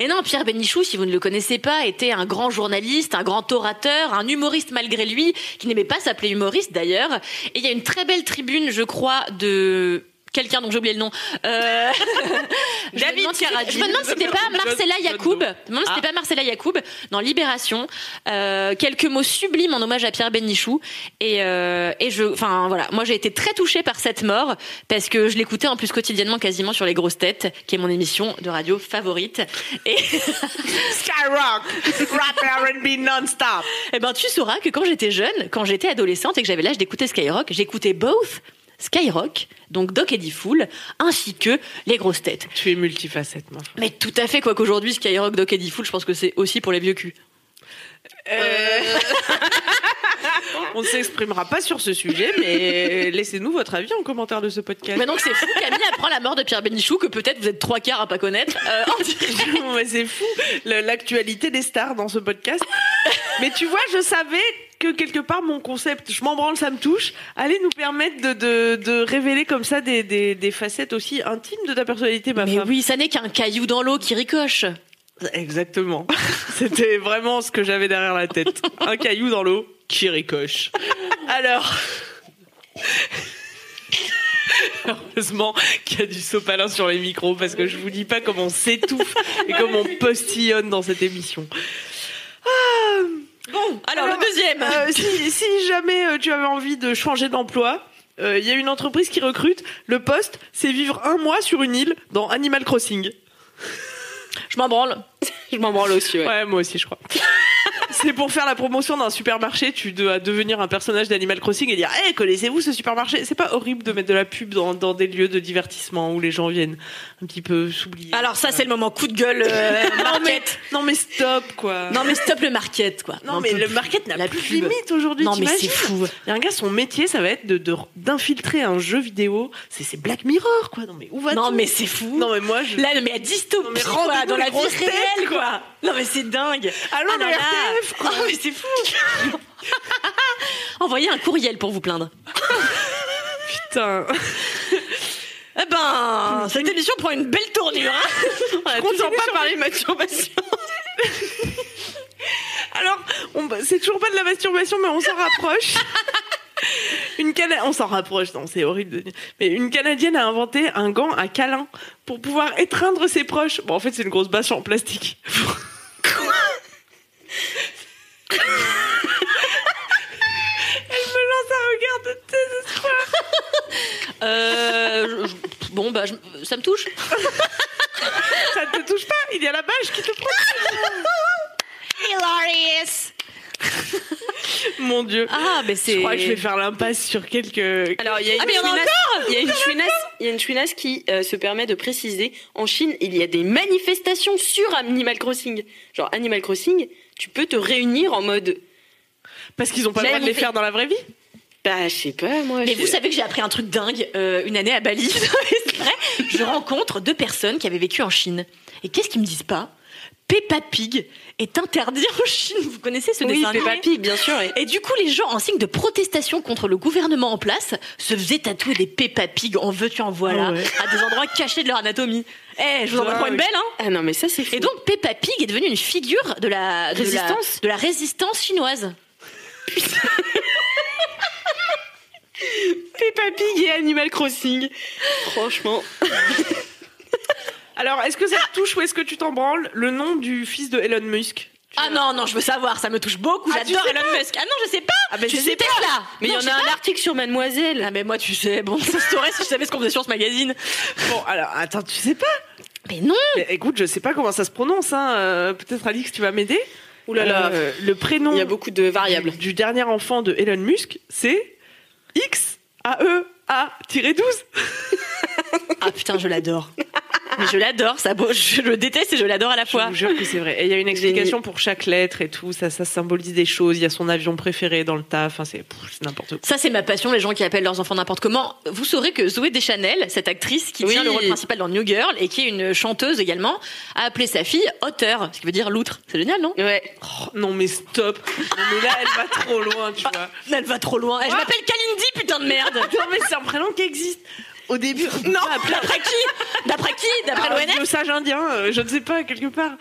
Speaker 2: Et non, Pierre Bénichou, si vous ne le connaissez pas, était un grand journaliste, un grand orateur, un humoriste malgré lui, qui n'aimait pas s'appeler humoriste d'ailleurs. Et il y a une très belle tribune, je crois, de quelqu'un dont j'ai oublié le nom. Euh, je me
Speaker 1: David
Speaker 2: demande si-
Speaker 1: Carradine.
Speaker 2: Je me demande si c'était pas
Speaker 1: John-
Speaker 2: Marcella
Speaker 1: John
Speaker 2: Yacoub.
Speaker 1: Doe. Ah.
Speaker 2: Je me demande si c'était pas Marcella Yacoub dans Libération. Euh, quelques mots sublimes en hommage à Pierre Bénichou. Et, euh, et je, enfin voilà, moi j'ai été très touchée par cette mort parce que je l'écoutais en plus quotidiennement quasiment sur les grosses têtes, qui est mon émission de radio favorite.
Speaker 1: <laughs>
Speaker 2: Et
Speaker 1: Skyrock Rap R&B non-stop
Speaker 2: Eh ben, tu sauras que quand j'étais jeune, quand j'étais adolescente et que j'avais l'âge d'écouter Skyrock, j'écoutais both Skyrock, donc Doc Eddie Fool, ainsi que les grosses têtes.
Speaker 1: Tu es multifacette, moi.
Speaker 2: Mais tout à fait, quoi qu'aujourd'hui, Skyrock, Doc Eddie Fool, je pense que c'est aussi pour les vieux culs.
Speaker 1: On ne s'exprimera pas sur ce sujet, mais laissez-nous votre avis en commentaire de ce podcast. <laughs>
Speaker 2: Mais donc, c'est fou, Camille apprend la mort de Pierre Bénichou, que peut-être vous êtes trois quarts à pas connaître. Euh, en direct.
Speaker 1: Non, mais c'est fou le- l'actualité des stars dans ce podcast. Mais tu vois, je savais que quelque part mon concept, je m'en branle, ça me touche, allait nous permettre de, de, de révéler comme ça des, des, des facettes aussi intimes de ta personnalité, ma
Speaker 2: Mais
Speaker 1: femme.
Speaker 2: oui, ça n'est qu'un caillou dans l'eau qui ricoche.
Speaker 1: Exactement. <laughs> C'était vraiment ce que j'avais derrière la tête. Un caillou dans l'eau qui ricoche. Alors. <laughs> Heureusement qu'il y a du sopalin sur les micros parce que je vous dis pas comment on s'étouffe et comment on postillonne dans cette émission. Ah, Bon,
Speaker 2: alors, le deuxième.
Speaker 1: Euh, si, si jamais euh, tu avais envie de changer d'emploi, euh, il y a une entreprise qui recrute. Le poste, c'est vivre un mois sur une île dans Animal <laughs> Crossing.
Speaker 2: Je m'en branle.
Speaker 5: Je m'en branle aussi, ouais.
Speaker 1: Ouais, moi aussi, je crois. <laughs> C'est pour faire la promotion d'un supermarché, tu dois devenir un personnage d'Animal Crossing et dire Hé, connaissez-vous ce supermarché C'est pas horrible de mettre de la pub dans, dans des lieux de divertissement où les gens viennent un petit peu s'oublier.
Speaker 3: Alors ça, c'est le moment coup de gueule euh,
Speaker 1: non, mais,
Speaker 3: market.
Speaker 1: non, mais stop,
Speaker 3: <laughs>
Speaker 1: quoi.
Speaker 3: Non mais stop le market quoi.
Speaker 1: Non,
Speaker 3: On
Speaker 1: mais
Speaker 3: peut
Speaker 1: le
Speaker 3: plus.
Speaker 1: market n'a
Speaker 3: La
Speaker 1: plus de
Speaker 3: pub.
Speaker 1: limite aujourd'hui.
Speaker 3: Non mais c'est
Speaker 1: t'imagines
Speaker 3: fou.
Speaker 1: Il y a un gars, son métier, ça va être de- de- d'infiltrer un jeu vidéo. C'est c'est Black Mirror, quoi. Non, mais où va
Speaker 3: Non mais c'est fou.
Speaker 1: Non, mais moi, je.
Speaker 3: Là, non, mais la dystopie,
Speaker 1: Non, mais
Speaker 3: quoi,
Speaker 1: rendez-vous
Speaker 3: dans
Speaker 1: les
Speaker 3: la vie
Speaker 1: grosses têtes,
Speaker 3: réelle,
Speaker 1: quoi.
Speaker 3: quoi. Non, mais c'est dingue.
Speaker 1: Allons
Speaker 3: Ah
Speaker 1: dans
Speaker 3: là là.
Speaker 1: RTF, quoi.
Speaker 3: Oh, mais c'est fou.
Speaker 2: Envoyez un courriel pour vous plaindre.
Speaker 1: Putain.
Speaker 3: Eh ben, cette émission prend une belle tournure.
Speaker 2: <laughs>
Speaker 3: Hein.
Speaker 1: Je comprends pas parler masturbation. <laughs> Alors, on- c'est toujours pas de la masturbation, mais on s'en rapproche. <laughs> Une Cana- on s'en rapproche, non, c'est horrible. de dire. Mais une Canadienne a inventé un gant à câlin pour pouvoir étreindre ses proches. Bon, en fait, c'est une grosse bâche en plastique. <laughs> Elle me lance un regard de désespoir.
Speaker 2: Euh, je- je- bon, bah, je- ça me touche.
Speaker 1: Ça ne te touche pas, il y a la bâche qui te
Speaker 5: <laughs>
Speaker 1: prend.
Speaker 2: Hilarious.
Speaker 1: Mon Dieu.
Speaker 2: Ah, mais c'est.
Speaker 1: Je crois que je vais faire l'impasse sur quelques.
Speaker 5: Alors, il y a une
Speaker 2: Ah, mais il y en a
Speaker 5: chouinasse-
Speaker 2: encore
Speaker 5: il y a une chouinasse- il y a une chouinasse qui euh, se permet de préciser en Chine, il y a des manifestations sur Animal Crossing. Genre, Animal Crossing, tu peux te réunir en mode.
Speaker 1: Parce qu'ils ont pas le droit de les faire dans la vraie vie.
Speaker 5: Bah, je sais pas, moi.
Speaker 2: Mais
Speaker 5: je-
Speaker 2: vous savez que j'ai appris un truc dingue euh, une année à Bali. <laughs> c'est vrai. Je rencontre deux personnes qui avaient vécu en Chine. Et qu'est-ce qu'ils me disent pas Peppa Pig est interdit en Chine. Vous connaissez ce
Speaker 5: Oui,
Speaker 2: dessin animé
Speaker 5: Peppa Pig, bien sûr. ouais.
Speaker 2: Et du coup, les gens, en signe de protestation contre le gouvernement en place, se faisaient tatouer des Peppa Pig en veux-tu en voilà,
Speaker 1: Ah ouais.
Speaker 2: à des endroits cachés de leur anatomie. Eh, je vous en
Speaker 1: Dingue.
Speaker 2: prends une belle, hein
Speaker 5: Ah non, mais ça, c'est fou.
Speaker 2: Et donc, Peppa Pig est devenue une figure de la de la-
Speaker 5: Résistance
Speaker 2: de la résistance chinoise.
Speaker 5: Peppa Pig et Animal Crossing. Franchement.
Speaker 1: Alors, est-ce que ça te touche ou est-ce que tu t'en branles le nom du fils de Elon Musk
Speaker 2: Ah non, non, je veux savoir, ça me touche beaucoup,
Speaker 1: Ah, tu
Speaker 2: j'adore
Speaker 1: sais
Speaker 2: Elon Musk. Ah non, je sais pas
Speaker 1: Ah, mais tu
Speaker 2: Je suis
Speaker 1: sais pas.
Speaker 2: Tesla
Speaker 5: Mais il y
Speaker 2: Non,
Speaker 5: en
Speaker 2: je
Speaker 5: a
Speaker 2: sais
Speaker 5: un
Speaker 2: pas.
Speaker 5: article sur
Speaker 2: Ah
Speaker 5: Mademoiselle.
Speaker 2: mais moi, tu sais, bon, ça se saurait si je savais ce qu'on faisait sur ce magazine.
Speaker 1: Bon, alors, attends, tu sais pas
Speaker 2: Mais non
Speaker 1: Mais Écoute, je sais pas comment ça se prononce, hein. euh, Peut-être, Alix, tu vas m'aider
Speaker 5: Ouh là là.
Speaker 1: Euh, le prénom
Speaker 5: Il y a beaucoup de variables.
Speaker 1: du dernier enfant de Elon Musk, c'est X A E A-12.
Speaker 2: Ah putain, je l'adore. Mais je l'adore, ça, beau- je le déteste et je l'adore à la
Speaker 1: Je
Speaker 2: fois.
Speaker 1: vous jure que c'est vrai. Et il y <laughs> a une explication pour chaque lettre et tout. Ça, ça symbolise des choses. Il y a son avion préféré dans le taf. Enfin, c'est pff, c'est n'importe quoi.
Speaker 2: Ça, c'est ma passion, les gens qui appellent leurs enfants n'importe comment. Vous saurez que Zoé Deschanel, cette actrice qui
Speaker 5: Oui.
Speaker 2: tient le rôle principal dans New Girl et qui est une chanteuse également, a appelé sa fille Auteur, ce qui veut dire loutre. C'est génial, non
Speaker 5: Ouais.
Speaker 1: Oh, non, mais stop. Non, mais là, elle va trop loin, tu vois.
Speaker 2: Elle va trop loin. Eh, Je m'appelle Kalindi, putain de merde
Speaker 1: Non, mais c'est un prénom qui existe. Au début, on
Speaker 2: <laughs> Non Ah, D'après qui D'après qui D'après
Speaker 1: Ah, Un
Speaker 2: l'ONF
Speaker 1: vieux sage indien, euh, je ne sais pas, quelque <laughs> part.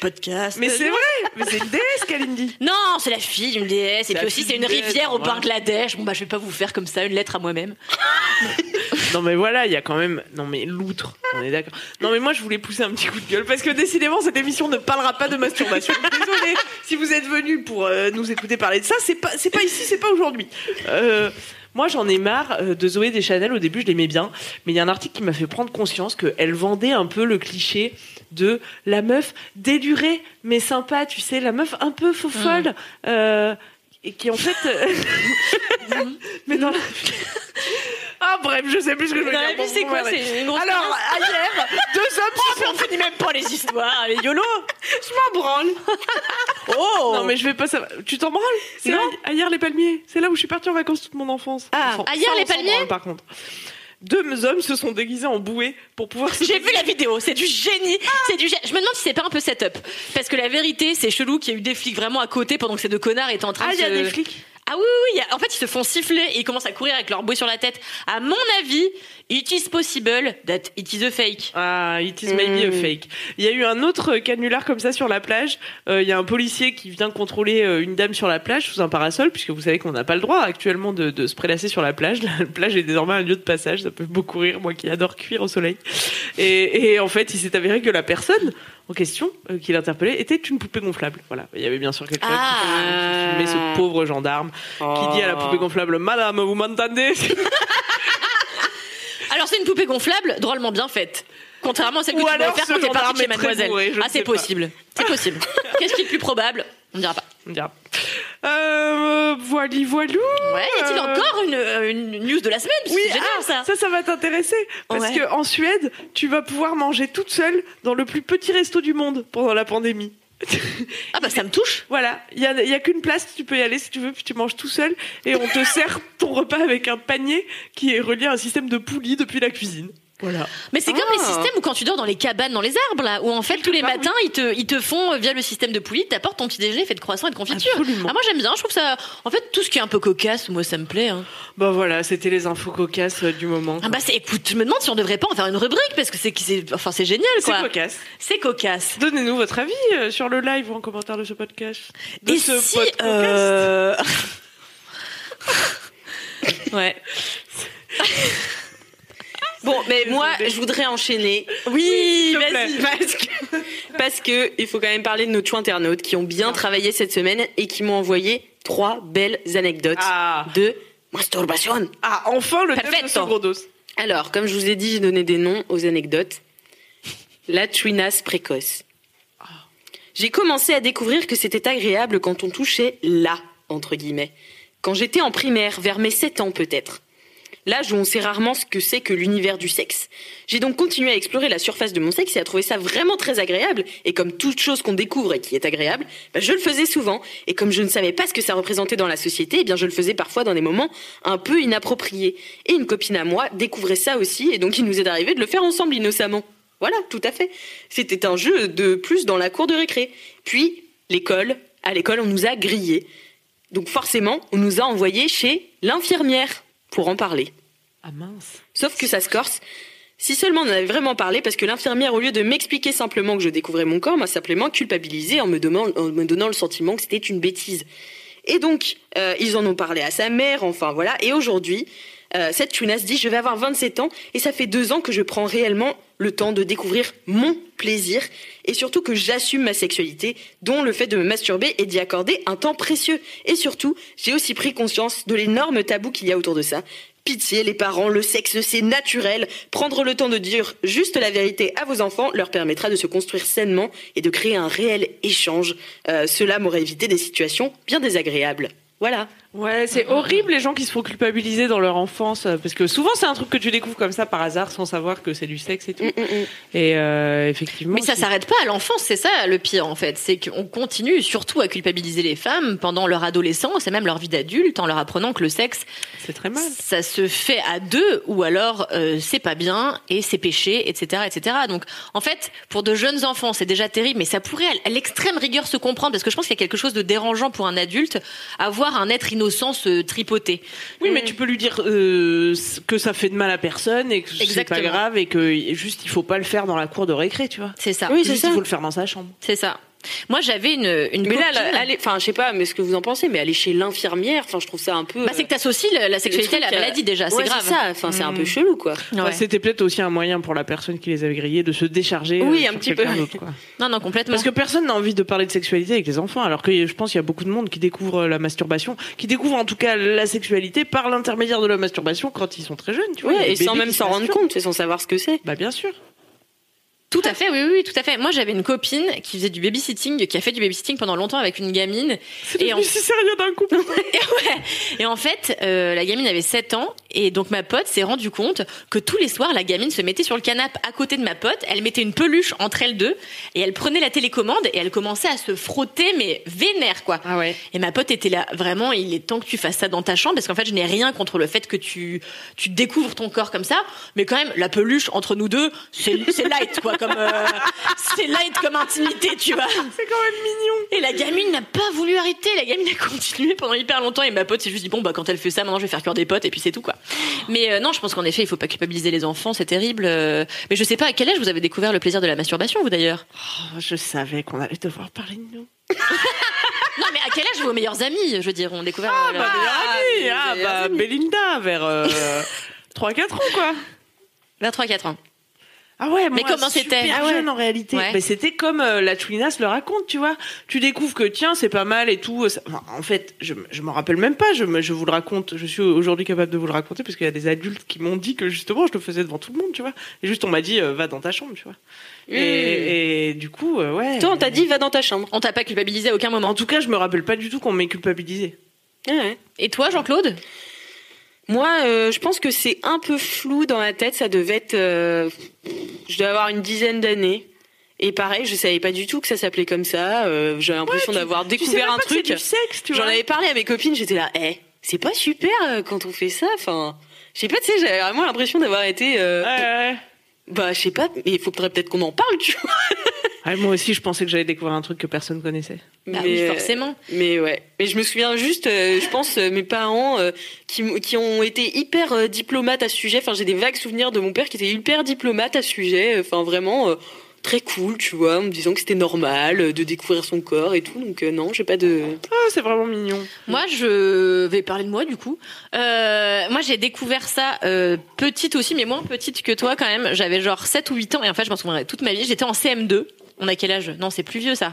Speaker 2: Podcast.
Speaker 1: Mais c'est vrai, mais c'est une déesse, Kalindi.
Speaker 2: Non, c'est la fille d'une déesse. Et
Speaker 1: La
Speaker 2: puis aussi,
Speaker 1: fille
Speaker 2: c'est une
Speaker 1: d'une déesse,
Speaker 2: rivière au
Speaker 1: voilà.
Speaker 2: Bangladesh. Bon, bah, je vais pas vous faire comme ça une lettre à moi-même.
Speaker 1: Non, mais voilà, il y a quand même. Non, mais l'outre, on est d'accord. Non, mais moi, je voulais pousser un petit coup de gueule parce que décidément, cette émission ne parlera pas de <laughs> masturbation. Désolée, si vous êtes venus pour euh, nous écouter parler de ça, c'est pas, c'est pas ici, c'est pas aujourd'hui. Euh, Moi, j'en ai marre euh, de Zoé Deschanel. Au début, je l'aimais bien, mais il y a un article qui m'a fait prendre conscience qu'elle vendait un peu le cliché de la meuf délurée mais sympa, tu sais, la meuf un peu faux folle,
Speaker 2: Mm.
Speaker 1: euh, et qui en fait,
Speaker 2: <laughs>
Speaker 1: euh,
Speaker 2: Mm.
Speaker 1: <laughs> mais dans la ah bref, je sais plus ce que je veux
Speaker 2: Dans
Speaker 1: dire.
Speaker 2: la vie,
Speaker 1: Bon,
Speaker 2: c'est
Speaker 1: bon,
Speaker 2: quoi
Speaker 1: ouais, ouais.
Speaker 2: C'est une grosse.
Speaker 1: Alors, ailleurs, deux hommes se sont...
Speaker 2: <laughs> on finit même pas les histoires, les yolo
Speaker 1: Je m'en <laughs> branle.
Speaker 2: Oh
Speaker 1: Non, mais je vais pas savoir. Tu t'en branles C'est
Speaker 2: Non.
Speaker 1: là, ailleurs les palmiers. C'est là où je suis partie en vacances toute mon enfance.
Speaker 5: Ah,
Speaker 1: Enfant.
Speaker 2: ailleurs
Speaker 1: Ça,
Speaker 2: les
Speaker 1: on s'en
Speaker 2: palmiers
Speaker 1: branle, Par contre. deux hommes se sont déguisés en bouée pour pouvoir se
Speaker 2: J'ai vu la vidéo, c'est du génie, c'est du génie. Je me demande si c'est pas un peu setup, parce que la vérité, c'est chelou qu'il y a eu des flics vraiment à côté pendant que ces deux connards étaient en train
Speaker 1: Ah,
Speaker 2: de.
Speaker 1: il y a
Speaker 2: se-
Speaker 1: des flics.
Speaker 2: Ah oui, oui, oui, il y a- en fait, ils se font siffler et ils commencent à courir avec leur bouée sur la tête. À mon avis, it is possible that it is a fake.
Speaker 1: Ah, it is maybe a
Speaker 5: Mm.
Speaker 1: fake. Il y a eu un autre canular comme ça sur la plage. Euh, Il y a un policier qui vient contrôler euh, une dame sur la plage sous un parasol, puisque vous savez qu'on n'a pas le droit actuellement de, de se prélasser sur la plage. <laughs> La plage est désormais un lieu de passage, ça peut beaucoup rire, moi qui adore cuire au soleil. Et, et en fait, il s'est avéré que la personne en question, euh, qui l'interpellait, était une poupée gonflable. Voilà, il y avait bien sûr quelqu'un qui-
Speaker 2: Ah.
Speaker 1: qui filmait ce pauvre gendarme, qui dit à la poupée
Speaker 5: Oh.
Speaker 1: gonflable, Madame, vous m'entendez <laughs>
Speaker 2: Alors, c'est une poupée gonflable, drôlement bien faite. Contrairement à celle que
Speaker 1: Ou
Speaker 2: tu m'avais
Speaker 1: alors
Speaker 2: faire
Speaker 1: ce
Speaker 2: quand t'es
Speaker 1: gendarme
Speaker 2: parti chez
Speaker 1: est très
Speaker 2: Mademoiselle.
Speaker 1: bourré, je
Speaker 2: ah,
Speaker 1: ne
Speaker 2: c'est
Speaker 1: sais pas.
Speaker 2: possible. C'est possible.
Speaker 1: <laughs>
Speaker 2: Qu'est-ce qui est le plus probable On ne dira pas.
Speaker 1: On dira. Euh, voili voilou
Speaker 2: Ouais, y a-t-il
Speaker 1: Euh.
Speaker 2: encore une, euh, une news de la semaine Parce que
Speaker 1: Oui,
Speaker 2: c'est génial,
Speaker 1: ah,
Speaker 2: ça.
Speaker 1: ça, va t'intéresser. Parce
Speaker 2: Ouais.
Speaker 1: que en Suède, tu vas pouvoir manger toute seule dans le plus petit resto du monde pendant la pandémie.
Speaker 2: Ah, bah, ça me touche.
Speaker 1: Voilà, il n'y a, il y a qu'une place, tu peux y aller si tu veux, puis tu manges tout seul et on
Speaker 2: <laughs>
Speaker 1: te sert ton repas avec un panier qui est relié à un système de poulies depuis la cuisine. Voilà.
Speaker 2: Mais c'est comme
Speaker 5: Ah.
Speaker 2: les systèmes où quand tu dors dans les cabanes, dans les arbres, là, où en fait tous les
Speaker 1: part,
Speaker 2: matins ils te, ils te font euh, via le système de poulie, t'apportes ton petit déjeuner fait de croissants et de confiture.
Speaker 1: Absolument.
Speaker 2: Ah, moi j'aime bien, je trouve ça. En fait, tout ce qui est un peu cocasse, moi ça me plaît. hein.
Speaker 1: Bah voilà, c'était les infos cocasses euh, du moment.
Speaker 2: Ah bah c'est, écoute, je me demande si on devrait pas en faire une rubrique parce que c'est, c'est, enfin, c'est génial
Speaker 1: C'est
Speaker 2: quoi.
Speaker 1: cocasse.
Speaker 2: C'est cocasse.
Speaker 1: Donnez-nous votre avis euh, sur le live ou en commentaire de ce podcast. De
Speaker 2: Et
Speaker 1: ce
Speaker 2: si.
Speaker 1: podcast.
Speaker 2: euh, ouais.
Speaker 5: Bon, mais
Speaker 1: Désolée.
Speaker 5: moi, je voudrais enchaîner.
Speaker 2: Oui,
Speaker 1: s'il te
Speaker 5: Vas-y,
Speaker 1: plaît.
Speaker 5: parce que, parce que il faut quand même parler de nos chou internautes qui ont
Speaker 1: Ah.
Speaker 5: bien travaillé cette semaine et qui m'ont envoyé trois belles anecdotes
Speaker 1: Ah.
Speaker 5: de masturbation.
Speaker 1: Ah, enfin le thème de
Speaker 2: Perfetto.
Speaker 1: ce gros dos.
Speaker 5: Alors, comme je vous ai dit, j'ai donné des noms aux anecdotes. La chouinasse précoce. J'ai commencé à découvrir que c'était agréable quand on touchait là, entre guillemets. Quand j'étais en primaire, vers mes 7 ans peut-être. L'âge où on sait rarement ce que c'est que l'univers du sexe. J'ai donc continué à explorer la surface de mon sexe et à trouver ça vraiment très agréable. Et comme toute chose qu'on découvre et qui est agréable, bah, je le faisais souvent. Et comme je ne savais pas ce que ça représentait dans la société, eh bien je le faisais parfois dans des moments un peu inappropriés. Et une copine à moi découvrait ça aussi, et donc il nous est arrivé de le faire ensemble innocemment. Voilà, tout à fait. C'était un jeu de plus dans la cour de récré. Puis, l'école. À l'école, on nous a grillés. Donc forcément, on nous a envoyés chez l'infirmière pour en parler.
Speaker 1: Ah mince.
Speaker 5: Sauf que ça se corse. Si seulement on en avait vraiment parlé, parce que l'infirmière, au lieu de m'expliquer simplement que je découvrais mon corps, m'a simplement culpabilisé en me, demandant- en me donnant le sentiment que c'était une bêtise. Et donc, euh, ils en ont parlé à sa mère, enfin voilà. Et aujourd'hui, euh, cette chouinasse dit Je vais avoir 27 ans, et ça fait deux ans que je prends réellement le temps de découvrir mon plaisir, et surtout que j'assume ma sexualité, dont le fait de me masturber et d'y accorder un temps précieux. Et surtout, j'ai aussi pris conscience de l'énorme tabou qu'il y a autour de ça. Pitié, les parents, le sexe, c'est naturel. Prendre le temps de dire juste la vérité à vos enfants leur permettra de se construire sainement et de créer un réel échange. Euh, cela m'aurait évité des situations bien désagréables. Voilà.
Speaker 1: Ouais, c'est horrible les gens qui se font culpabiliser dans leur enfance euh, parce que souvent c'est un truc que tu découvres comme ça par hasard sans savoir que c'est du sexe et tout. Et euh, effectivement.
Speaker 2: Mais ça
Speaker 1: c'est-
Speaker 2: s'arrête pas à l'enfance, c'est ça le pire en fait. C'est qu'on continue surtout à culpabiliser les femmes pendant leur adolescence et même leur vie d'adulte en leur apprenant que le sexe,
Speaker 1: C'est très mal.
Speaker 2: ça se fait à deux ou alors euh, c'est pas bien et c'est péché, etc., etc. Donc en fait, pour de jeunes enfants, c'est déjà terrible, mais ça pourrait à l'extrême rigueur se comprendre parce que je pense qu'il y a quelque chose de dérangeant pour un adulte à voir un être innocent se tripoter.
Speaker 1: Oui, mais tu peux lui dire euh, que ça fait de mal à personne et que c'est pas
Speaker 2: Exactement.
Speaker 1: grave et que juste il faut pas le faire dans la cour de récré, tu vois.
Speaker 2: C'est ça,
Speaker 5: Oui, c'est
Speaker 1: Juste,
Speaker 5: ça.
Speaker 1: il faut le faire dans sa chambre.
Speaker 2: c'est ça. Moi, j'avais une, une
Speaker 5: Mais là,
Speaker 2: copine-
Speaker 5: là, allez, enfin, je sais pas, mais ce que vous en pensez, mais aller chez l'infirmière, enfin, je trouve ça un peu. euh,
Speaker 2: Bah, c'est que t'associes le- la sexualité à la maladie déjà, c'est grave. Mm.
Speaker 5: ça, enfin, euh, c'est un peu chelou, quoi.
Speaker 2: Ouais.
Speaker 1: Enfin, C'était peut-être aussi un moyen pour la personne qui les avait grillés de se décharger. euh,
Speaker 5: Oui,
Speaker 1: sur
Speaker 5: un petit
Speaker 1: quelqu'un
Speaker 5: peu.
Speaker 1: d'autre, quoi.
Speaker 2: Non, non, complètement.
Speaker 1: Parce que personne n'a envie de parler de sexualité avec les enfants, alors que je pense qu'il y a beaucoup de monde qui découvre la masturbation, qui découvre en tout cas la sexualité par l'intermédiaire de la masturbation quand ils sont très jeunes, tu vois.
Speaker 5: Ouais,
Speaker 1: Il y a
Speaker 5: et
Speaker 1: des
Speaker 5: sans
Speaker 1: bébés
Speaker 5: même
Speaker 1: qui Bah,
Speaker 5: s'en rendre
Speaker 1: masturbent.
Speaker 5: compte et sans savoir ce que c'est.
Speaker 1: Bah bien sûr.
Speaker 2: Tout à fait, oui, oui, oui, tout à fait. Moi, j'avais une copine qui faisait du babysitting, qui a fait du babysitting pendant longtemps avec une gamine. Et en,
Speaker 1: Mais c'est sérieux d'un coup. Oh,
Speaker 2: <laughs> et, ouais. Et en fait, euh, la gamine avait 7 ans, et donc ma pote s'est rendue compte que tous les soirs, la gamine se mettait sur le canapé à côté de ma pote, elle mettait une peluche entre elles deux, et elle prenait la télécommande, et elle commençait à se frotter, mais vénère, quoi.
Speaker 5: Ah ouais.
Speaker 2: Et ma pote était là, vraiment, il est temps que tu fasses ça dans ta chambre, parce qu'en fait, je n'ai rien contre le fait que tu, tu découvres ton corps comme ça, mais quand même, la peluche entre nous deux, c'est c'est light, quoi, comme, euh, c'est light comme intimité, tu vois.
Speaker 1: C'est quand même mignon.
Speaker 2: Et la gamine n'a pas voulu arrêter, la gamine a continué pendant hyper longtemps et ma pote s'est juste dit bon bah quand elle fait ça maintenant je vais faire cuire des potes et puis c'est tout quoi. Mais euh, non, je pense qu'en effet il faut pas culpabiliser les enfants, c'est terrible. euh, mais je sais pas à quel âge vous avez découvert le plaisir de la masturbation vous d'ailleurs.
Speaker 1: Oh, je savais qu'on allait devoir parler de nous.
Speaker 2: Non mais à quel âge vos meilleurs amis, je veux dire, ont découvert
Speaker 1: Ah,
Speaker 2: euh,
Speaker 1: bah,
Speaker 2: les
Speaker 1: meilleure amie. Ah,
Speaker 2: meilleurs
Speaker 1: bah,
Speaker 2: amis.
Speaker 1: Belinda, vers <laughs> 3-4 ans, quoi.
Speaker 2: 23 4 ans.
Speaker 1: Ah ouais,
Speaker 2: Mais
Speaker 1: moi,
Speaker 2: comment
Speaker 1: super
Speaker 2: c'était Ah ouais.
Speaker 1: jeune en réalité.
Speaker 2: Ouais.
Speaker 1: Mais c'était comme euh, la Chouinas le raconte, tu vois. Tu découvres que tiens, c'est pas mal et tout. euh, Ça- enfin, en fait, je, m- je m'en rappelle même pas. Je, me- je vous le raconte. Je suis aujourd'hui capable de vous le raconter parce qu'il y a des adultes qui m'ont dit que justement, je le faisais devant tout le monde, tu vois. Et juste, on m'a dit, euh, va dans ta chambre, tu vois. Et, et du coup, euh, ouais.
Speaker 5: Toi, on t'a dit, va dans ta chambre.
Speaker 2: On t'a pas culpabilisé à aucun moment.
Speaker 1: En tout cas, je me rappelle pas du tout qu'on m'ait culpabilisé.
Speaker 5: Ah ouais.
Speaker 2: Et toi Jean-Claude
Speaker 5: Moi, euh, je pense que c'est un peu flou dans ma tête. Ça devait être, euh, je dois avoir une dizaine d'années. Et pareil, je savais pas du tout que ça s'appelait comme ça. Euh, J'ai l'impression d'avoir
Speaker 1: Tu sais
Speaker 5: découvert
Speaker 1: même
Speaker 5: un
Speaker 1: pas que c'est
Speaker 5: truc.
Speaker 1: du sexe, tu
Speaker 5: J'en
Speaker 1: vois.
Speaker 5: avais parlé à mes copines. J'étais là, eh, c'est pas super euh, quand on fait ça. Enfin, je sais pas, tu sais, j'avais vraiment l'impression d'avoir été, euh,
Speaker 1: Ouais, ouais.
Speaker 5: bah, je sais pas. Mais il faudrait peut-être qu'on en parle, tu vois.
Speaker 1: Ouais, moi aussi, je pensais que j'allais découvrir un truc que personne connaissait.
Speaker 2: Bah
Speaker 5: Mais,
Speaker 2: oui,
Speaker 5: euh,
Speaker 2: forcément.
Speaker 5: Mais ouais, mais je me souviens juste, euh, je pense, euh, mes parents euh, qui, m- qui ont été hyper euh, diplomates à ce sujet. Enfin, j'ai des vagues souvenirs de mon père qui était hyper diplomate à ce sujet. Enfin, vraiment euh, très cool, tu vois, en me disant que c'était normal euh, de découvrir son corps et tout. Donc, euh, non, j'ai pas de.
Speaker 1: Ah, c'est vraiment mignon.
Speaker 2: Moi, je vais parler de moi du coup. Euh, moi, j'ai découvert ça euh, petite aussi, mais moins petite que toi quand même. J'avais genre 7 ou 8 ans et en fait, je m'en souviendrai toute ma vie. J'étais en CM2. On a quel âge Non, c'est plus vieux ça.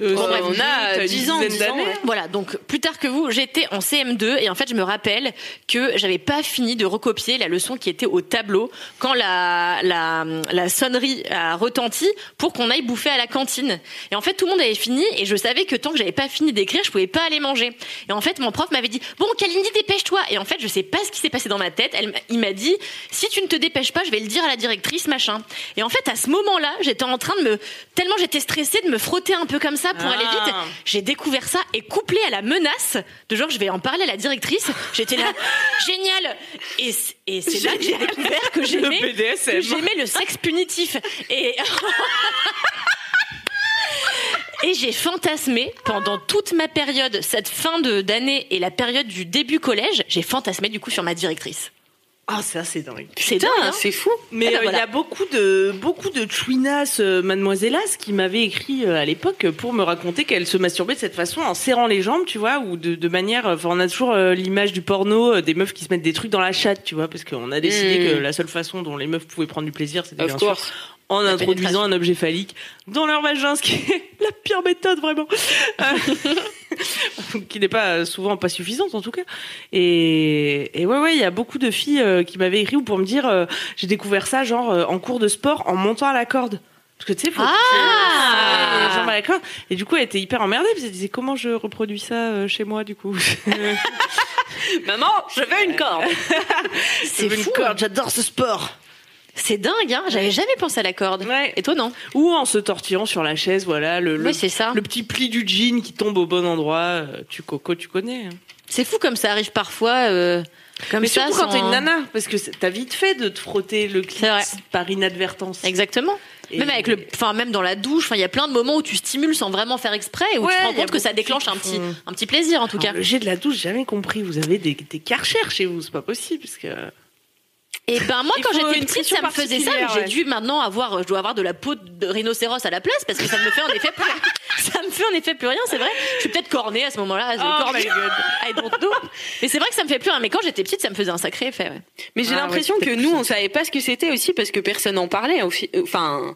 Speaker 1: Euh,
Speaker 5: Bon,
Speaker 1: ça
Speaker 5: bref,
Speaker 1: me dit,
Speaker 5: on a
Speaker 1: t'as une
Speaker 5: 10 ans,
Speaker 1: dizaine
Speaker 5: 10 ans,
Speaker 1: d'années. hein.
Speaker 5: ouais.
Speaker 2: Voilà, donc plus tard que vous, j'étais en CM2 et en fait, je me rappelle que j'avais pas fini de recopier la leçon qui était au tableau quand la, la, la sonnerie a retenti pour qu'on aille bouffer à la cantine. Et en fait, tout le monde avait fini et je savais que tant que j'avais pas fini d'écrire, je pouvais pas aller manger. Et en fait, mon prof m'avait dit "Bon, Kalindi, dépêche-toi." Et en fait, je sais pas ce qui s'est passé dans ma tête, elle, m'a- il m'a dit "Si tu ne te dépêches pas, je vais le dire à la directrice, machin." Et en fait, à ce moment-là, j'étais en train de me tellement j'étais stressée de me frotter un peu comme ça pour
Speaker 1: Ah.
Speaker 2: aller vite. J'ai découvert ça et couplé à la menace de genre je vais en parler à la directrice. J'étais là, génial. Et, c- et c'est là que j'ai découvert que
Speaker 1: Le
Speaker 2: j'aimais que
Speaker 1: BDSM.
Speaker 2: j'aimais le sexe punitif. Et <laughs> Et j'ai fantasmé pendant toute ma période, cette fin de d'année et la période du début collège, j'ai fantasmé du coup sur ma directrice.
Speaker 1: Ah, ça, c'est dingue.
Speaker 2: C'est dingue.
Speaker 5: Putain,
Speaker 2: hein
Speaker 5: c'est fou.
Speaker 1: Mais
Speaker 2: Ah bah
Speaker 1: euh, il y
Speaker 2: voilà.
Speaker 1: a beaucoup de beaucoup de chouinas, euh, mademoisellas, qui m'avaient écrit euh, à l'époque pour me raconter qu'elles se masturbaient de cette façon en serrant les jambes, tu vois, ou de, de manière. Enfin, on a toujours euh, l'image du porno euh, des meufs qui se mettent des trucs dans la chatte, tu vois, parce qu'on a décidé
Speaker 2: Hmm.
Speaker 5: Mm.
Speaker 1: que la seule façon dont les meufs pouvaient prendre du plaisir, c'était
Speaker 5: Of
Speaker 1: bien sûr
Speaker 5: course.
Speaker 1: en
Speaker 2: La
Speaker 1: introduisant
Speaker 2: pénétration.
Speaker 1: un objet phallique dans leur vagin, ce qui est <laughs> la pire méthode vraiment, Euh, <laughs> qui n'est pas euh, souvent pas suffisante en tout cas. Et, et ouais ouais, il y a beaucoup de filles euh, qui m'avaient écrit ou pour me dire euh, j'ai découvert ça genre euh, en cours de sport en montant à la corde. Parce que tu sais, faut
Speaker 2: Ah
Speaker 1: les jambes à la corde. Et du coup, elle était hyper emmerdée. Parce qu'elle disait comment je reproduis ça euh, chez moi, du coup. <laughs> Bah,
Speaker 5: Maman, je veux une corde.
Speaker 2: <laughs> C'est
Speaker 1: Une
Speaker 2: fou. hein.
Speaker 1: corde, J'adore ce sport.
Speaker 2: C'est dingue. Hein J'avais jamais pensé à la corde.
Speaker 1: Ouais.
Speaker 2: Et toi non
Speaker 1: Ou en se tortillant sur la chaise, voilà, le, le
Speaker 2: Oui, c'est
Speaker 5: Hein
Speaker 2: ça.
Speaker 1: Le petit pli du jean qui tombe au bon endroit, euh, tu coco, tu connais. hein.
Speaker 2: C'est fou comme ça arrive parfois. euh, comme
Speaker 1: Mais
Speaker 2: ça,
Speaker 1: surtout quand
Speaker 2: sans-
Speaker 1: t'es une nana, parce que c'est- t'as vite fait de te frotter le
Speaker 2: C'est vrai.
Speaker 1: clit par inadvertance.
Speaker 2: Exactement.
Speaker 1: Et-
Speaker 2: Même avec le, enfin même dans la douche, enfin il y a plein de moments où tu stimules sans vraiment faire exprès et où
Speaker 1: Ouais,
Speaker 2: tu te rends
Speaker 1: il y a
Speaker 2: compte que ça
Speaker 1: beaucoup de Ah filles
Speaker 2: déclenche un
Speaker 1: qui
Speaker 2: petit,
Speaker 1: font-
Speaker 2: un petit plaisir en tout
Speaker 1: Alors,
Speaker 2: cas.
Speaker 1: le jet de la douche, j'ai jamais compris. Vous avez des, des karchers chez vous, c'est pas possible. Parce que... euh,
Speaker 2: Et ben moi
Speaker 1: Il
Speaker 2: quand
Speaker 1: faut
Speaker 2: j'étais
Speaker 1: une
Speaker 2: petite,
Speaker 1: pression
Speaker 2: ça me faisait ça. mais
Speaker 1: particulière,
Speaker 2: J'ai
Speaker 1: ouais.
Speaker 2: dû maintenant avoir, je dois avoir de la peau de rhinocéros à la place parce que ça me fait en effet <laughs> plus, ça me fait en effet plus rien. C'est vrai. Je suis peut-être cornée à ce moment-là.
Speaker 1: Oh
Speaker 2: cornée.
Speaker 1: my God.
Speaker 2: <laughs> I don't know. Mais c'est vrai que ça me fait plus rien. Mais quand j'étais petite, ça me faisait un sacré effet. ouais.
Speaker 5: Mais j'ai
Speaker 1: Ah ouais,
Speaker 5: l'impression
Speaker 1: c'était
Speaker 5: que
Speaker 1: plus
Speaker 5: nous,
Speaker 1: ça.
Speaker 5: on savait pas ce que c'était aussi parce que personne n'en parlait. au fi- Enfin,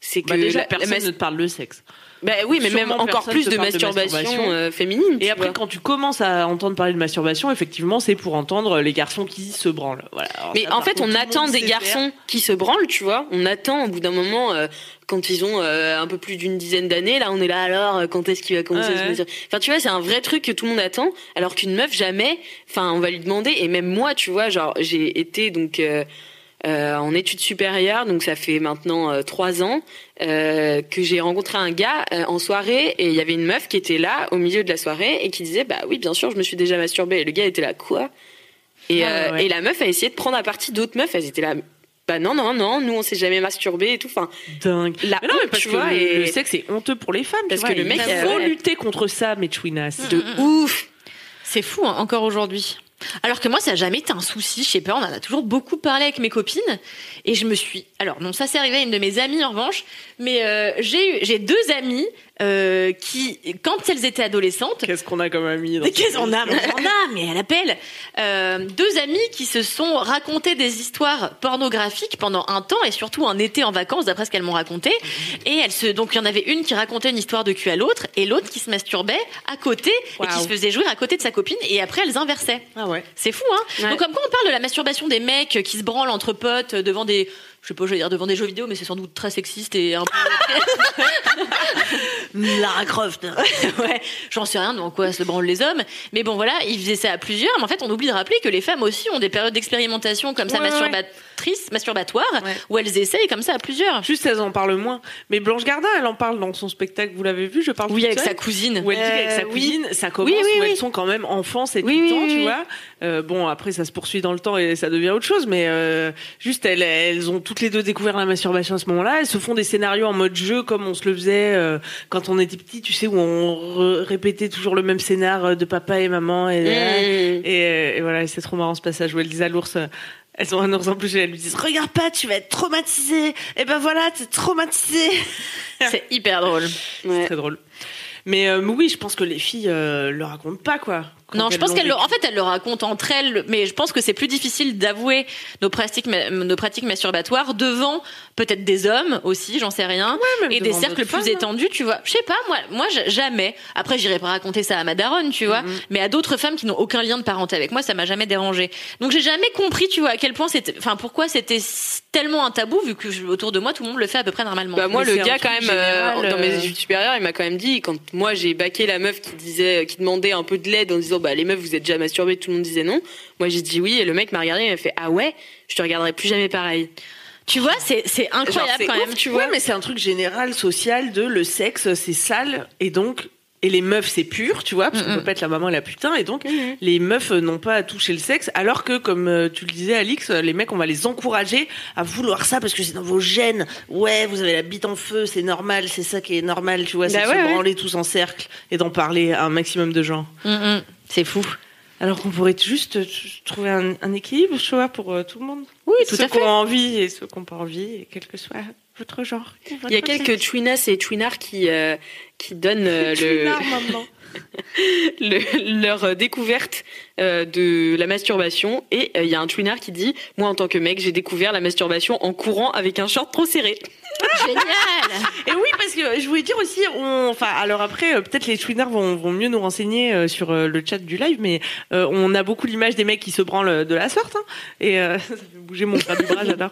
Speaker 5: C'est que
Speaker 1: Bah, déjà,
Speaker 5: la- la
Speaker 1: personne
Speaker 5: mas-
Speaker 1: ne te parle de sexe.
Speaker 5: bah oui, mais même
Speaker 1: Sûrement
Speaker 5: encore
Speaker 1: personne
Speaker 5: plus
Speaker 1: te
Speaker 5: de
Speaker 1: parle de
Speaker 5: masturbation,
Speaker 1: masturbation.
Speaker 5: euh, féminine.
Speaker 1: Et
Speaker 5: tu
Speaker 1: après,
Speaker 5: vois.
Speaker 1: quand tu commences à entendre parler de masturbation, effectivement, c'est pour entendre euh, les garçons qui se branlent. Voilà. Alors,
Speaker 5: Mais
Speaker 1: ça,
Speaker 5: en
Speaker 1: par
Speaker 5: fait,
Speaker 1: contre, tout
Speaker 5: on
Speaker 1: le
Speaker 5: attend
Speaker 1: monde
Speaker 5: des
Speaker 1: sait
Speaker 5: garçons qui se branlent, tu vois. On attend au bout d'un moment, euh, quand ils ont euh, un peu plus d'une dizaine d'années, là, on est là, alors, euh, quand est-ce qu'il va commencer à
Speaker 1: Ouais,
Speaker 5: se
Speaker 1: ouais.
Speaker 5: mesurer Enfin, tu vois, c'est un vrai truc que tout le monde attend, alors qu'une meuf, jamais, enfin, on va lui demander. Et même moi, tu vois, genre, j'ai été donc euh, euh, en études supérieures, donc ça fait maintenant euh, trois ans euh, que j'ai rencontré un gars euh, en soirée et il y avait une meuf qui était là au milieu de la soirée et qui disait bah oui bien sûr je me suis déjà masturbée et le gars était là quoi et,
Speaker 1: Ah,
Speaker 5: euh,
Speaker 1: ouais.
Speaker 5: et la meuf a essayé de prendre à partie d'autres meufs elles étaient là bah non non non nous on s'est jamais masturbé et tout enfin
Speaker 1: faire. Dingue.
Speaker 5: la
Speaker 1: Mais non, mais
Speaker 5: honte,
Speaker 1: parce
Speaker 5: Ah, tu
Speaker 1: que
Speaker 5: vois
Speaker 1: le,
Speaker 5: et
Speaker 1: le sexe est honteux pour les femmes. tu
Speaker 5: Parce
Speaker 1: vois,
Speaker 5: que le
Speaker 1: et
Speaker 5: mec,
Speaker 1: Il
Speaker 5: euh, Mm,
Speaker 1: faut
Speaker 5: ouais.
Speaker 1: lutter contre ça, mes chouinas.
Speaker 5: de ouf
Speaker 2: C'est fou, hein, encore aujourd'hui. Alors que moi, ça n'a jamais été un souci. Je sais pas, on en a toujours beaucoup parlé avec mes copines. Et je me suis. Alors, non, ça c'est arrivé à une de mes amies en revanche. Mais euh, j'ai eu- j'ai deux amies euh, qui, quand elles étaient adolescentes,
Speaker 1: Qu'est-ce qu'on a comme ami dans
Speaker 2: Mais
Speaker 1: ce-
Speaker 2: qu'est-ce qu'on a mais
Speaker 1: <laughs>
Speaker 2: On en a, mais à l'appel. Euh, deux amis qui se sont racontés des histoires pornographiques pendant un temps et surtout un été en vacances, d'après ce qu'elles m'ont raconté.
Speaker 1: Mm-hmm.
Speaker 2: Et elles se, donc il y en avait une qui racontait une histoire de cul à l'autre et l'autre qui se masturbait à côté et qui
Speaker 1: Waouh.
Speaker 2: se faisait jouer à côté de sa copine. Et après, elles inversaient.
Speaker 1: Ah ouais.
Speaker 2: C'est fou, hein
Speaker 5: Ouais.
Speaker 2: Donc comme quand on parle de la masturbation des mecs qui se branlent entre potes devant des, je sais pas, je vais dire devant des jeux vidéo, mais c'est sans doute très sexiste et un peu... Lara Croft. ouais, j'en sais rien, dans quoi se branlent les hommes. Mais bon, voilà, ils faisaient ça à plusieurs. Mais en fait, on oublie de rappeler que les femmes aussi ont des périodes d'expérimentation comme ça,
Speaker 1: Ouais, ouais, ouais.
Speaker 2: masturbatrices, masturbatoires,
Speaker 1: Ouais.
Speaker 2: où elles essayent comme ça à plusieurs.
Speaker 1: Juste, elles en parlent moins. Mais Blanche Gardin, elle en parle dans son spectacle, vous l'avez vu, je parle
Speaker 2: Oui,
Speaker 1: toute
Speaker 2: avec
Speaker 1: seule.
Speaker 2: sa cousine.
Speaker 1: Où elle dit qu'avec sa
Speaker 5: Euh, oui.
Speaker 1: cousine, ça commence
Speaker 5: Oui, oui,
Speaker 1: où elles
Speaker 5: oui.
Speaker 1: sont quand même enfants, c'est
Speaker 5: Oui,
Speaker 1: tout le
Speaker 5: oui,
Speaker 1: temps,
Speaker 5: oui,
Speaker 1: tu
Speaker 5: oui.
Speaker 1: vois. Euh, bon, après, ça se poursuit dans le temps et ça devient autre chose, mais euh, juste, elles, elles ont toutes les deux découvert la masturbation à ce moment-là. Elles se font des scénarios en mode jeu, comme on se le faisait euh, quand on était petit, tu sais, où on re- répétait toujours le même scénar euh, de papa et maman. Et,
Speaker 5: Mmh.
Speaker 1: et, euh, et voilà, et c'est trop marrant ce passage où elle disent à l'ours. euh, elles ont un ours en plus et elles lui disent Regarde pas, tu vas être traumatisé. Et ben voilà, t'es traumatisé. <laughs>
Speaker 2: C'est hyper drôle.
Speaker 5: Ouais.
Speaker 1: C'est très drôle. Mais euh, mais oui, je pense que les filles euh, le racontent pas, quoi. Quand
Speaker 2: Non, je
Speaker 1: elles
Speaker 2: pense
Speaker 1: l'ont
Speaker 2: qu'elle, le-
Speaker 1: vécu.
Speaker 2: en fait, elle le raconte entre elles, mais je pense que c'est plus difficile d'avouer nos pratiques, ma- nos pratiques masturbatoires devant peut-être des hommes aussi, j'en sais rien,
Speaker 1: même
Speaker 2: et des
Speaker 1: devant
Speaker 2: cercles
Speaker 1: d'autres
Speaker 2: plus
Speaker 1: femmes, hein.
Speaker 2: étendus, tu vois. Je sais pas, moi, moi, j- jamais. Après, j'irai pas raconter ça à ma daronne, tu vois,
Speaker 1: Mm-hmm.
Speaker 2: mais à d'autres femmes qui n'ont aucun lien de parenté avec moi, ça m'a jamais dérangé. Donc, j'ai jamais compris, tu vois, à quel point c'était, enfin, pourquoi c'était s- tellement un tabou vu que je- autour de moi, tout le monde le fait à peu près normalement.
Speaker 5: Bah moi
Speaker 1: Mais
Speaker 5: le
Speaker 1: c'est un
Speaker 5: gars
Speaker 1: truc
Speaker 5: quand même
Speaker 1: général,
Speaker 5: euh, dans mes
Speaker 1: euh.
Speaker 5: études supérieures il m'a quand même dit quand moi j'ai baqué la meuf qui disait qui demandait un peu de l'aide en disant bah les meufs vous êtes déjà masturbées tout le monde disait non moi j'ai dit oui et le mec m'a regardé il m'a fait ah ouais je te regarderai plus jamais pareil
Speaker 2: tu vois, c'est, c'est
Speaker 5: Genre,
Speaker 2: incroyable
Speaker 5: c'est
Speaker 2: quand
Speaker 5: ouf,
Speaker 2: même.
Speaker 5: tu
Speaker 1: Ouais,
Speaker 5: vois
Speaker 1: mais c'est un truc général, social, de le sexe, c'est sale, et donc. Et les meufs, c'est pur, tu vois, parce qu'on peut pas être la maman et la putain, et donc les meufs euh, n'ont pas à toucher le sexe, alors que, comme euh, tu le disais, Alix, euh, les mecs, on va les encourager à vouloir ça parce que c'est dans vos gènes. Ouais, vous avez la bite en feu, c'est normal, c'est ça qui est normal, tu vois, c'est
Speaker 5: Bah
Speaker 1: de
Speaker 5: ouais,
Speaker 1: se
Speaker 5: ouais.
Speaker 1: branler tous en cercle et d'en parler à un maximum de gens.
Speaker 2: Mm, mm. C'est fou.
Speaker 1: Alors qu'on pourrait juste euh, trouver un, un équilibre, je vois, pour euh, tout le monde. Oui,
Speaker 2: tout
Speaker 1: ceux
Speaker 2: à
Speaker 1: qui
Speaker 2: fait.
Speaker 1: ont envie et ceux qui n'ont pas envie, et quel que soit votre genre.
Speaker 5: il y a
Speaker 1: <laughs>
Speaker 5: quelques chouinas et chouinards qui euh, qui donnent euh, le, <laughs> le- leur euh, découverte euh, de la masturbation et euh, il y a un chouinard qui dit moi en tant que mec j'ai découvert la masturbation en courant avec un short trop serré
Speaker 2: Génial!
Speaker 1: <laughs> Et oui, parce que je voulais dire aussi, on, enfin, alors après, euh, peut-être les chouinards vont, vont mieux nous renseigner euh, sur euh, le chat du live, mais euh, on a beaucoup l'image des mecs qui se branlent de la sorte, hein. et euh, <laughs> ça fait bouger mon bras du bras, j'adore.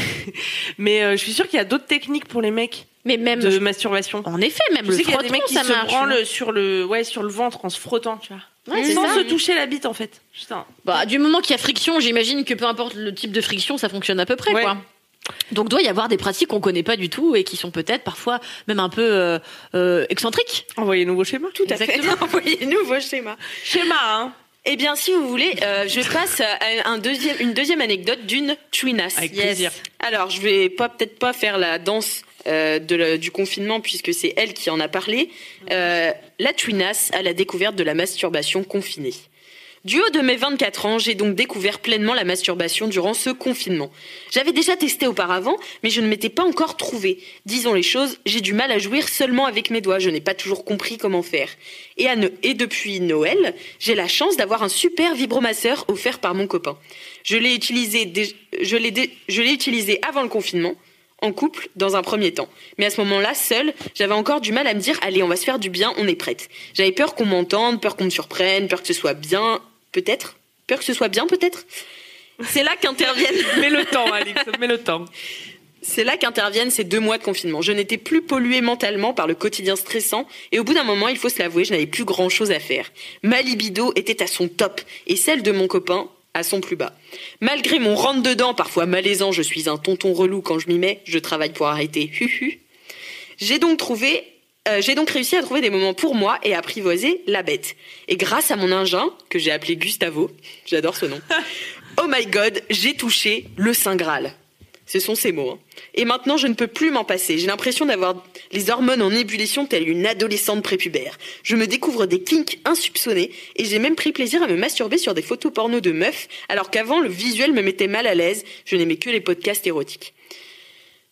Speaker 1: <laughs> mais euh, je suis sûre qu'il y a d'autres techniques pour les mecs
Speaker 2: Mais même,
Speaker 1: de masturbation.
Speaker 2: En effet, même
Speaker 1: Je
Speaker 2: le
Speaker 1: sais qu'il y a des
Speaker 2: frottement,
Speaker 1: mecs qui
Speaker 2: ça
Speaker 1: se
Speaker 2: marche. hein.
Speaker 1: branlent sur le, ouais, sur le ventre en se frottant, tu vois.
Speaker 2: Ouais, c'est
Speaker 1: Sans
Speaker 2: ça.
Speaker 1: se toucher la bite, en fait. Putain.
Speaker 2: Bah, du moment qu'il y a friction, j'imagine que peu importe le type de friction, ça fonctionne à peu près,
Speaker 1: Ouais.
Speaker 2: quoi. Donc doit y avoir des pratiques qu'on connaît pas du tout et qui sont peut-être parfois même un peu euh, euh, excentriques.
Speaker 1: Envoyez-nous vos schémas. Tout
Speaker 5: exactement
Speaker 2: <laughs>
Speaker 5: envoyez-nous vos schémas
Speaker 1: Schéma, hein.
Speaker 5: Eh bien, si vous voulez, euh, je passe à un deuxième, une deuxième anecdote d'une chouinasse.
Speaker 1: Avec plaisir.
Speaker 5: Alors, je vais pas peut-être pas faire la danse euh, de la- du confinement puisque c'est elle qui en a parlé. Euh, la chouinasse à la découverte de la masturbation confinée. Du haut de mes 24 ans, j'ai donc découvert pleinement la masturbation durant ce confinement. J'avais déjà testé auparavant, mais je ne m'étais pas encore trouvée. Disons les choses, j'ai du mal à jouir seulement avec mes doigts, je n'ai pas toujours compris comment faire. Et, à ne- et depuis Noël, j'ai la chance d'avoir un super vibromasseur offert par mon copain. Je l'ai utilisé, dé- je l'ai dé- je l'ai utilisé avant le confinement, en couple dans un premier temps. Mais à ce moment-là, seule, j'avais encore du mal à me dire allez, on va se faire du bien, on est prête. J'avais peur qu'on m'entende, peur qu'on me surprenne, peur que ce soit bien, peut-être. Peur que ce soit bien, peut-être. C'est là qu'interviennent.
Speaker 1: Mets le temps, Alix, mets le temps.
Speaker 5: C'est là qu'interviennent ces deux mois de confinement. Je n'étais plus polluée mentalement par le quotidien stressant et au bout d'un moment, il faut se l'avouer, je n'avais plus grand-chose à faire. Ma libido était à son top et celle de mon copain à son plus bas. Malgré mon rentre-dedans, parfois malaisant, je suis un tonton relou quand je m'y mets, je travaille pour arrêter. Hu hu. J'ai donc trouvé, euh, j'ai donc réussi à trouver des moments pour moi et à apprivoiser la bête. Et grâce à mon ingin, que j'ai appelé Gustavo, j'adore ce nom, oh my god, j'ai touché le Saint Graal. Ce sont ces mots. hein. Et maintenant, je ne peux plus m'en passer. J'ai l'impression d'avoir les hormones en ébullition telle une adolescente prépubère. Je me découvre des kinks insoupçonnés et j'ai même pris plaisir à me masturber sur des photos porno de meufs, alors qu'avant, le visuel me mettait mal à l'aise. Je n'aimais que les podcasts érotiques.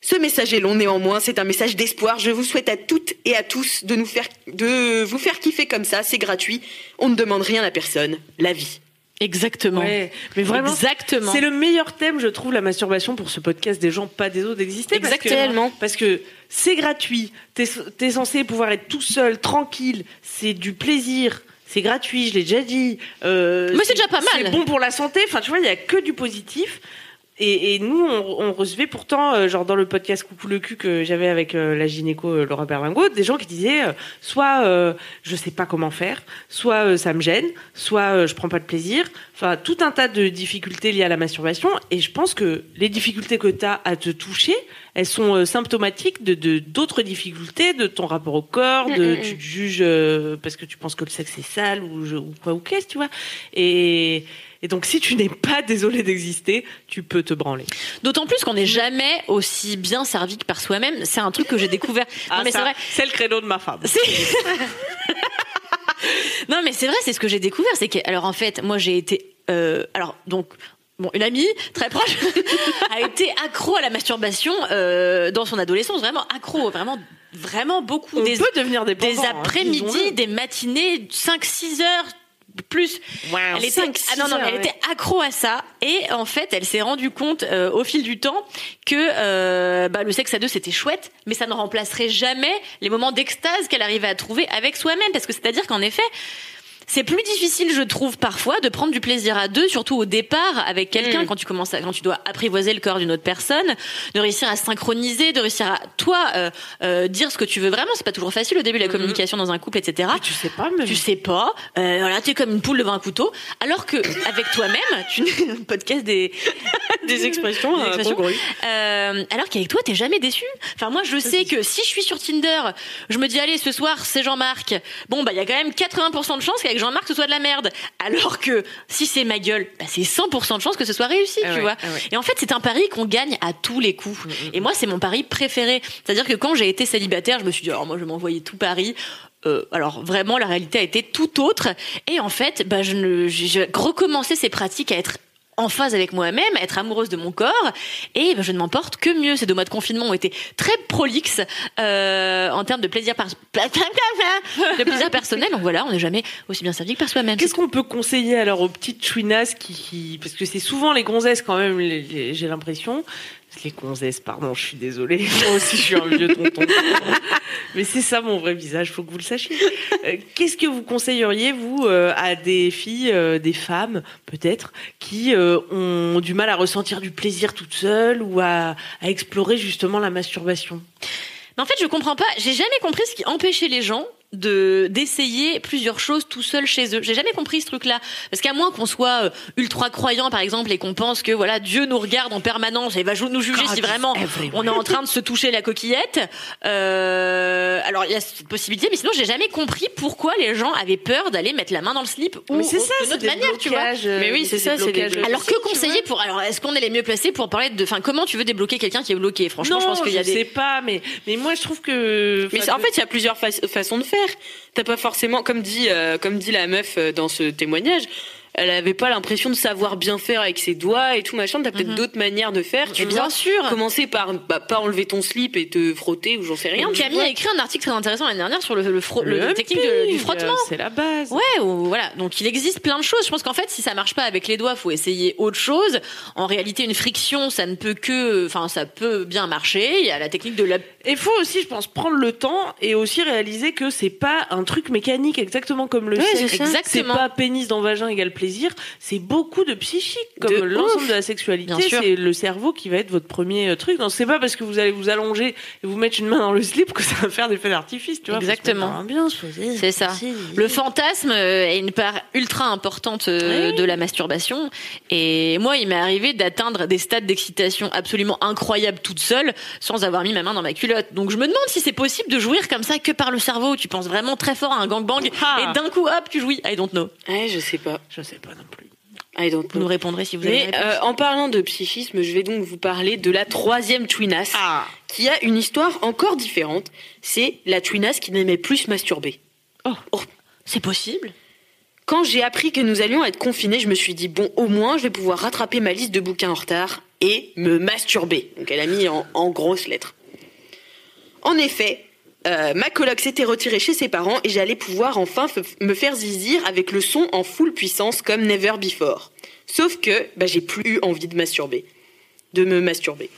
Speaker 5: Ce message est long néanmoins, c'est un message d'espoir. Je vous souhaite à toutes et à tous de nous faire, de vous faire kiffer comme ça, c'est gratuit. On ne demande rien à personne. La vie.
Speaker 2: Exactement.
Speaker 1: Ouais, mais vraiment,
Speaker 2: Exactement.
Speaker 1: c'est le meilleur thème, je trouve, la masturbation pour ce podcast des gens pas des autres d'exister. parce que-
Speaker 5: Exactement.
Speaker 1: Parce que, c'est gratuit. T'es es censé pouvoir être tout seul, tranquille. C'est du plaisir. C'est gratuit, je l'ai déjà dit. Euh,
Speaker 2: Mais c'est déjà pas mal.
Speaker 1: C'est bon pour la santé. Enfin, tu vois, il y a que du positif. Et, et nous, on, on recevait pourtant, euh, genre dans le podcast Coucou le cul que j'avais avec euh, la gynéco euh, Laura Berlingot, des gens qui disaient euh, soit euh, je sais pas comment faire, soit euh, ça me gêne, soit euh, je prends pas de plaisir. Enfin, tout un tas de difficultés liées à la masturbation. Et je pense que les difficultés que tu as à te toucher, elles sont euh, symptomatiques de de- d'autres difficultés, de ton rapport au corps,
Speaker 2: Mm,
Speaker 1: de, tu te juges euh, parce que tu penses que le sexe est sale ou, je- ou quoi ou qu'est-ce, tu vois. Et, et donc, si tu n'es pas désolé d'exister, tu peux te branler.
Speaker 2: D'autant plus qu'on n'est jamais aussi bien servi que par soi-même. C'est un truc que j'ai découvert.
Speaker 1: Ah,
Speaker 2: non, mais c'est vrai.
Speaker 1: c'est le credo de ma femme.
Speaker 2: C'est- <laughs> non, mais c'est vrai, c'est ce que j'ai découvert. C'est que, alors en fait, moi j'ai été. euh, alors, donc. Bon, une amie très proche <laughs> a été accro à la masturbation euh, dans son adolescence, vraiment accro, vraiment, vraiment beaucoup.
Speaker 1: On
Speaker 2: des,
Speaker 1: peut devenir hein, des
Speaker 2: des après-midi, des matinées, 5-6 heures plus. Elle était,
Speaker 5: Cinq, six
Speaker 2: ah non, non, mais elle
Speaker 5: heures,
Speaker 2: était accro à ça et en fait elle s'est rendue compte euh, au fil du temps que euh, bah, le sexe à deux c'était chouette mais ça ne remplacerait jamais les moments d'extase qu'elle arrivait à trouver avec soi-même parce que c'est-à-dire qu'en effet c'est plus difficile, je trouve, parfois, de prendre du plaisir à deux, surtout au départ avec
Speaker 5: Mm.
Speaker 2: quelqu'un, quand tu commences, à- quand tu dois apprivoiser le corps d'une autre personne, de réussir à synchroniser, de réussir à toi euh, euh, dire ce que tu veux vraiment. C'est pas toujours facile au début
Speaker 5: Mm-hmm.
Speaker 2: la communication dans un couple, etc.
Speaker 1: Tu sais pas, mais
Speaker 2: Tu sais pas, euh, voilà, t'es comme une poule devant un couteau, alors que avec toi-même, tu n'es un podcast <laughs> des
Speaker 3: Des expressions,
Speaker 2: Des
Speaker 3: euh,
Speaker 2: expressions.
Speaker 3: pour gros.
Speaker 2: euh, alors qu'avec toi, t'es jamais déçu. Enfin, moi, je sais que si je suis sur Tinder, je me dis, allez, ce soir, c'est Jean-Marc. Bon, bah, il y a quand même 80% de chances qu'avec Jean-Marc, ce soit de la merde. Alors que si c'est ma gueule, bah, c'est 100% de chances que ce soit réussi, tu
Speaker 1: ouais,
Speaker 2: vois.
Speaker 1: ah ouais.
Speaker 2: Et en fait, c'est un pari qu'on gagne à tous les coups. Et moi, c'est mon pari préféré. C'est-à-dire que quand j'ai été célibataire, je me suis dit, alors moi, je vais m'envoyer tout Paris. Euh, alors vraiment, la réalité a été tout autre. Et en fait, bah, je, ne, je, je recommençais ces pratiques à être en phase avec moi-même, à être amoureuse de mon corps, et bah, je ne m'emporte que mieux. Ces deux mois de confinement ont été très prolixes euh, en termes de plaisir, par... <laughs> de plaisir personnel. Donc voilà, on n'est jamais aussi bien servi que par soi-même.
Speaker 1: Qu'est-ce qu'on peut conseiller alors aux petites chouinasses qui, qui- parce que c'est souvent les gonzesses quand même, les- les- j'ai l'impression. Les gonzesses, pardon, je suis désolée. <laughs> Moi aussi, je suis un vieux tonton. <laughs> Mais c'est ça mon vrai visage, faut que vous le sachiez. Euh, Qu'est-ce que vous conseilleriez vous euh, à des filles, euh, des femmes peut-être, qui euh, ont du mal à ressentir du plaisir toutes seules ou à, à explorer justement la masturbation
Speaker 2: Mais en fait, je comprends pas. J'ai jamais compris ce qui empêchait les gens de d'essayer plusieurs choses tout seul chez eux. J'ai jamais compris ce truc-là parce qu'à moins qu'on soit euh, ultra croyant par exemple et qu'on pense que voilà Dieu nous regarde en permanence et va jou- nous juger si vraiment on est en train de se toucher la coquillette. Euh, alors il y a cette possibilité, mais sinon j'ai jamais compris pourquoi les gens avaient peur d'aller mettre la main dans le slip ou
Speaker 1: Mais c'est
Speaker 2: ou
Speaker 1: ça,
Speaker 2: d'une
Speaker 1: c'est
Speaker 2: autre
Speaker 1: des
Speaker 2: manière, tu vois.
Speaker 1: blocages, euh,
Speaker 5: Mais oui, c'est ça, c'est des
Speaker 1: blocages
Speaker 5: blocages.
Speaker 2: Alors que
Speaker 1: psychiques, tu
Speaker 2: conseiller pour alors est-ce qu'on est les mieux placés pour parler de enfin comment tu veux débloquer quelqu'un qui est bloqué franchement je pense qu'il y a des
Speaker 1: sais pas, mais, mais moi je trouve que.
Speaker 5: Mais
Speaker 1: enfin,
Speaker 5: en fait, il y a plusieurs fa- façons de faire. T'as pas forcément, comme dit, euh, comme dit la meuf euh, dans ce témoignage, elle avait pas l'impression de savoir bien faire avec ses doigts et tout machin. T'as peut-être d'autres manières de faire. Tu
Speaker 2: Mhm. Et bien
Speaker 5: vois.
Speaker 2: sûr.
Speaker 5: Commencer par bah, pas enlever ton slip et te frotter ou j'en sais rien.
Speaker 2: Donc,
Speaker 5: tu
Speaker 2: Camille
Speaker 5: vois.
Speaker 2: a écrit un article très intéressant l'année dernière sur le, le fro- le- la technique de- du
Speaker 1: ping,
Speaker 2: frottement.
Speaker 1: C'est la base.
Speaker 2: Ouais, ou- voilà. Donc il existe plein de choses. Je pense qu'en fait, si ça marche pas avec les doigts, faut essayer autre chose. En réalité, une friction, ça ne peut que, enfin, ça peut bien marcher. Il y a la technique de la.
Speaker 1: Et faut aussi, je pense, prendre le temps et aussi réaliser que c'est pas un truc mécanique exactement comme le
Speaker 5: Ouais,
Speaker 1: sexe.
Speaker 5: c'est ça.
Speaker 2: Exactement.
Speaker 1: C'est pas pénis dans vagin égale plaisir. C'est beaucoup de psychique comme
Speaker 5: De
Speaker 1: l'ensemble
Speaker 5: ouf.
Speaker 1: de la sexualité.
Speaker 2: Bien sûr.
Speaker 1: C'est le cerveau qui va être votre premier euh, truc. Non, c'est pas parce que vous allez vous allonger et vous mettre une main dans le slip que ça va faire des feux d'artifice, tu vois. Faut se mettre
Speaker 2: Exactement.
Speaker 1: dans l'ambiance, faut-
Speaker 2: C'est ça. Le fantasme euh, est une part ultra importante euh, de la masturbation. Et moi, il m'est arrivé d'atteindre des stades d'excitation absolument incroyables toute seule, sans avoir mis ma main dans ma culotte. Donc je me demande si c'est possible de jouir comme ça que par le cerveau. Tu penses vraiment très fort à un gangbang
Speaker 1: Ah.
Speaker 2: et d'un coup, hop, tu jouis. I don't know.
Speaker 5: Ouais, je sais pas.
Speaker 1: Je sais pas non plus.
Speaker 5: I don't
Speaker 2: Vous
Speaker 5: know.
Speaker 2: nous répondrez si vous avez.
Speaker 5: Mais
Speaker 2: une réponse.
Speaker 5: euh, en parlant de psychisme, je vais donc vous parler de la troisième twinasse,
Speaker 1: Ah.
Speaker 5: qui a une histoire encore différente. C'est la twinasse qui n'aimait plus se masturber.
Speaker 2: Oh.
Speaker 5: Oh.
Speaker 2: C'est possible
Speaker 5: Quand j'ai appris que nous allions être confinés, je me suis dit bon, au moins, je vais pouvoir rattraper ma liste de bouquins en retard et me masturber. Donc elle a mis en, en grosses lettres. En effet, euh, ma coloc s'était retirée chez ses parents et j'allais pouvoir enfin f- me faire zizir avec le son en full puissance comme never before. Sauf que bah, j'ai plus eu envie de masturber, de me masturber.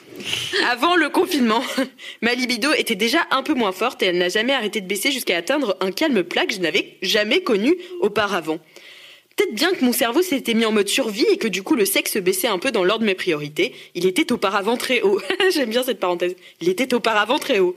Speaker 5: Avant le confinement, <laughs> ma libido était déjà un peu moins forte et elle n'a jamais arrêté de baisser jusqu'à atteindre un calme plat que je n'avais jamais connu auparavant. Peut-être bien que mon cerveau s'était mis en mode survie et que du coup le sexe baissait un peu dans l'ordre de mes priorités. Il était auparavant très haut. <laughs> J'aime bien cette parenthèse. Il était auparavant très haut.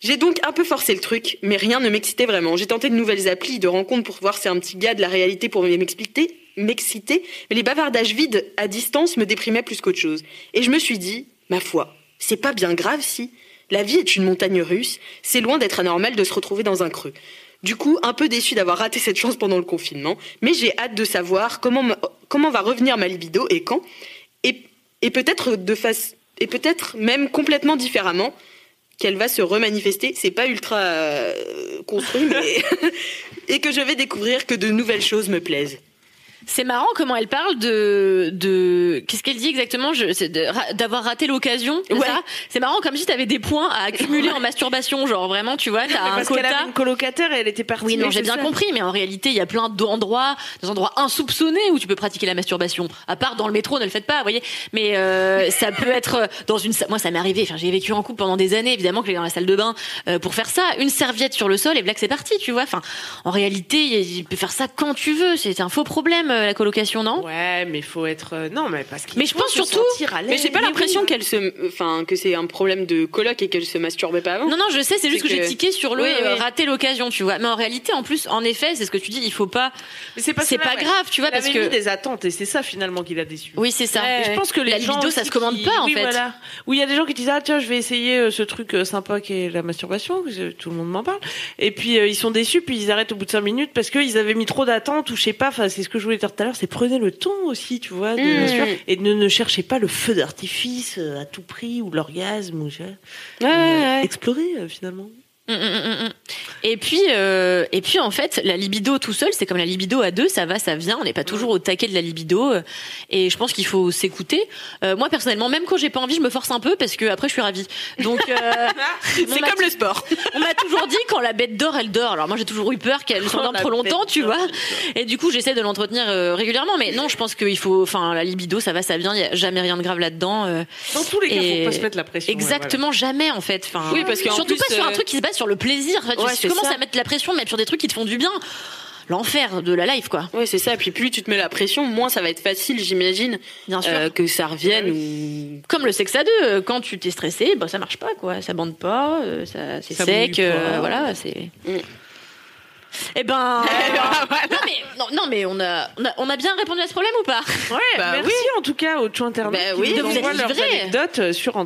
Speaker 5: J'ai donc un peu forcé le truc, mais rien ne m'excitait vraiment. J'ai tenté de nouvelles applis de rencontres pour voir si un petit gars de la réalité pouvait m'expliquer, m'exciter, mais les bavardages vides à distance me déprimaient plus qu'autre chose. Et je me suis dit, ma foi, c'est pas bien grave si. La vie est une montagne russe, c'est loin d'être anormal de se retrouver dans un creux. Du coup, un peu déçu d'avoir raté cette chance pendant le confinement, mais j'ai hâte de savoir comment, ma- comment va revenir ma libido et quand, et, et peut-être de face, et peut-être même complètement différemment, qu'elle va se remanifester. C'est pas ultra euh, construit, mais. <laughs> et que je vais découvrir que de nouvelles choses me plaisent.
Speaker 2: C'est marrant comment elle parle de de qu'est-ce qu'elle dit exactement Je- c'est de ra- d'avoir raté l'occasion. c'est
Speaker 5: Ouais.
Speaker 2: ça C'est marrant comme si t'avais des points à accumuler en masturbation, genre vraiment tu vois t'as un
Speaker 1: Parce qu'elle avait
Speaker 2: quota.
Speaker 1: une colocataire et elle était partie.
Speaker 2: Oui, non,
Speaker 1: mais
Speaker 2: j'ai
Speaker 1: c'est
Speaker 2: bien
Speaker 1: ça.
Speaker 2: compris, mais en réalité, il y a plein d'endroits, des endroits insoupçonnés où tu peux pratiquer la masturbation. À part dans le métro, ne le faites pas, vous voyez. Mais euh, ça peut être dans une. sa- Moi, ça m'est arrivé. Enfin, j'ai vécu en couple pendant des années, évidemment, que j'allais dans la salle de bain euh, pour faire ça. Une serviette sur le sol et blague, c'est parti, tu vois. Enfin, en réalité, il peut faire ça quand tu veux. C'est un faux problème, euh, la colocation, non
Speaker 1: Ouais, mais faut être. euh, Non, mais parce qu'il.
Speaker 2: Mais je
Speaker 1: faut
Speaker 2: pense
Speaker 1: se
Speaker 2: surtout-
Speaker 1: sentir à
Speaker 5: Mais j'ai pas
Speaker 1: l'aise.
Speaker 5: l'impression qu'elle se. Enfin, que c'est un problème de coloc et qu'elle se masturbait pas avant.
Speaker 2: Non, non, je sais, c'est juste que,
Speaker 5: Hein C'est
Speaker 2: j'ai
Speaker 5: que-
Speaker 2: tiqué sur le
Speaker 5: Oui, oui.
Speaker 2: euh, rater l'occasion, tu vois. Mais en réalité, en plus, en effet, c'est ce que tu dis, il faut pas.
Speaker 1: Mais C'est
Speaker 2: C'est
Speaker 1: cela,
Speaker 2: pas
Speaker 1: ouais.
Speaker 2: grave, tu vois,
Speaker 1: Elle
Speaker 2: parce
Speaker 1: avait
Speaker 2: que-
Speaker 1: mis des attentes et c'est ça finalement qui l'a déçu.
Speaker 2: Oui, c'est ça.
Speaker 1: Et je pense que les
Speaker 2: la
Speaker 1: gens
Speaker 2: libido, ça
Speaker 1: aussi
Speaker 2: se commande
Speaker 1: qui-
Speaker 2: pas, en
Speaker 1: oui,
Speaker 2: fait.
Speaker 1: Voilà. Oui, il y a des gens qui disent ah tiens, je vais essayer euh, ce truc euh, sympa qui est la masturbation, que euh, tout le monde m'en parle. Et puis euh, ils sont déçus, puis ils arrêtent au bout de cinq minutes parce qu'ils avaient mis trop d'attentes ou je sais pas. Enfin, c'est ce que je voulais dire tout à l'heure, c'est prenez le temps aussi, tu vois, de-
Speaker 2: Mmh.
Speaker 5: Mm.
Speaker 1: sûr, et ne, ne cherchez pas le feu d'artifice euh, à tout prix ou l'orgasme ou je...
Speaker 5: Ouais, ouais, ouais.
Speaker 1: explorer euh, finalement.
Speaker 2: Mm, mm, mm, mm. Et puis, euh, et puis en fait, la libido tout seul, c'est comme la libido à deux, ça va, ça vient. On n'est pas toujours au taquet de la libido, euh, et je pense qu'il faut s'écouter. Euh, moi personnellement, même quand j'ai pas envie, je me force un peu parce que après, je suis ravie. Donc, euh,
Speaker 5: C'est
Speaker 2: on m'a
Speaker 5: comme le sport.
Speaker 2: On m'a toujours dit quand la bête dort, elle dort. Alors moi j'ai toujours eu peur qu'elle s'endorme
Speaker 1: la
Speaker 2: trop longtemps,
Speaker 1: bête
Speaker 2: tu
Speaker 1: dort,
Speaker 2: vois. Et du coup j'essaie de l'entretenir euh, régulièrement. Mais non, je pense qu'il faut, enfin la libido, ça va, ça vient. Il y a jamais rien de grave là-dedans. euh.
Speaker 1: Dans tous les cas,
Speaker 2: Et-
Speaker 1: faut pas se mettre la pression. ouais, voilà.
Speaker 2: Exactement, jamais en fait. Enfin,
Speaker 5: Oui, parce qu'en
Speaker 2: surtout
Speaker 5: plus,
Speaker 2: pas sur un
Speaker 5: euh,
Speaker 2: truc qui se base sur le plaisir. En fait,
Speaker 5: Ouais,
Speaker 2: tu
Speaker 5: c'est
Speaker 2: commences
Speaker 5: ça.
Speaker 2: à mettre la pression, même sur des trucs qui te font du bien. L'enfer de la life, quoi.
Speaker 5: Ouais, c'est ça. Puis plus tu te mets la pression, moins ça va être facile, j'imagine,
Speaker 2: Bien sûr.
Speaker 5: euh, que ça revienne ou.
Speaker 2: Comme le sexe à deux, euh, quand tu t'es stressé, bah ça marche pas, quoi. Ça bande pas, euh, ça c'est
Speaker 1: Ça
Speaker 2: sec,
Speaker 1: mouille
Speaker 2: euh,
Speaker 1: pas.
Speaker 2: voilà, c'est.
Speaker 5: Mm.
Speaker 2: Eh ben. non mais non, non, mais on a, on a on a bien répondu à ce problème ou pas
Speaker 1: Ouais,
Speaker 5: Bah
Speaker 1: merci en tout cas aux Chouin Internet
Speaker 5: Bah
Speaker 1: qui
Speaker 5: oui,
Speaker 1: nous
Speaker 5: vous
Speaker 1: envoient
Speaker 2: êtes
Speaker 1: leurs
Speaker 2: livrés.
Speaker 1: anecdotes euh, sur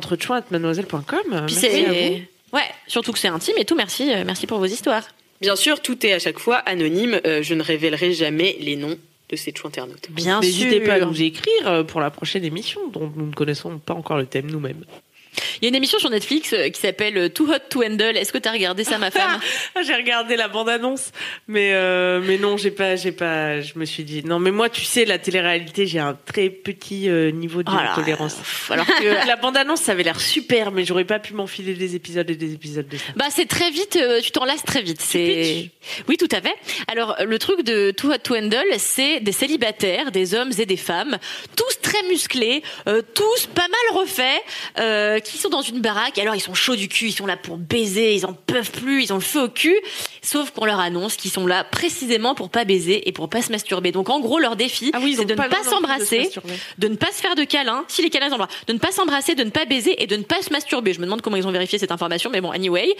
Speaker 1: entrechouin@mademoiselle.com.
Speaker 2: Puis
Speaker 1: Merci
Speaker 2: c'est-
Speaker 1: à vous.
Speaker 2: ouais, surtout que c'est intime et tout. Merci, euh, merci pour vos histoires.
Speaker 5: Bien sûr, tout est à chaque fois anonyme. Euh, je ne révélerai jamais les noms de ces internautes.
Speaker 2: Bien
Speaker 1: N'hésitez pas à nous écrire euh, pour la prochaine émission dont nous ne connaissons pas encore le thème nous-mêmes. <laughs>
Speaker 2: Il y a une émission sur Netflix euh, qui s'appelle Too Hot to Handle. Est-ce que t'as regardé ça,
Speaker 1: <laughs>
Speaker 2: ma femme
Speaker 1: Ah, j'ai regardé la bande-annonce, mais euh, mais non, j'ai pas, j'ai pas. Je me suis dit non, mais moi, tu sais, la télé-réalité, j'ai un très petit euh, niveau de
Speaker 2: Oh là,
Speaker 1: tolérance.
Speaker 2: euh,
Speaker 1: alors que <laughs> la bande-annonce, ça avait l'air super, mais j'aurais pas pu m'enfiler des épisodes et des épisodes de ça.
Speaker 2: Bah c'est très vite, euh, tu t'en lasses très vite. C'est oui tout à fait. Alors le truc de Too Hot to Handle, c'est des célibataires, des hommes et des femmes, tous très musclés, euh, tous pas mal refaits, euh, qui sont dans une baraque. Alors ils sont chauds du cul, ils sont là pour baiser, ils en peuvent plus, ils ont le feu au cul. Sauf qu'on leur annonce qu'ils sont là précisément pour pas baiser et pour pas se masturber. Donc en gros leur défi,
Speaker 1: Ah oui, ils
Speaker 2: c'est
Speaker 1: ont
Speaker 2: de
Speaker 1: pas
Speaker 2: ne pas
Speaker 1: l'envie de se
Speaker 2: s'embrasser,
Speaker 1: masturber.
Speaker 2: de ne pas se faire de câlins, si les câlins sont là, de ne pas s'embrasser, de ne pas baiser et de ne pas se masturber. Je me demande comment ils ont vérifié cette information, mais bon, anyway.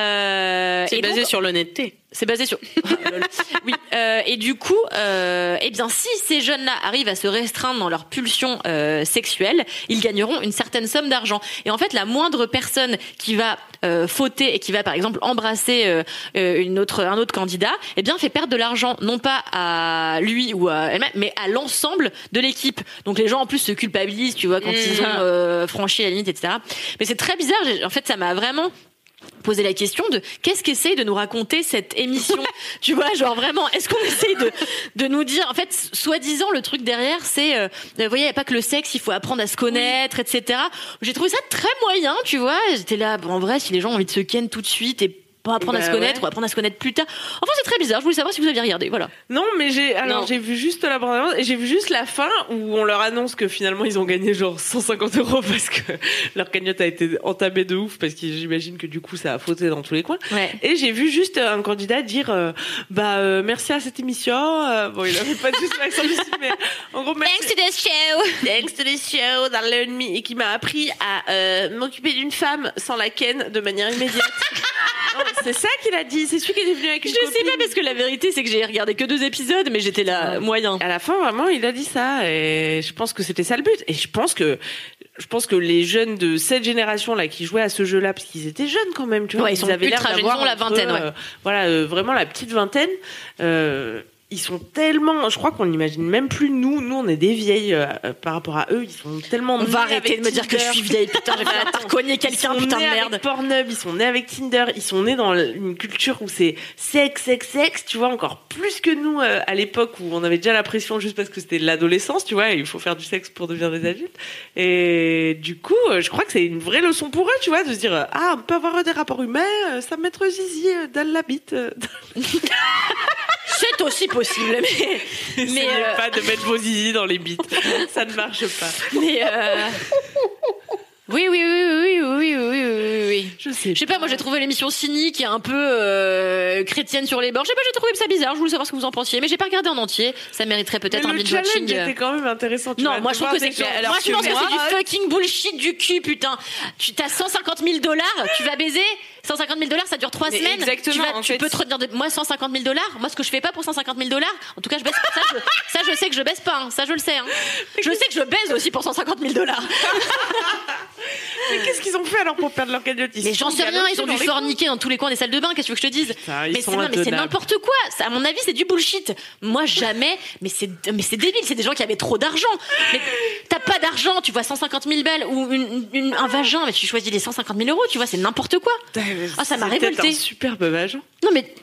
Speaker 2: Euh,
Speaker 5: C'est
Speaker 2: et
Speaker 5: basé
Speaker 2: donc-
Speaker 5: sur l'honnêteté.
Speaker 2: C'est basé sur. <laughs> Oh, lol. oui. euh, et du coup, euh, eh bien, si ces jeunes-là arrivent à se restreindre dans leurs pulsions euh, sexuelles, ils gagneront une certaine somme d'argent. Et en fait, la moindre personne qui va euh, fauter et qui va, par exemple, embrasser euh, euh, une autre, un autre candidat, eh bien, fait perdre de l'argent, non pas à lui ou à elle-même, mais à l'ensemble de l'équipe. Donc, les gens, en plus, se culpabilisent, tu vois, quand ils ont euh, franchi la limite, etc. Mais c'est très bizarre. J'ai- En fait, ça m'a vraiment poser la question de qu'est-ce qu'essaye de nous raconter cette <laughs> émission tu vois genre vraiment est-ce qu'on essaye de de nous dire en fait soi-disant le truc derrière c'est euh, vous voyez il y a pas que le sexe il faut apprendre à se connaître etc j'ai trouvé ça très moyen tu vois j'étais là bon, en vrai si les gens ont envie de se ken tout de suite et pas apprendre à
Speaker 1: Bah
Speaker 2: se connaître
Speaker 1: ouais.
Speaker 2: ou apprendre à se connaître plus tard enfin c'est très bizarre je voulais savoir si vous aviez regardé voilà
Speaker 1: Non, mais j'ai alors
Speaker 5: Non.
Speaker 1: j'ai vu juste la bande-annonce et j'ai vu juste la fin où on leur annonce que finalement ils ont gagné genre 150 euros <laughs> parce que leur cagnotte a été entamée de ouf parce que j'imagine que du coup ça a fauté dans tous les coins.
Speaker 2: ouais
Speaker 1: Et j'ai vu juste un candidat dire euh, bah euh, merci à cette émission. euh, bon, il avait pas juste l'accent du Sud, mais en gros merci.
Speaker 2: to this show
Speaker 1: Thanks to the show that learned me et qui m'a appris à euh, m'occuper d'une femme sans la ken de manière <laughs> immédiate. Non, Oh, c'est ça qu'il a dit. C'est celui qui est venu avec
Speaker 2: je
Speaker 1: une
Speaker 2: sais
Speaker 1: copine.
Speaker 2: pas parce que la vérité c'est que j'ai regardé que deux épisodes mais j'étais là moyen
Speaker 1: À la fin, vraiment, il a dit ça, et je pense que c'était ça le but. Et je pense que, je pense que les jeunes de cette génération-là qui jouaient à ce jeu-là, parce qu'ils étaient jeunes quand même, tu vois,
Speaker 2: Ouais, ils sont
Speaker 1: avaient l'air
Speaker 2: ultra jeunes,
Speaker 1: d'avoir
Speaker 2: ils ont la
Speaker 1: entre,
Speaker 2: vingtaine, ouais.
Speaker 1: euh, voilà, euh, vraiment la petite vingtaine. euh, ils sont tellement, je crois qu'on n'imagine même plus nous, nous on est des vieilles euh, euh, par rapport à eux. Ils sont tellement.
Speaker 2: on
Speaker 1: nés
Speaker 2: va arrêter
Speaker 1: avec
Speaker 2: de me dire que je
Speaker 1: Tinder.
Speaker 2: suis vieille putain
Speaker 1: <laughs>
Speaker 2: j'ai fait la cogner quelqu'un
Speaker 1: Ils sont
Speaker 2: putain de
Speaker 1: nés avec
Speaker 2: merde
Speaker 1: Pornhub, ils sont nés avec Tinder, ils sont nés dans l- une culture où c'est sexe, sexe, sexe, tu vois, encore plus que nous euh, à l'époque où on avait déjà la pression juste parce que c'était l'adolescence, tu vois, et il faut faire du sexe pour devenir des adultes. Et du coup, euh, je crois que c'est une vraie leçon pour eux, tu vois, de se dire euh, Ah, on peut avoir des rapports humains, euh, ça mettre zizi euh, dans la bite. euh,
Speaker 2: C'est aussi possible, mais
Speaker 1: <laughs>
Speaker 2: mais,
Speaker 1: Essayez
Speaker 2: euh,
Speaker 1: pas de mettre vos zizi dans les
Speaker 2: <laughs>
Speaker 1: bites, ça ne marche pas.
Speaker 2: mais, euh, oui, oui, oui, oui, oui, oui, oui, oui, oui.
Speaker 1: Je sais.
Speaker 2: Je sais pas, moi j'ai trouvé l'émission cynique et un peu euh, chrétienne sur les bords. Je sais pas, j'ai trouvé ça bizarre. Je voulais savoir ce que vous en pensiez, mais j'ai pas regardé en entier. Ça mériterait peut-être
Speaker 1: Mais
Speaker 2: un
Speaker 1: le
Speaker 2: binge
Speaker 1: challenge
Speaker 2: watching. euh.
Speaker 1: était quand même intéressant. tu vois,
Speaker 2: Non, moi
Speaker 1: de
Speaker 2: je trouve
Speaker 1: voir
Speaker 2: que c'est
Speaker 1: des gens-
Speaker 2: que-
Speaker 1: alors
Speaker 2: moi euh, je pense que c'est
Speaker 1: moi,
Speaker 2: du fucking bullshit du cul, putain. Tu t'as 150 000 dollars, tu vas baiser. 150 000 dollars, ça dure 3
Speaker 5: Mais
Speaker 2: semaines.
Speaker 5: exactement,
Speaker 2: tu, vas-
Speaker 5: en
Speaker 2: tu
Speaker 5: fait.
Speaker 2: peux te retenir de moi 150 000 dollars. Moi, ce que je fais pas pour 150 000 dollars, en tout cas, je baisse pas. Ça, je, ça, je sais que je baisse pas. hein. Ça, je le sais. <laughs> hein. Je sais que je baise aussi pour 150 000 dollars.
Speaker 1: Mais qu'est-ce qu'ils ont fait alors pour perdre leur cagnotte
Speaker 2: Mais j'en sais rien. Ils ont dû forniquer dans tous les coins des salles de bain. Qu'est-ce que tu veux que je te dise
Speaker 1: Putain, ils
Speaker 2: Mais
Speaker 1: sont
Speaker 2: c'est non, mais c'est
Speaker 1: intenables.
Speaker 2: n'importe quoi. Ça, À mon avis, c'est du bullshit. Moi, jamais. Mais c'est mais c'est débile. C'est des gens qui avaient trop d'argent. Mais t'as pas d'argent. Tu vois 150 000 balles ou une- une- un vagin. Mais tu choisis les 150 000 euros. Tu vois, c'est n'importe quoi. Ah, ça m'a révolté.
Speaker 1: un superbe agent.
Speaker 2: Non <laughs> mais.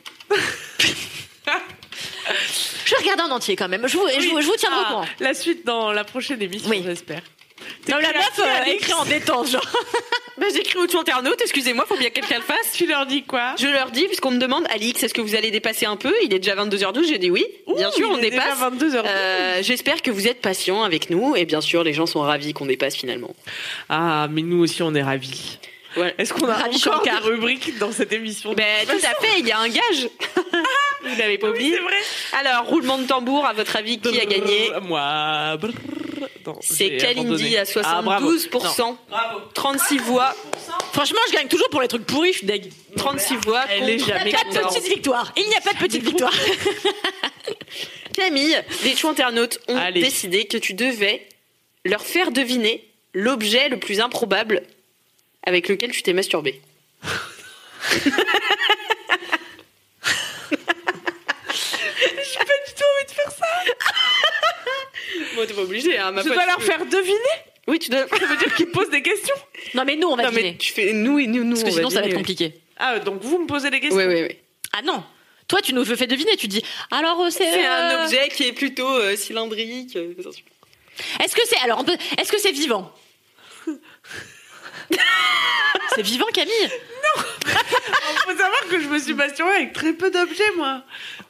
Speaker 2: je vais regarder en entier quand même. Je vous, je, vous- je vous tiendrai au courant.
Speaker 1: Ah, La suite dans la prochaine émission,
Speaker 2: Oui.
Speaker 1: j'espère.
Speaker 2: Non, la
Speaker 1: qui
Speaker 2: meuf
Speaker 1: là-dessus,
Speaker 2: euh,
Speaker 1: Alex
Speaker 2: écrit en détente, genre.
Speaker 5: Bah, j'écris aux internautes, excusez-moi, faut bien que quelqu'un le fasse.
Speaker 1: Tu leur dis quoi
Speaker 5: Je leur dis, puisqu'on me demande, Alix, est-ce que vous allez dépasser un peu Il est déjà 22h12, j'ai dit oui. Bien
Speaker 1: Ouh,
Speaker 5: sûr,
Speaker 1: il
Speaker 5: on
Speaker 1: est déjà
Speaker 5: dépasse.
Speaker 1: 22h12.
Speaker 5: Euh, J'espère que vous êtes patient avec nous, et bien sûr, les gens sont ravis qu'on dépasse finalement.
Speaker 1: Ah, mais nous aussi, on est ravis.
Speaker 5: Voilà.
Speaker 1: Est-ce qu'on a
Speaker 2: Ravi
Speaker 1: encore
Speaker 2: Shankar.
Speaker 1: des rubriques dans cette émission
Speaker 5: Ben, tout à fait, il y a un
Speaker 1: <laughs>
Speaker 5: gage. vous l'avez pas
Speaker 1: Oui,
Speaker 5: oublié.
Speaker 1: c'est vrai.
Speaker 5: Alors, roulement de tambour, à votre avis, qui a gagné
Speaker 1: Moi. Brrr. Non,
Speaker 5: C'est
Speaker 1: j'ai
Speaker 5: Kalindi
Speaker 1: abandonné.
Speaker 5: à
Speaker 1: Ah, bravo.
Speaker 5: 72%. 36 voix.
Speaker 2: Franchement, je gagne toujours pour les trucs pourris. Je suis deg.
Speaker 5: 36 voix
Speaker 1: Elle est
Speaker 5: contre
Speaker 1: jamais
Speaker 2: Pas de
Speaker 1: contente.
Speaker 2: petite victoire. Il n'y a pas de petite victoire.
Speaker 5: Camille, les chou internautes ont
Speaker 1: Allez.
Speaker 5: décidé que tu devais leur faire deviner l'objet le plus improbable avec lequel tu t'es <laughs> masturbé. J'ai pas du tout envie de faire ça. Bon, t'es pas obligé, hein, ma
Speaker 1: Je
Speaker 5: pote. <laughs>
Speaker 1: dois leur faire deviner
Speaker 5: Oui, tu dois.
Speaker 1: Ça veut dire qu'ils posent des questions
Speaker 2: Non, mais nous, on va
Speaker 5: Non,
Speaker 2: deviner.
Speaker 5: mais tu fais nous et nous, nous.
Speaker 2: Parce que
Speaker 5: on
Speaker 2: sinon, ça va être
Speaker 5: deviner,
Speaker 2: compliqué.
Speaker 1: Ah, donc vous me posez des questions.
Speaker 5: Oui, oui, oui.
Speaker 2: Ah non Toi, tu nous fais deviner. Tu dis, alors, euh, c'est.
Speaker 5: C'est un
Speaker 2: euh,
Speaker 5: objet qui est plutôt euh, cylindrique. euh,
Speaker 2: Est-ce que c'est alors on peut- est-ce que c'est vivant <laughs> C'est vivant Camille
Speaker 1: Il <laughs> faut savoir que je me suis masturbée avec très peu d'objets, moi.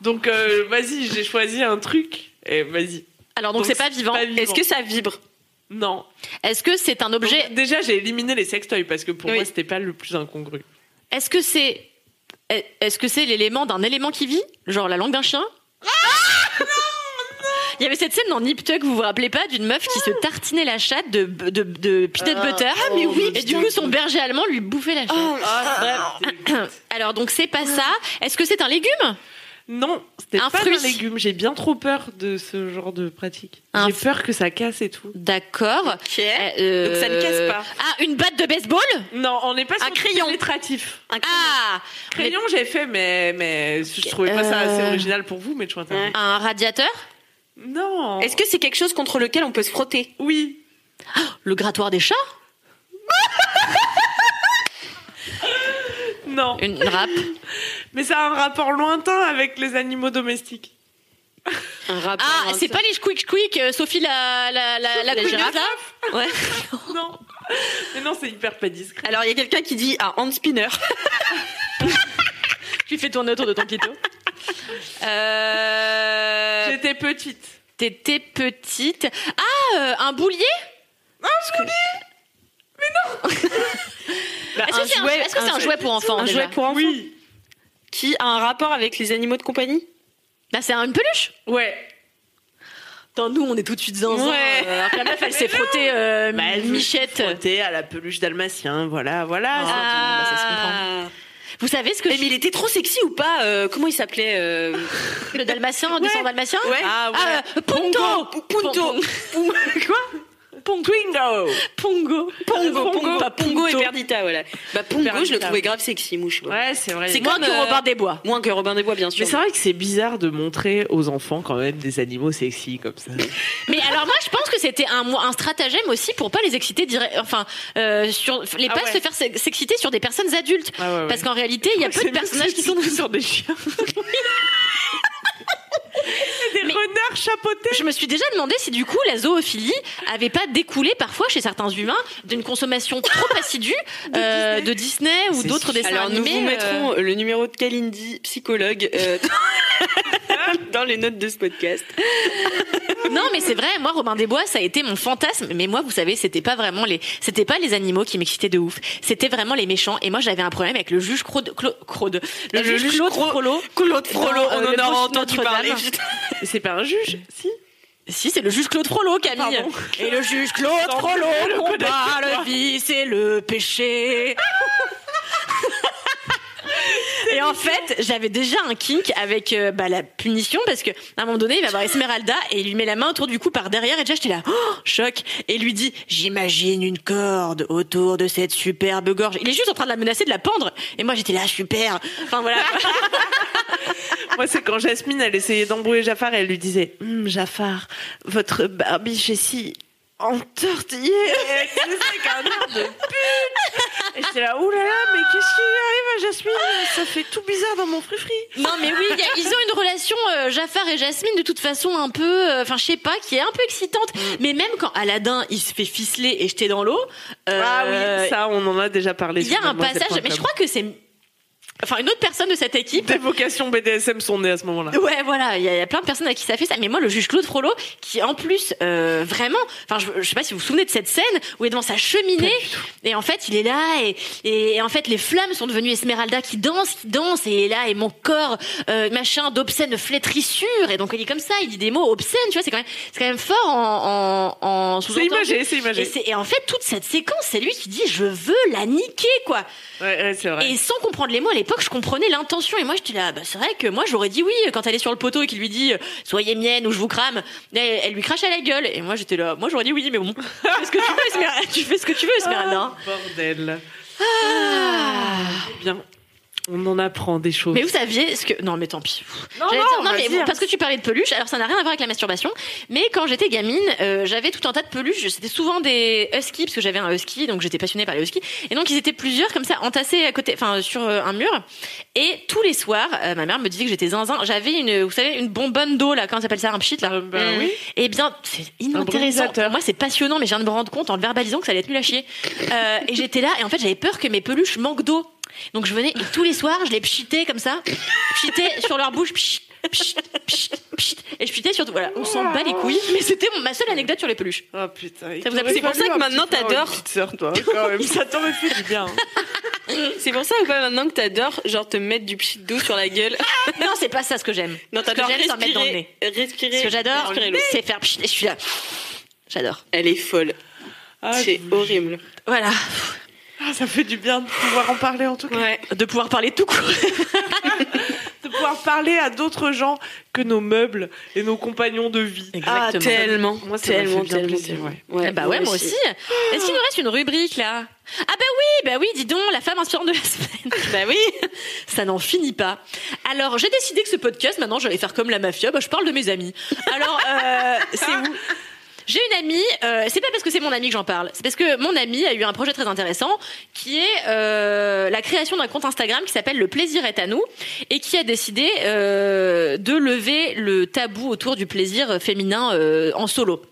Speaker 1: Donc, euh, vas-y, j'ai choisi un truc. Et vas-y.
Speaker 2: Alors donc
Speaker 1: Donc,
Speaker 2: c'est pas
Speaker 1: c'est
Speaker 2: vivant.
Speaker 1: pas vivant.
Speaker 5: Est-ce que ça vibre
Speaker 1: Non.
Speaker 2: Est-ce que c'est un objet
Speaker 1: Donc, déjà, j'ai éliminé les sextoys parce que pour
Speaker 5: Oui.
Speaker 1: moi, c'était pas le plus incongru.
Speaker 2: Est-ce que c'est est-ce que c'est l'élément d'un élément qui vit Genre la langue d'un chien Il y avait cette scène dans Nip Tuck, vous vous rappelez pas, d'une meuf qui se tartinait la chatte de, de, de peanut butter. Ah, mais oui Et du coup, son berger allemand lui bouffait la chatte.
Speaker 1: Ah, bref.
Speaker 2: <clears throat> Alors, donc, c'est pas ça. Est-ce que c'est un légume
Speaker 1: Non, c'était
Speaker 2: Un
Speaker 1: pas
Speaker 2: fruit.
Speaker 1: un légume. J'ai bien trop peur de ce genre de pratique.
Speaker 2: Un
Speaker 1: J'ai peur que ça casse et tout.
Speaker 2: D'accord. Euh,
Speaker 1: Donc, ça ne casse pas.
Speaker 2: Ah, une batte de baseball
Speaker 1: Non, on n'est pas sur
Speaker 2: Un
Speaker 1: du
Speaker 2: crayon.
Speaker 1: pénétratif.
Speaker 2: Ah
Speaker 1: Crayon, j'ai fait, mais, mais je trouvais pas ça assez
Speaker 2: Euh.
Speaker 1: original pour vous, mais je suis interdit.
Speaker 5: Ouais.
Speaker 2: Un radiateur
Speaker 1: Non.
Speaker 5: Est-ce que c'est quelque chose contre lequel on peut se frotter
Speaker 1: Oui.
Speaker 2: Le grattoir des chats
Speaker 1: Non.
Speaker 2: Une
Speaker 1: <laughs>
Speaker 2: râpe
Speaker 1: Mais ça a un rapport lointain avec les animaux domestiques.
Speaker 5: Un rapport.
Speaker 2: Ah,
Speaker 5: hein,
Speaker 2: c'est
Speaker 5: ça.
Speaker 2: pas les quick quick, Sophie la, la, la, la,
Speaker 5: La
Speaker 2: couineuse,
Speaker 5: girafe.
Speaker 2: là Ouais.
Speaker 1: Non. Mais non, c'est hyper pas discret.
Speaker 5: Alors, il y a quelqu'un qui dit un hand spinner.
Speaker 2: Tu fais tourner autour de ton clito. <laughs> Euh,
Speaker 1: J'étais petite.
Speaker 2: T'étais petite. Ah, euh, un boulier <laughs> Est-ce que c'est un, est-ce que c'est un jouet pour enfants
Speaker 5: Un
Speaker 2: déjà
Speaker 5: jouet pour enfants
Speaker 1: Oui.
Speaker 5: qui a un rapport avec les animaux de compagnie
Speaker 2: Bah, c'est un- une peluche.
Speaker 1: Ouais.
Speaker 2: Attends, nous, on est tout de suite zinzin.
Speaker 1: Ouais.
Speaker 2: euh, alors que
Speaker 1: <laughs>
Speaker 2: la meuf, elle s'est frottée euh, michette.
Speaker 1: T'es à la peluche dalmatien, voilà, voilà.
Speaker 2: Ah, ça se comprend. Vous savez ce que
Speaker 5: Eh, mais il était trop sexy ou pas euh, Comment il s'appelait euh,
Speaker 2: je- le dalmatien, descend dalmatien
Speaker 5: Ouais.
Speaker 1: Ah,
Speaker 2: Ah,
Speaker 1: voilà.
Speaker 2: euh, Punto
Speaker 5: Pongo, Punto.
Speaker 1: Twingo.
Speaker 2: Pongo
Speaker 5: Pongo, Pongo,
Speaker 2: pas
Speaker 5: pas Pongo et
Speaker 2: Punto.
Speaker 5: Perdita, voilà. Bah, Pongo,
Speaker 1: Perdita.
Speaker 5: je le trouvais grave sexy, mouche.
Speaker 1: Ouais, c'est vrai.
Speaker 5: C'est
Speaker 2: Moins
Speaker 5: comme,
Speaker 2: que
Speaker 5: euh,
Speaker 2: Robin des Bois.
Speaker 5: Moins que Robin des Bois, bien sûr.
Speaker 1: Mais c'est vrai que c'est bizarre de montrer aux enfants quand même des animaux sexy comme ça.
Speaker 2: Mais alors moi je pense que c'était un, un stratagème aussi pour pas les exciter direct, enfin euh, sur les
Speaker 1: Ah
Speaker 2: pas
Speaker 1: ouais.
Speaker 2: se faire se- s'exciter sur des personnes adultes
Speaker 1: Ah ouais, ouais.
Speaker 2: parce qu'en réalité il y a peu de
Speaker 1: C'est
Speaker 2: personnages
Speaker 1: mieux
Speaker 2: qui
Speaker 1: que
Speaker 2: sont
Speaker 1: c'est sur des chiens. Et des
Speaker 2: Mais-
Speaker 1: renards chapeautés.
Speaker 2: <laughs> je me suis déjà demandé si du coup la zoophilie avait pas découlé parfois chez certains humains d'une consommation trop assidue euh, de Disney, ou
Speaker 1: C'est
Speaker 2: d'autres
Speaker 1: sûr.
Speaker 2: dessins
Speaker 5: Alors, nous
Speaker 2: animés.
Speaker 5: vous
Speaker 2: euh,
Speaker 5: mettrons le numéro de Kalindi, psychologue, euh, dans les notes de ce podcast.
Speaker 2: <laughs> Non mais c'est vrai, moi Robin des Bois ça a été mon fantasme, mais moi vous savez c'était pas vraiment les, c'était pas les animaux qui m'excitaient de ouf, c'était vraiment les méchants et moi j'avais un problème avec le juge Crode, Clo- Crode. le,
Speaker 5: Le
Speaker 2: juge
Speaker 5: juge
Speaker 2: Claude
Speaker 5: Cro-
Speaker 2: Frollo.
Speaker 5: Claude Frollo,
Speaker 2: Dans, euh,
Speaker 5: on
Speaker 2: le
Speaker 5: en aura
Speaker 2: Bossu
Speaker 5: entendu
Speaker 2: Notre-Dame.
Speaker 5: parler. putain.
Speaker 1: C'est pas un juge, si
Speaker 2: Si, c'est le juge Claude Frollo, Camille.
Speaker 1: Pardon.
Speaker 2: et le juge Claude
Speaker 1: Tant
Speaker 2: Frollo
Speaker 1: mieux, le
Speaker 2: <laughs> combat
Speaker 1: connaissez
Speaker 2: le
Speaker 1: pas.
Speaker 2: vice et le <laughs> péché. Et en fait, j'avais déjà un kink avec euh, bah, la punition parce que à un moment donné, il va voir Esmeralda et il lui met la main autour du cou par derrière et déjà j'étais là, Oh, choc, et il lui dit "J'imagine une corde autour de cette superbe gorge." Il est juste en train de la menacer de la pendre et moi j'étais là, super. Enfin voilà.
Speaker 1: Moi, c'est quand Jasmine, elle essayait d'embrouiller Jafar et elle lui disait Hum, Jafar, votre barbiche est si entortillée. Et elle faisait qu'un air de pute. Et j'étais là, oulala, là là, mais qu'est-ce qui lui arrive à Jasmine Ça fait tout bizarre dans mon frifri.
Speaker 2: Non mais oui, il y a- ils ont une relation euh, Jafar et Jasmine de toute façon un peu, euh, enfin je sais pas, qui est un peu
Speaker 1: Mm.
Speaker 2: excitante. Mais même quand Aladdin il se fait ficeler et jeter dans l'eau, euh,
Speaker 1: ah oui, ça, on en a déjà parlé.
Speaker 2: il y a
Speaker 1: sur
Speaker 2: un
Speaker 1: mademoiselle
Speaker 2: passage. Mais je
Speaker 1: Poincaré.
Speaker 2: crois que c'est, enfin une autre personne de cette équipe.
Speaker 1: Des vocations BDSM sont nées à ce moment-là.
Speaker 2: Ouais, voilà, il y, a- il y a plein de personnes à qui ça fait ça. Mais moi, le juge Claude Frollo, qui en plus, euh, vraiment, enfin, je, je sais pas si vous vous souvenez de cette scène où il est devant sa cheminée et en fait, il est là et, et, en fait, les flammes sont devenues Esmeralda qui danse, qui danse et là et mon corps euh, machin d'obscène flétrissure et donc il est comme ça, il dit des mots obscènes, tu vois, c'est quand même, c'est quand même fort en, en, en
Speaker 1: C'est
Speaker 2: sous-entendu.
Speaker 1: imagé, c'est
Speaker 2: Et,
Speaker 1: imagé.
Speaker 2: c'est- et en fait, toute cette séquence, c'est lui qui dit je veux la niquer quoi.
Speaker 1: Ouais, ouais, c'est vrai.
Speaker 2: Et sans comprendre les mots à l'époque, je comprenais l'intention. Et moi, j'étais là, bah, c'est vrai que moi, j'aurais dit oui quand elle est sur le poteau et qu'il lui dit euh, soyez mienne ou je vous crame. Elle, elle lui crache à la gueule. Et moi, j'étais là, moi, j'aurais dit oui, mais bon, <laughs> fais ce que tu veux, Esmeralda. Tu fais ce que tu veux, Esmeralda.
Speaker 1: Bordel. Bien.
Speaker 8: On en apprend des choses.
Speaker 2: Mais vous saviez ce que non mais tant pis.
Speaker 8: Non,
Speaker 2: J'allais
Speaker 8: non,
Speaker 2: dire,
Speaker 8: vas-y,
Speaker 2: mais
Speaker 8: hein.
Speaker 2: parce que tu parlais de peluches, alors ça n'a rien à voir avec la masturbation. Mais quand j'étais gamine, euh, j'avais tout un tas de peluches. C'était souvent des huskies parce que j'avais un husky, donc j'étais passionnée par les huskies. Et donc ils étaient plusieurs comme ça entassés à côté, enfin sur euh, un mur. Et tous les soirs, euh, ma mère me disait que j'étais zinzin. J'avais une, vous savez, une bonbonne d'eau là, comment ça s'appelle ça, un pchit là.
Speaker 8: ben oui.
Speaker 2: Eh bien, c'est inintéressant.
Speaker 8: brumisateur.
Speaker 2: Moi, c'est passionnant, mais je viens de me rendre compte en le verbalisant que ça allait être nul à chier. Euh, et j'étais là, et en fait, j'avais peur que mes peluches manquent d'eau. Donc je venais, et tous les soirs, je les pchitais comme ça, pchitais sur leur bouche, pchit, pchit, pchit, pchit, et je pchitais surtout. Voilà, on s'en bat les couilles. Mais c'était mon- ma seule anecdote sur les peluches.
Speaker 1: Oh,
Speaker 8: Ah putain.
Speaker 2: Ça vous a- c'est pour ça que
Speaker 5: maintenant, t'adores.
Speaker 8: Tu te sors toi. Quand même. ça t'en fait du bien.
Speaker 5: C'est pour ça ou pas maintenant que t'adores, genre te mettre du pchit d'eau sur la gueule.
Speaker 2: Non, c'est pas ça ce que j'aime.
Speaker 5: Non,
Speaker 2: Ce que
Speaker 5: t'adores
Speaker 2: j'aime, c'est en mettre dans le
Speaker 5: respirer.
Speaker 2: nez.
Speaker 5: Respirer.
Speaker 2: Ce que j'adore,
Speaker 5: respirer l'eau.
Speaker 2: c'est faire pchit, et je suis là. J'adore.
Speaker 5: Elle est folle.
Speaker 8: Ah,
Speaker 5: c'est horrible.
Speaker 2: Voilà.
Speaker 8: ah, ça fait du bien de pouvoir en parler en tout cas.
Speaker 5: Ouais.
Speaker 2: De pouvoir parler tout court.
Speaker 8: De pouvoir parler à d'autres gens que nos meubles et nos compagnons de vie.
Speaker 2: Exactement.
Speaker 5: Ah, tellement.
Speaker 8: Moi, ça m'a fait
Speaker 5: tellement,
Speaker 8: bien
Speaker 5: tellement,
Speaker 8: plaisir,
Speaker 5: tellement.
Speaker 2: Eh bah ouais, moi aussi. Est-ce qu'il nous reste une rubrique là Ah bah oui, bah oui, dis donc, la femme inspirante de la semaine. bah oui, ça n'en finit pas. Alors j'ai décidé que ce podcast, maintenant, j'allais faire comme la mafia. Bah, je parle de mes amis. Alors euh, c'est où j'ai une amie, euh, c'est pas parce que c'est mon amie que j'en parle, c'est parce que mon amie a eu un projet très intéressant qui est euh, la création d'un compte Instagram qui s'appelle Le plaisir est à nous et qui a décidé euh, de lever le tabou autour du plaisir féminin euh, en solo.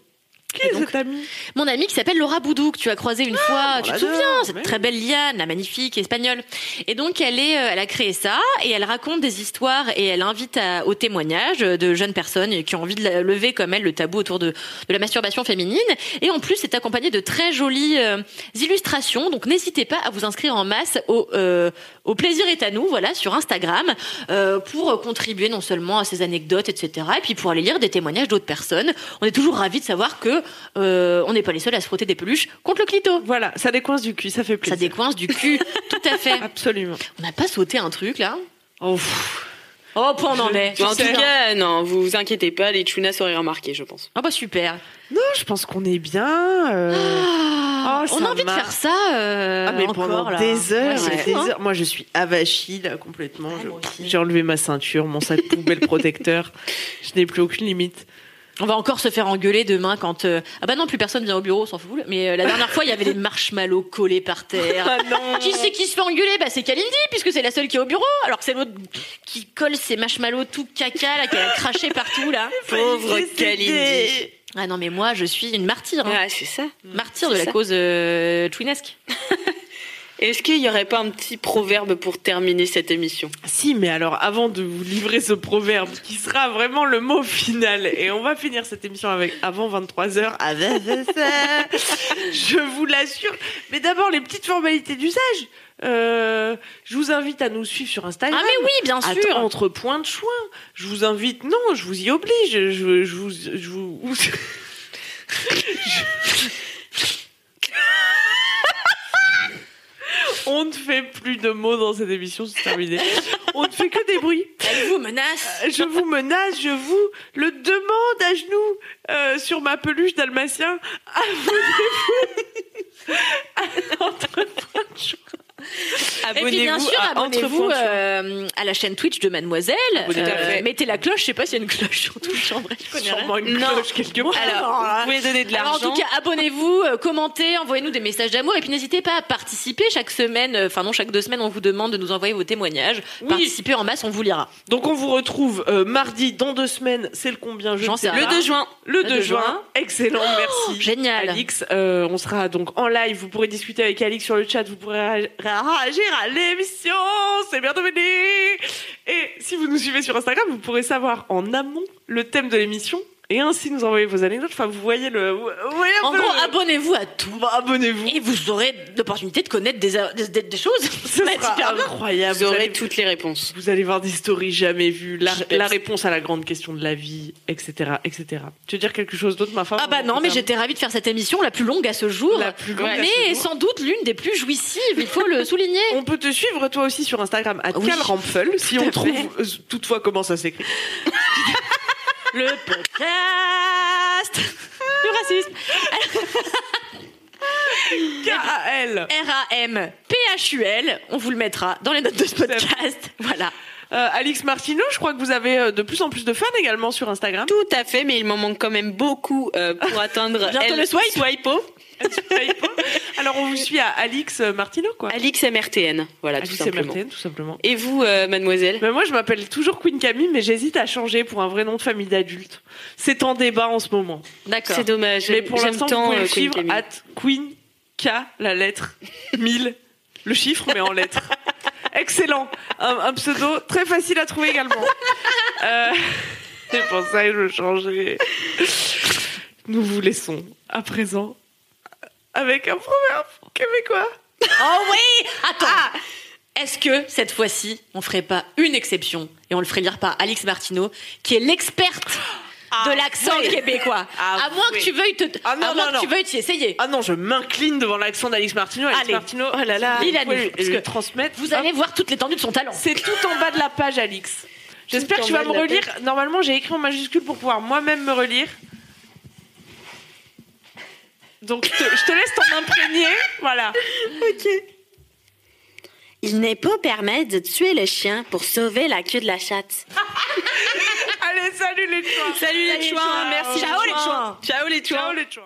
Speaker 8: Qui est cet ami
Speaker 2: Mon amie qui s'appelle Laura Boudou, que tu as croisée une fois, tu te
Speaker 8: Ah, l'adore,
Speaker 2: souviens, cette
Speaker 8: oui.
Speaker 2: très belle liane, la magnifique espagnole. Et donc elle est, euh, elle a créé ça et elle raconte des histoires et elle invite à- au témoignage euh, de jeunes personnes qui ont envie de la- lever comme elle le tabou autour de, de la masturbation féminine. Et en plus c'est accompagné de très jolies euh, illustrations. Donc n'hésitez pas à vous inscrire en masse au, euh, au plaisir est à nous, voilà, sur Instagram euh, pour contribuer non seulement à ces anecdotes, etc. Et puis pour aller lire des témoignages d'autres personnes. On est toujours ravis de savoir que euh, on n'est pas les seuls à se frotter des peluches contre le clito.
Speaker 8: Voilà, ça décoince du cul, ça fait
Speaker 2: Ça
Speaker 8: plaisir.
Speaker 2: décoince du cul, tout à fait.
Speaker 8: Absolument.
Speaker 2: On n'a pas sauté un truc là
Speaker 8: Oh, pff.
Speaker 2: Oh, pas on en est.
Speaker 5: Mais en tout cas, non, vous vous inquiétez pas, les Chunas auraient remarqué, je pense.
Speaker 2: Ah bah super.
Speaker 8: non, je pense qu'on est bien. euh,
Speaker 2: Ah,
Speaker 1: Oh,
Speaker 2: on
Speaker 1: ça
Speaker 2: a envie
Speaker 1: m'a-
Speaker 2: de faire ça euh,
Speaker 1: Ah, mais
Speaker 2: encore
Speaker 1: pendant
Speaker 2: là.
Speaker 1: des heures, et
Speaker 2: Ouais, c'est fou,
Speaker 1: des
Speaker 2: hein. Ah,
Speaker 1: heures. Moi, je suis avachie là, complètement. Je-
Speaker 2: moi aussi.
Speaker 1: J'ai enlevé ma ceinture, mon sac poubelle protecteur. Je n'ai plus aucune limite.
Speaker 2: On va encore se faire engueuler demain quand euh, ah bah non plus personne vient au bureau, on s'en fout. Mais euh, la dernière fois il y avait des marshmallows collés par terre.
Speaker 1: Ah non
Speaker 2: Qui c'est qui se fait engueuler Bah c'est Kalindi, puisque c'est la seule qui est au bureau, alors que c'est l'autre qui colle ses marshmallows tout caca, là, qui a craché partout, là.
Speaker 5: Pauvre Kalindi.
Speaker 2: Ah non, mais moi, je suis une martyre, hein.
Speaker 5: Ah, c'est ça.
Speaker 2: martyre
Speaker 5: c'est
Speaker 2: de la
Speaker 5: ça.
Speaker 2: cause euh, twinesque.
Speaker 5: Est-ce qu'il n'y aurait pas un petit proverbe pour terminer cette émission
Speaker 1: Si, mais alors avant de vous livrer ce proverbe qui sera vraiment le mot final, et on va finir cette émission avec avant 23h, avec ça, je vous l'assure. Mais d'abord, les petites formalités d'usage. Euh, je vous invite à nous suivre sur Instagram.
Speaker 2: Ah mais oui, bien
Speaker 1: Attends,
Speaker 2: sûr
Speaker 1: entre points de choix. Je vous invite, non, je vous y oblige. Je, je vous, je vous. <laughs> Je- On ne fait plus de mots dans cette émission, c'est terminé. On ne fait que des bruits.
Speaker 2: Elle vous menace
Speaker 1: Je vous menace, je vous le demande à genoux euh, sur ma peluche dalmatien. Abonnez-vous à entre points de choix.
Speaker 2: Et puis bien sûr,
Speaker 1: à Entre
Speaker 2: abonnez-vous
Speaker 1: Points de Choix.
Speaker 2: euh, à la chaîne Twitch de Mademoiselle. Euh,
Speaker 1: à fait.
Speaker 2: mettez la cloche, je sais pas s'il y a une cloche sur Twitch, en vrai, je connais rien.
Speaker 1: Sûrement une
Speaker 5: Non.
Speaker 1: cloche quelque part. Ah,
Speaker 5: Alors, Ah, vous pouvez donner de
Speaker 2: Alors en
Speaker 5: l'argent.
Speaker 2: tout cas, abonnez-vous, euh, commentez, envoyez-nous des messages d'amour et puis n'hésitez pas à participer chaque semaine, euh, enfin non, chaque deux semaines, on vous demande de nous envoyer vos témoignages. Participez en masse, on vous lira.
Speaker 1: Donc on vous retrouve euh, mardi dans deux semaines, c'est le combien je
Speaker 2: J'en
Speaker 1: ne sais
Speaker 2: sais
Speaker 1: pas.
Speaker 2: rien.
Speaker 5: le 2 juin.
Speaker 1: Le
Speaker 2: Le
Speaker 1: 2
Speaker 2: 2
Speaker 1: juin.
Speaker 2: juin. Oh,
Speaker 1: Excellent, merci.
Speaker 2: génial.
Speaker 1: Alix, Euh, on sera donc en live, vous pourrez discuter avec Alix sur le chat, vous pourrez réa- réagir à l'émission, c'est bien devenu. Et si vous nous suivez sur Instagram, vous pourrez savoir en amont le thème de l'émission et ainsi nous envoyer vos anecdotes. Enfin, vous voyez le... vous voyez un
Speaker 2: En
Speaker 1: peu
Speaker 2: gros,
Speaker 1: le-
Speaker 2: abonnez-vous à tout.
Speaker 1: Bah, abonnez-vous.
Speaker 2: Et vous aurez l'opportunité de connaître des, euh, des, des- des choses.
Speaker 1: <laughs> Ce
Speaker 2: Ouais,
Speaker 1: sera
Speaker 2: super bien.
Speaker 1: incroyable.
Speaker 5: Vous aurez
Speaker 1: allez-
Speaker 5: toutes les réponses.
Speaker 1: Vous allez voir des stories jamais vues, la,
Speaker 2: J'y pense.
Speaker 1: la réponse à la grande question de la vie, etc., etc. Tu veux dire quelque chose d'autre, ma femme
Speaker 2: Ah bah non, mais j'étais ravie de faire cette émission, la plus longue à ce jour.
Speaker 1: La plus longue à ce
Speaker 2: mais
Speaker 1: jour.
Speaker 2: sans doute l'une des plus jouissives, il faut le souligner.
Speaker 1: <laughs> On peut te suivre toi aussi sur Instagram à
Speaker 2: Oui.
Speaker 1: Calrampfel, si
Speaker 2: Tout
Speaker 1: on
Speaker 2: à
Speaker 1: trouve
Speaker 2: fait.
Speaker 1: euh, toutefois comment ça s'écrit.
Speaker 2: <laughs> Le podcast du racisme.
Speaker 1: K-A-L.
Speaker 2: R-A-M-P-H-U-L. On vous le mettra dans les notes de ce podcast. Voilà.
Speaker 1: Euh, Alix Martineau, je crois que vous avez euh, de plus en plus de fans également sur Instagram.
Speaker 5: Tout à fait, mais il m'en manque quand même beaucoup euh, pour atteindre
Speaker 1: Bientôt
Speaker 5: elle-
Speaker 1: le swipe.
Speaker 5: Swipo.
Speaker 1: Alors on vous suit à Alix euh, Martineau, quoi.
Speaker 5: Alix MRTN, voilà,
Speaker 1: Alix
Speaker 5: tout simplement.
Speaker 1: MRTN, tout simplement.
Speaker 5: Et vous, euh, mademoiselle
Speaker 1: Mais moi, je m'appelle toujours Queen Camille, mais j'hésite à changer pour un vrai nom de famille d'adulte. C'est en débat en ce moment.
Speaker 2: D'accord.
Speaker 5: C'est dommage.
Speaker 1: Mais pour
Speaker 5: j'aime
Speaker 1: l'instant, vous
Speaker 5: tant,
Speaker 1: pouvez
Speaker 5: euh,
Speaker 1: le
Speaker 5: Queen
Speaker 1: suivre
Speaker 5: Camille.
Speaker 1: at Queen K, la lettre <laughs> 1000, le chiffre, mais en <laughs> lettres. Excellent. Un, un pseudo très facile à trouver <laughs> également. Euh, C'est pour ça que je veux changer. Nous vous laissons à présent avec un proverbe québécois.
Speaker 2: Oh oui Attends Ah. Est-ce que cette fois-ci, on ferait pas une exception et on le ferait lire par Alix Martineau, qui est l'experte de l'accent québécois
Speaker 1: Ah
Speaker 2: À moins
Speaker 1: oui.
Speaker 2: que tu veuilles te,
Speaker 1: Ah non,
Speaker 2: à moins
Speaker 1: non,
Speaker 2: que
Speaker 1: non.
Speaker 2: tu veuilles t'y essayer.
Speaker 1: Ah non, je m'incline devant l'accent d'Alix Martineau. Alix
Speaker 2: Allez.
Speaker 1: Martineau, oh là là,
Speaker 2: Dis-la
Speaker 1: vous pouvez
Speaker 2: nous,
Speaker 1: le-
Speaker 2: parce
Speaker 1: le
Speaker 2: que
Speaker 1: transmettre.
Speaker 2: Vous
Speaker 1: Hop.
Speaker 2: allez voir toute l'étendue de son talent.
Speaker 1: C'est tout en bas de la page, Alix. J'espère
Speaker 5: Tout
Speaker 1: que
Speaker 5: en
Speaker 1: tu vas
Speaker 5: bas
Speaker 1: me
Speaker 5: de la
Speaker 1: relire. Normalement, j'ai écrit en majuscule pour pouvoir moi-même me relire. Donc, je te, je te laisse t'en imprégner. Voilà.
Speaker 5: Il n'est pas permis de tuer le chien pour sauver la queue de la chatte.
Speaker 1: <laughs> Allez, salut les chouins.
Speaker 5: Salut les chouins, merci.
Speaker 9: Ciao, les chouins.
Speaker 5: Ciao les
Speaker 1: Ciao les chouins.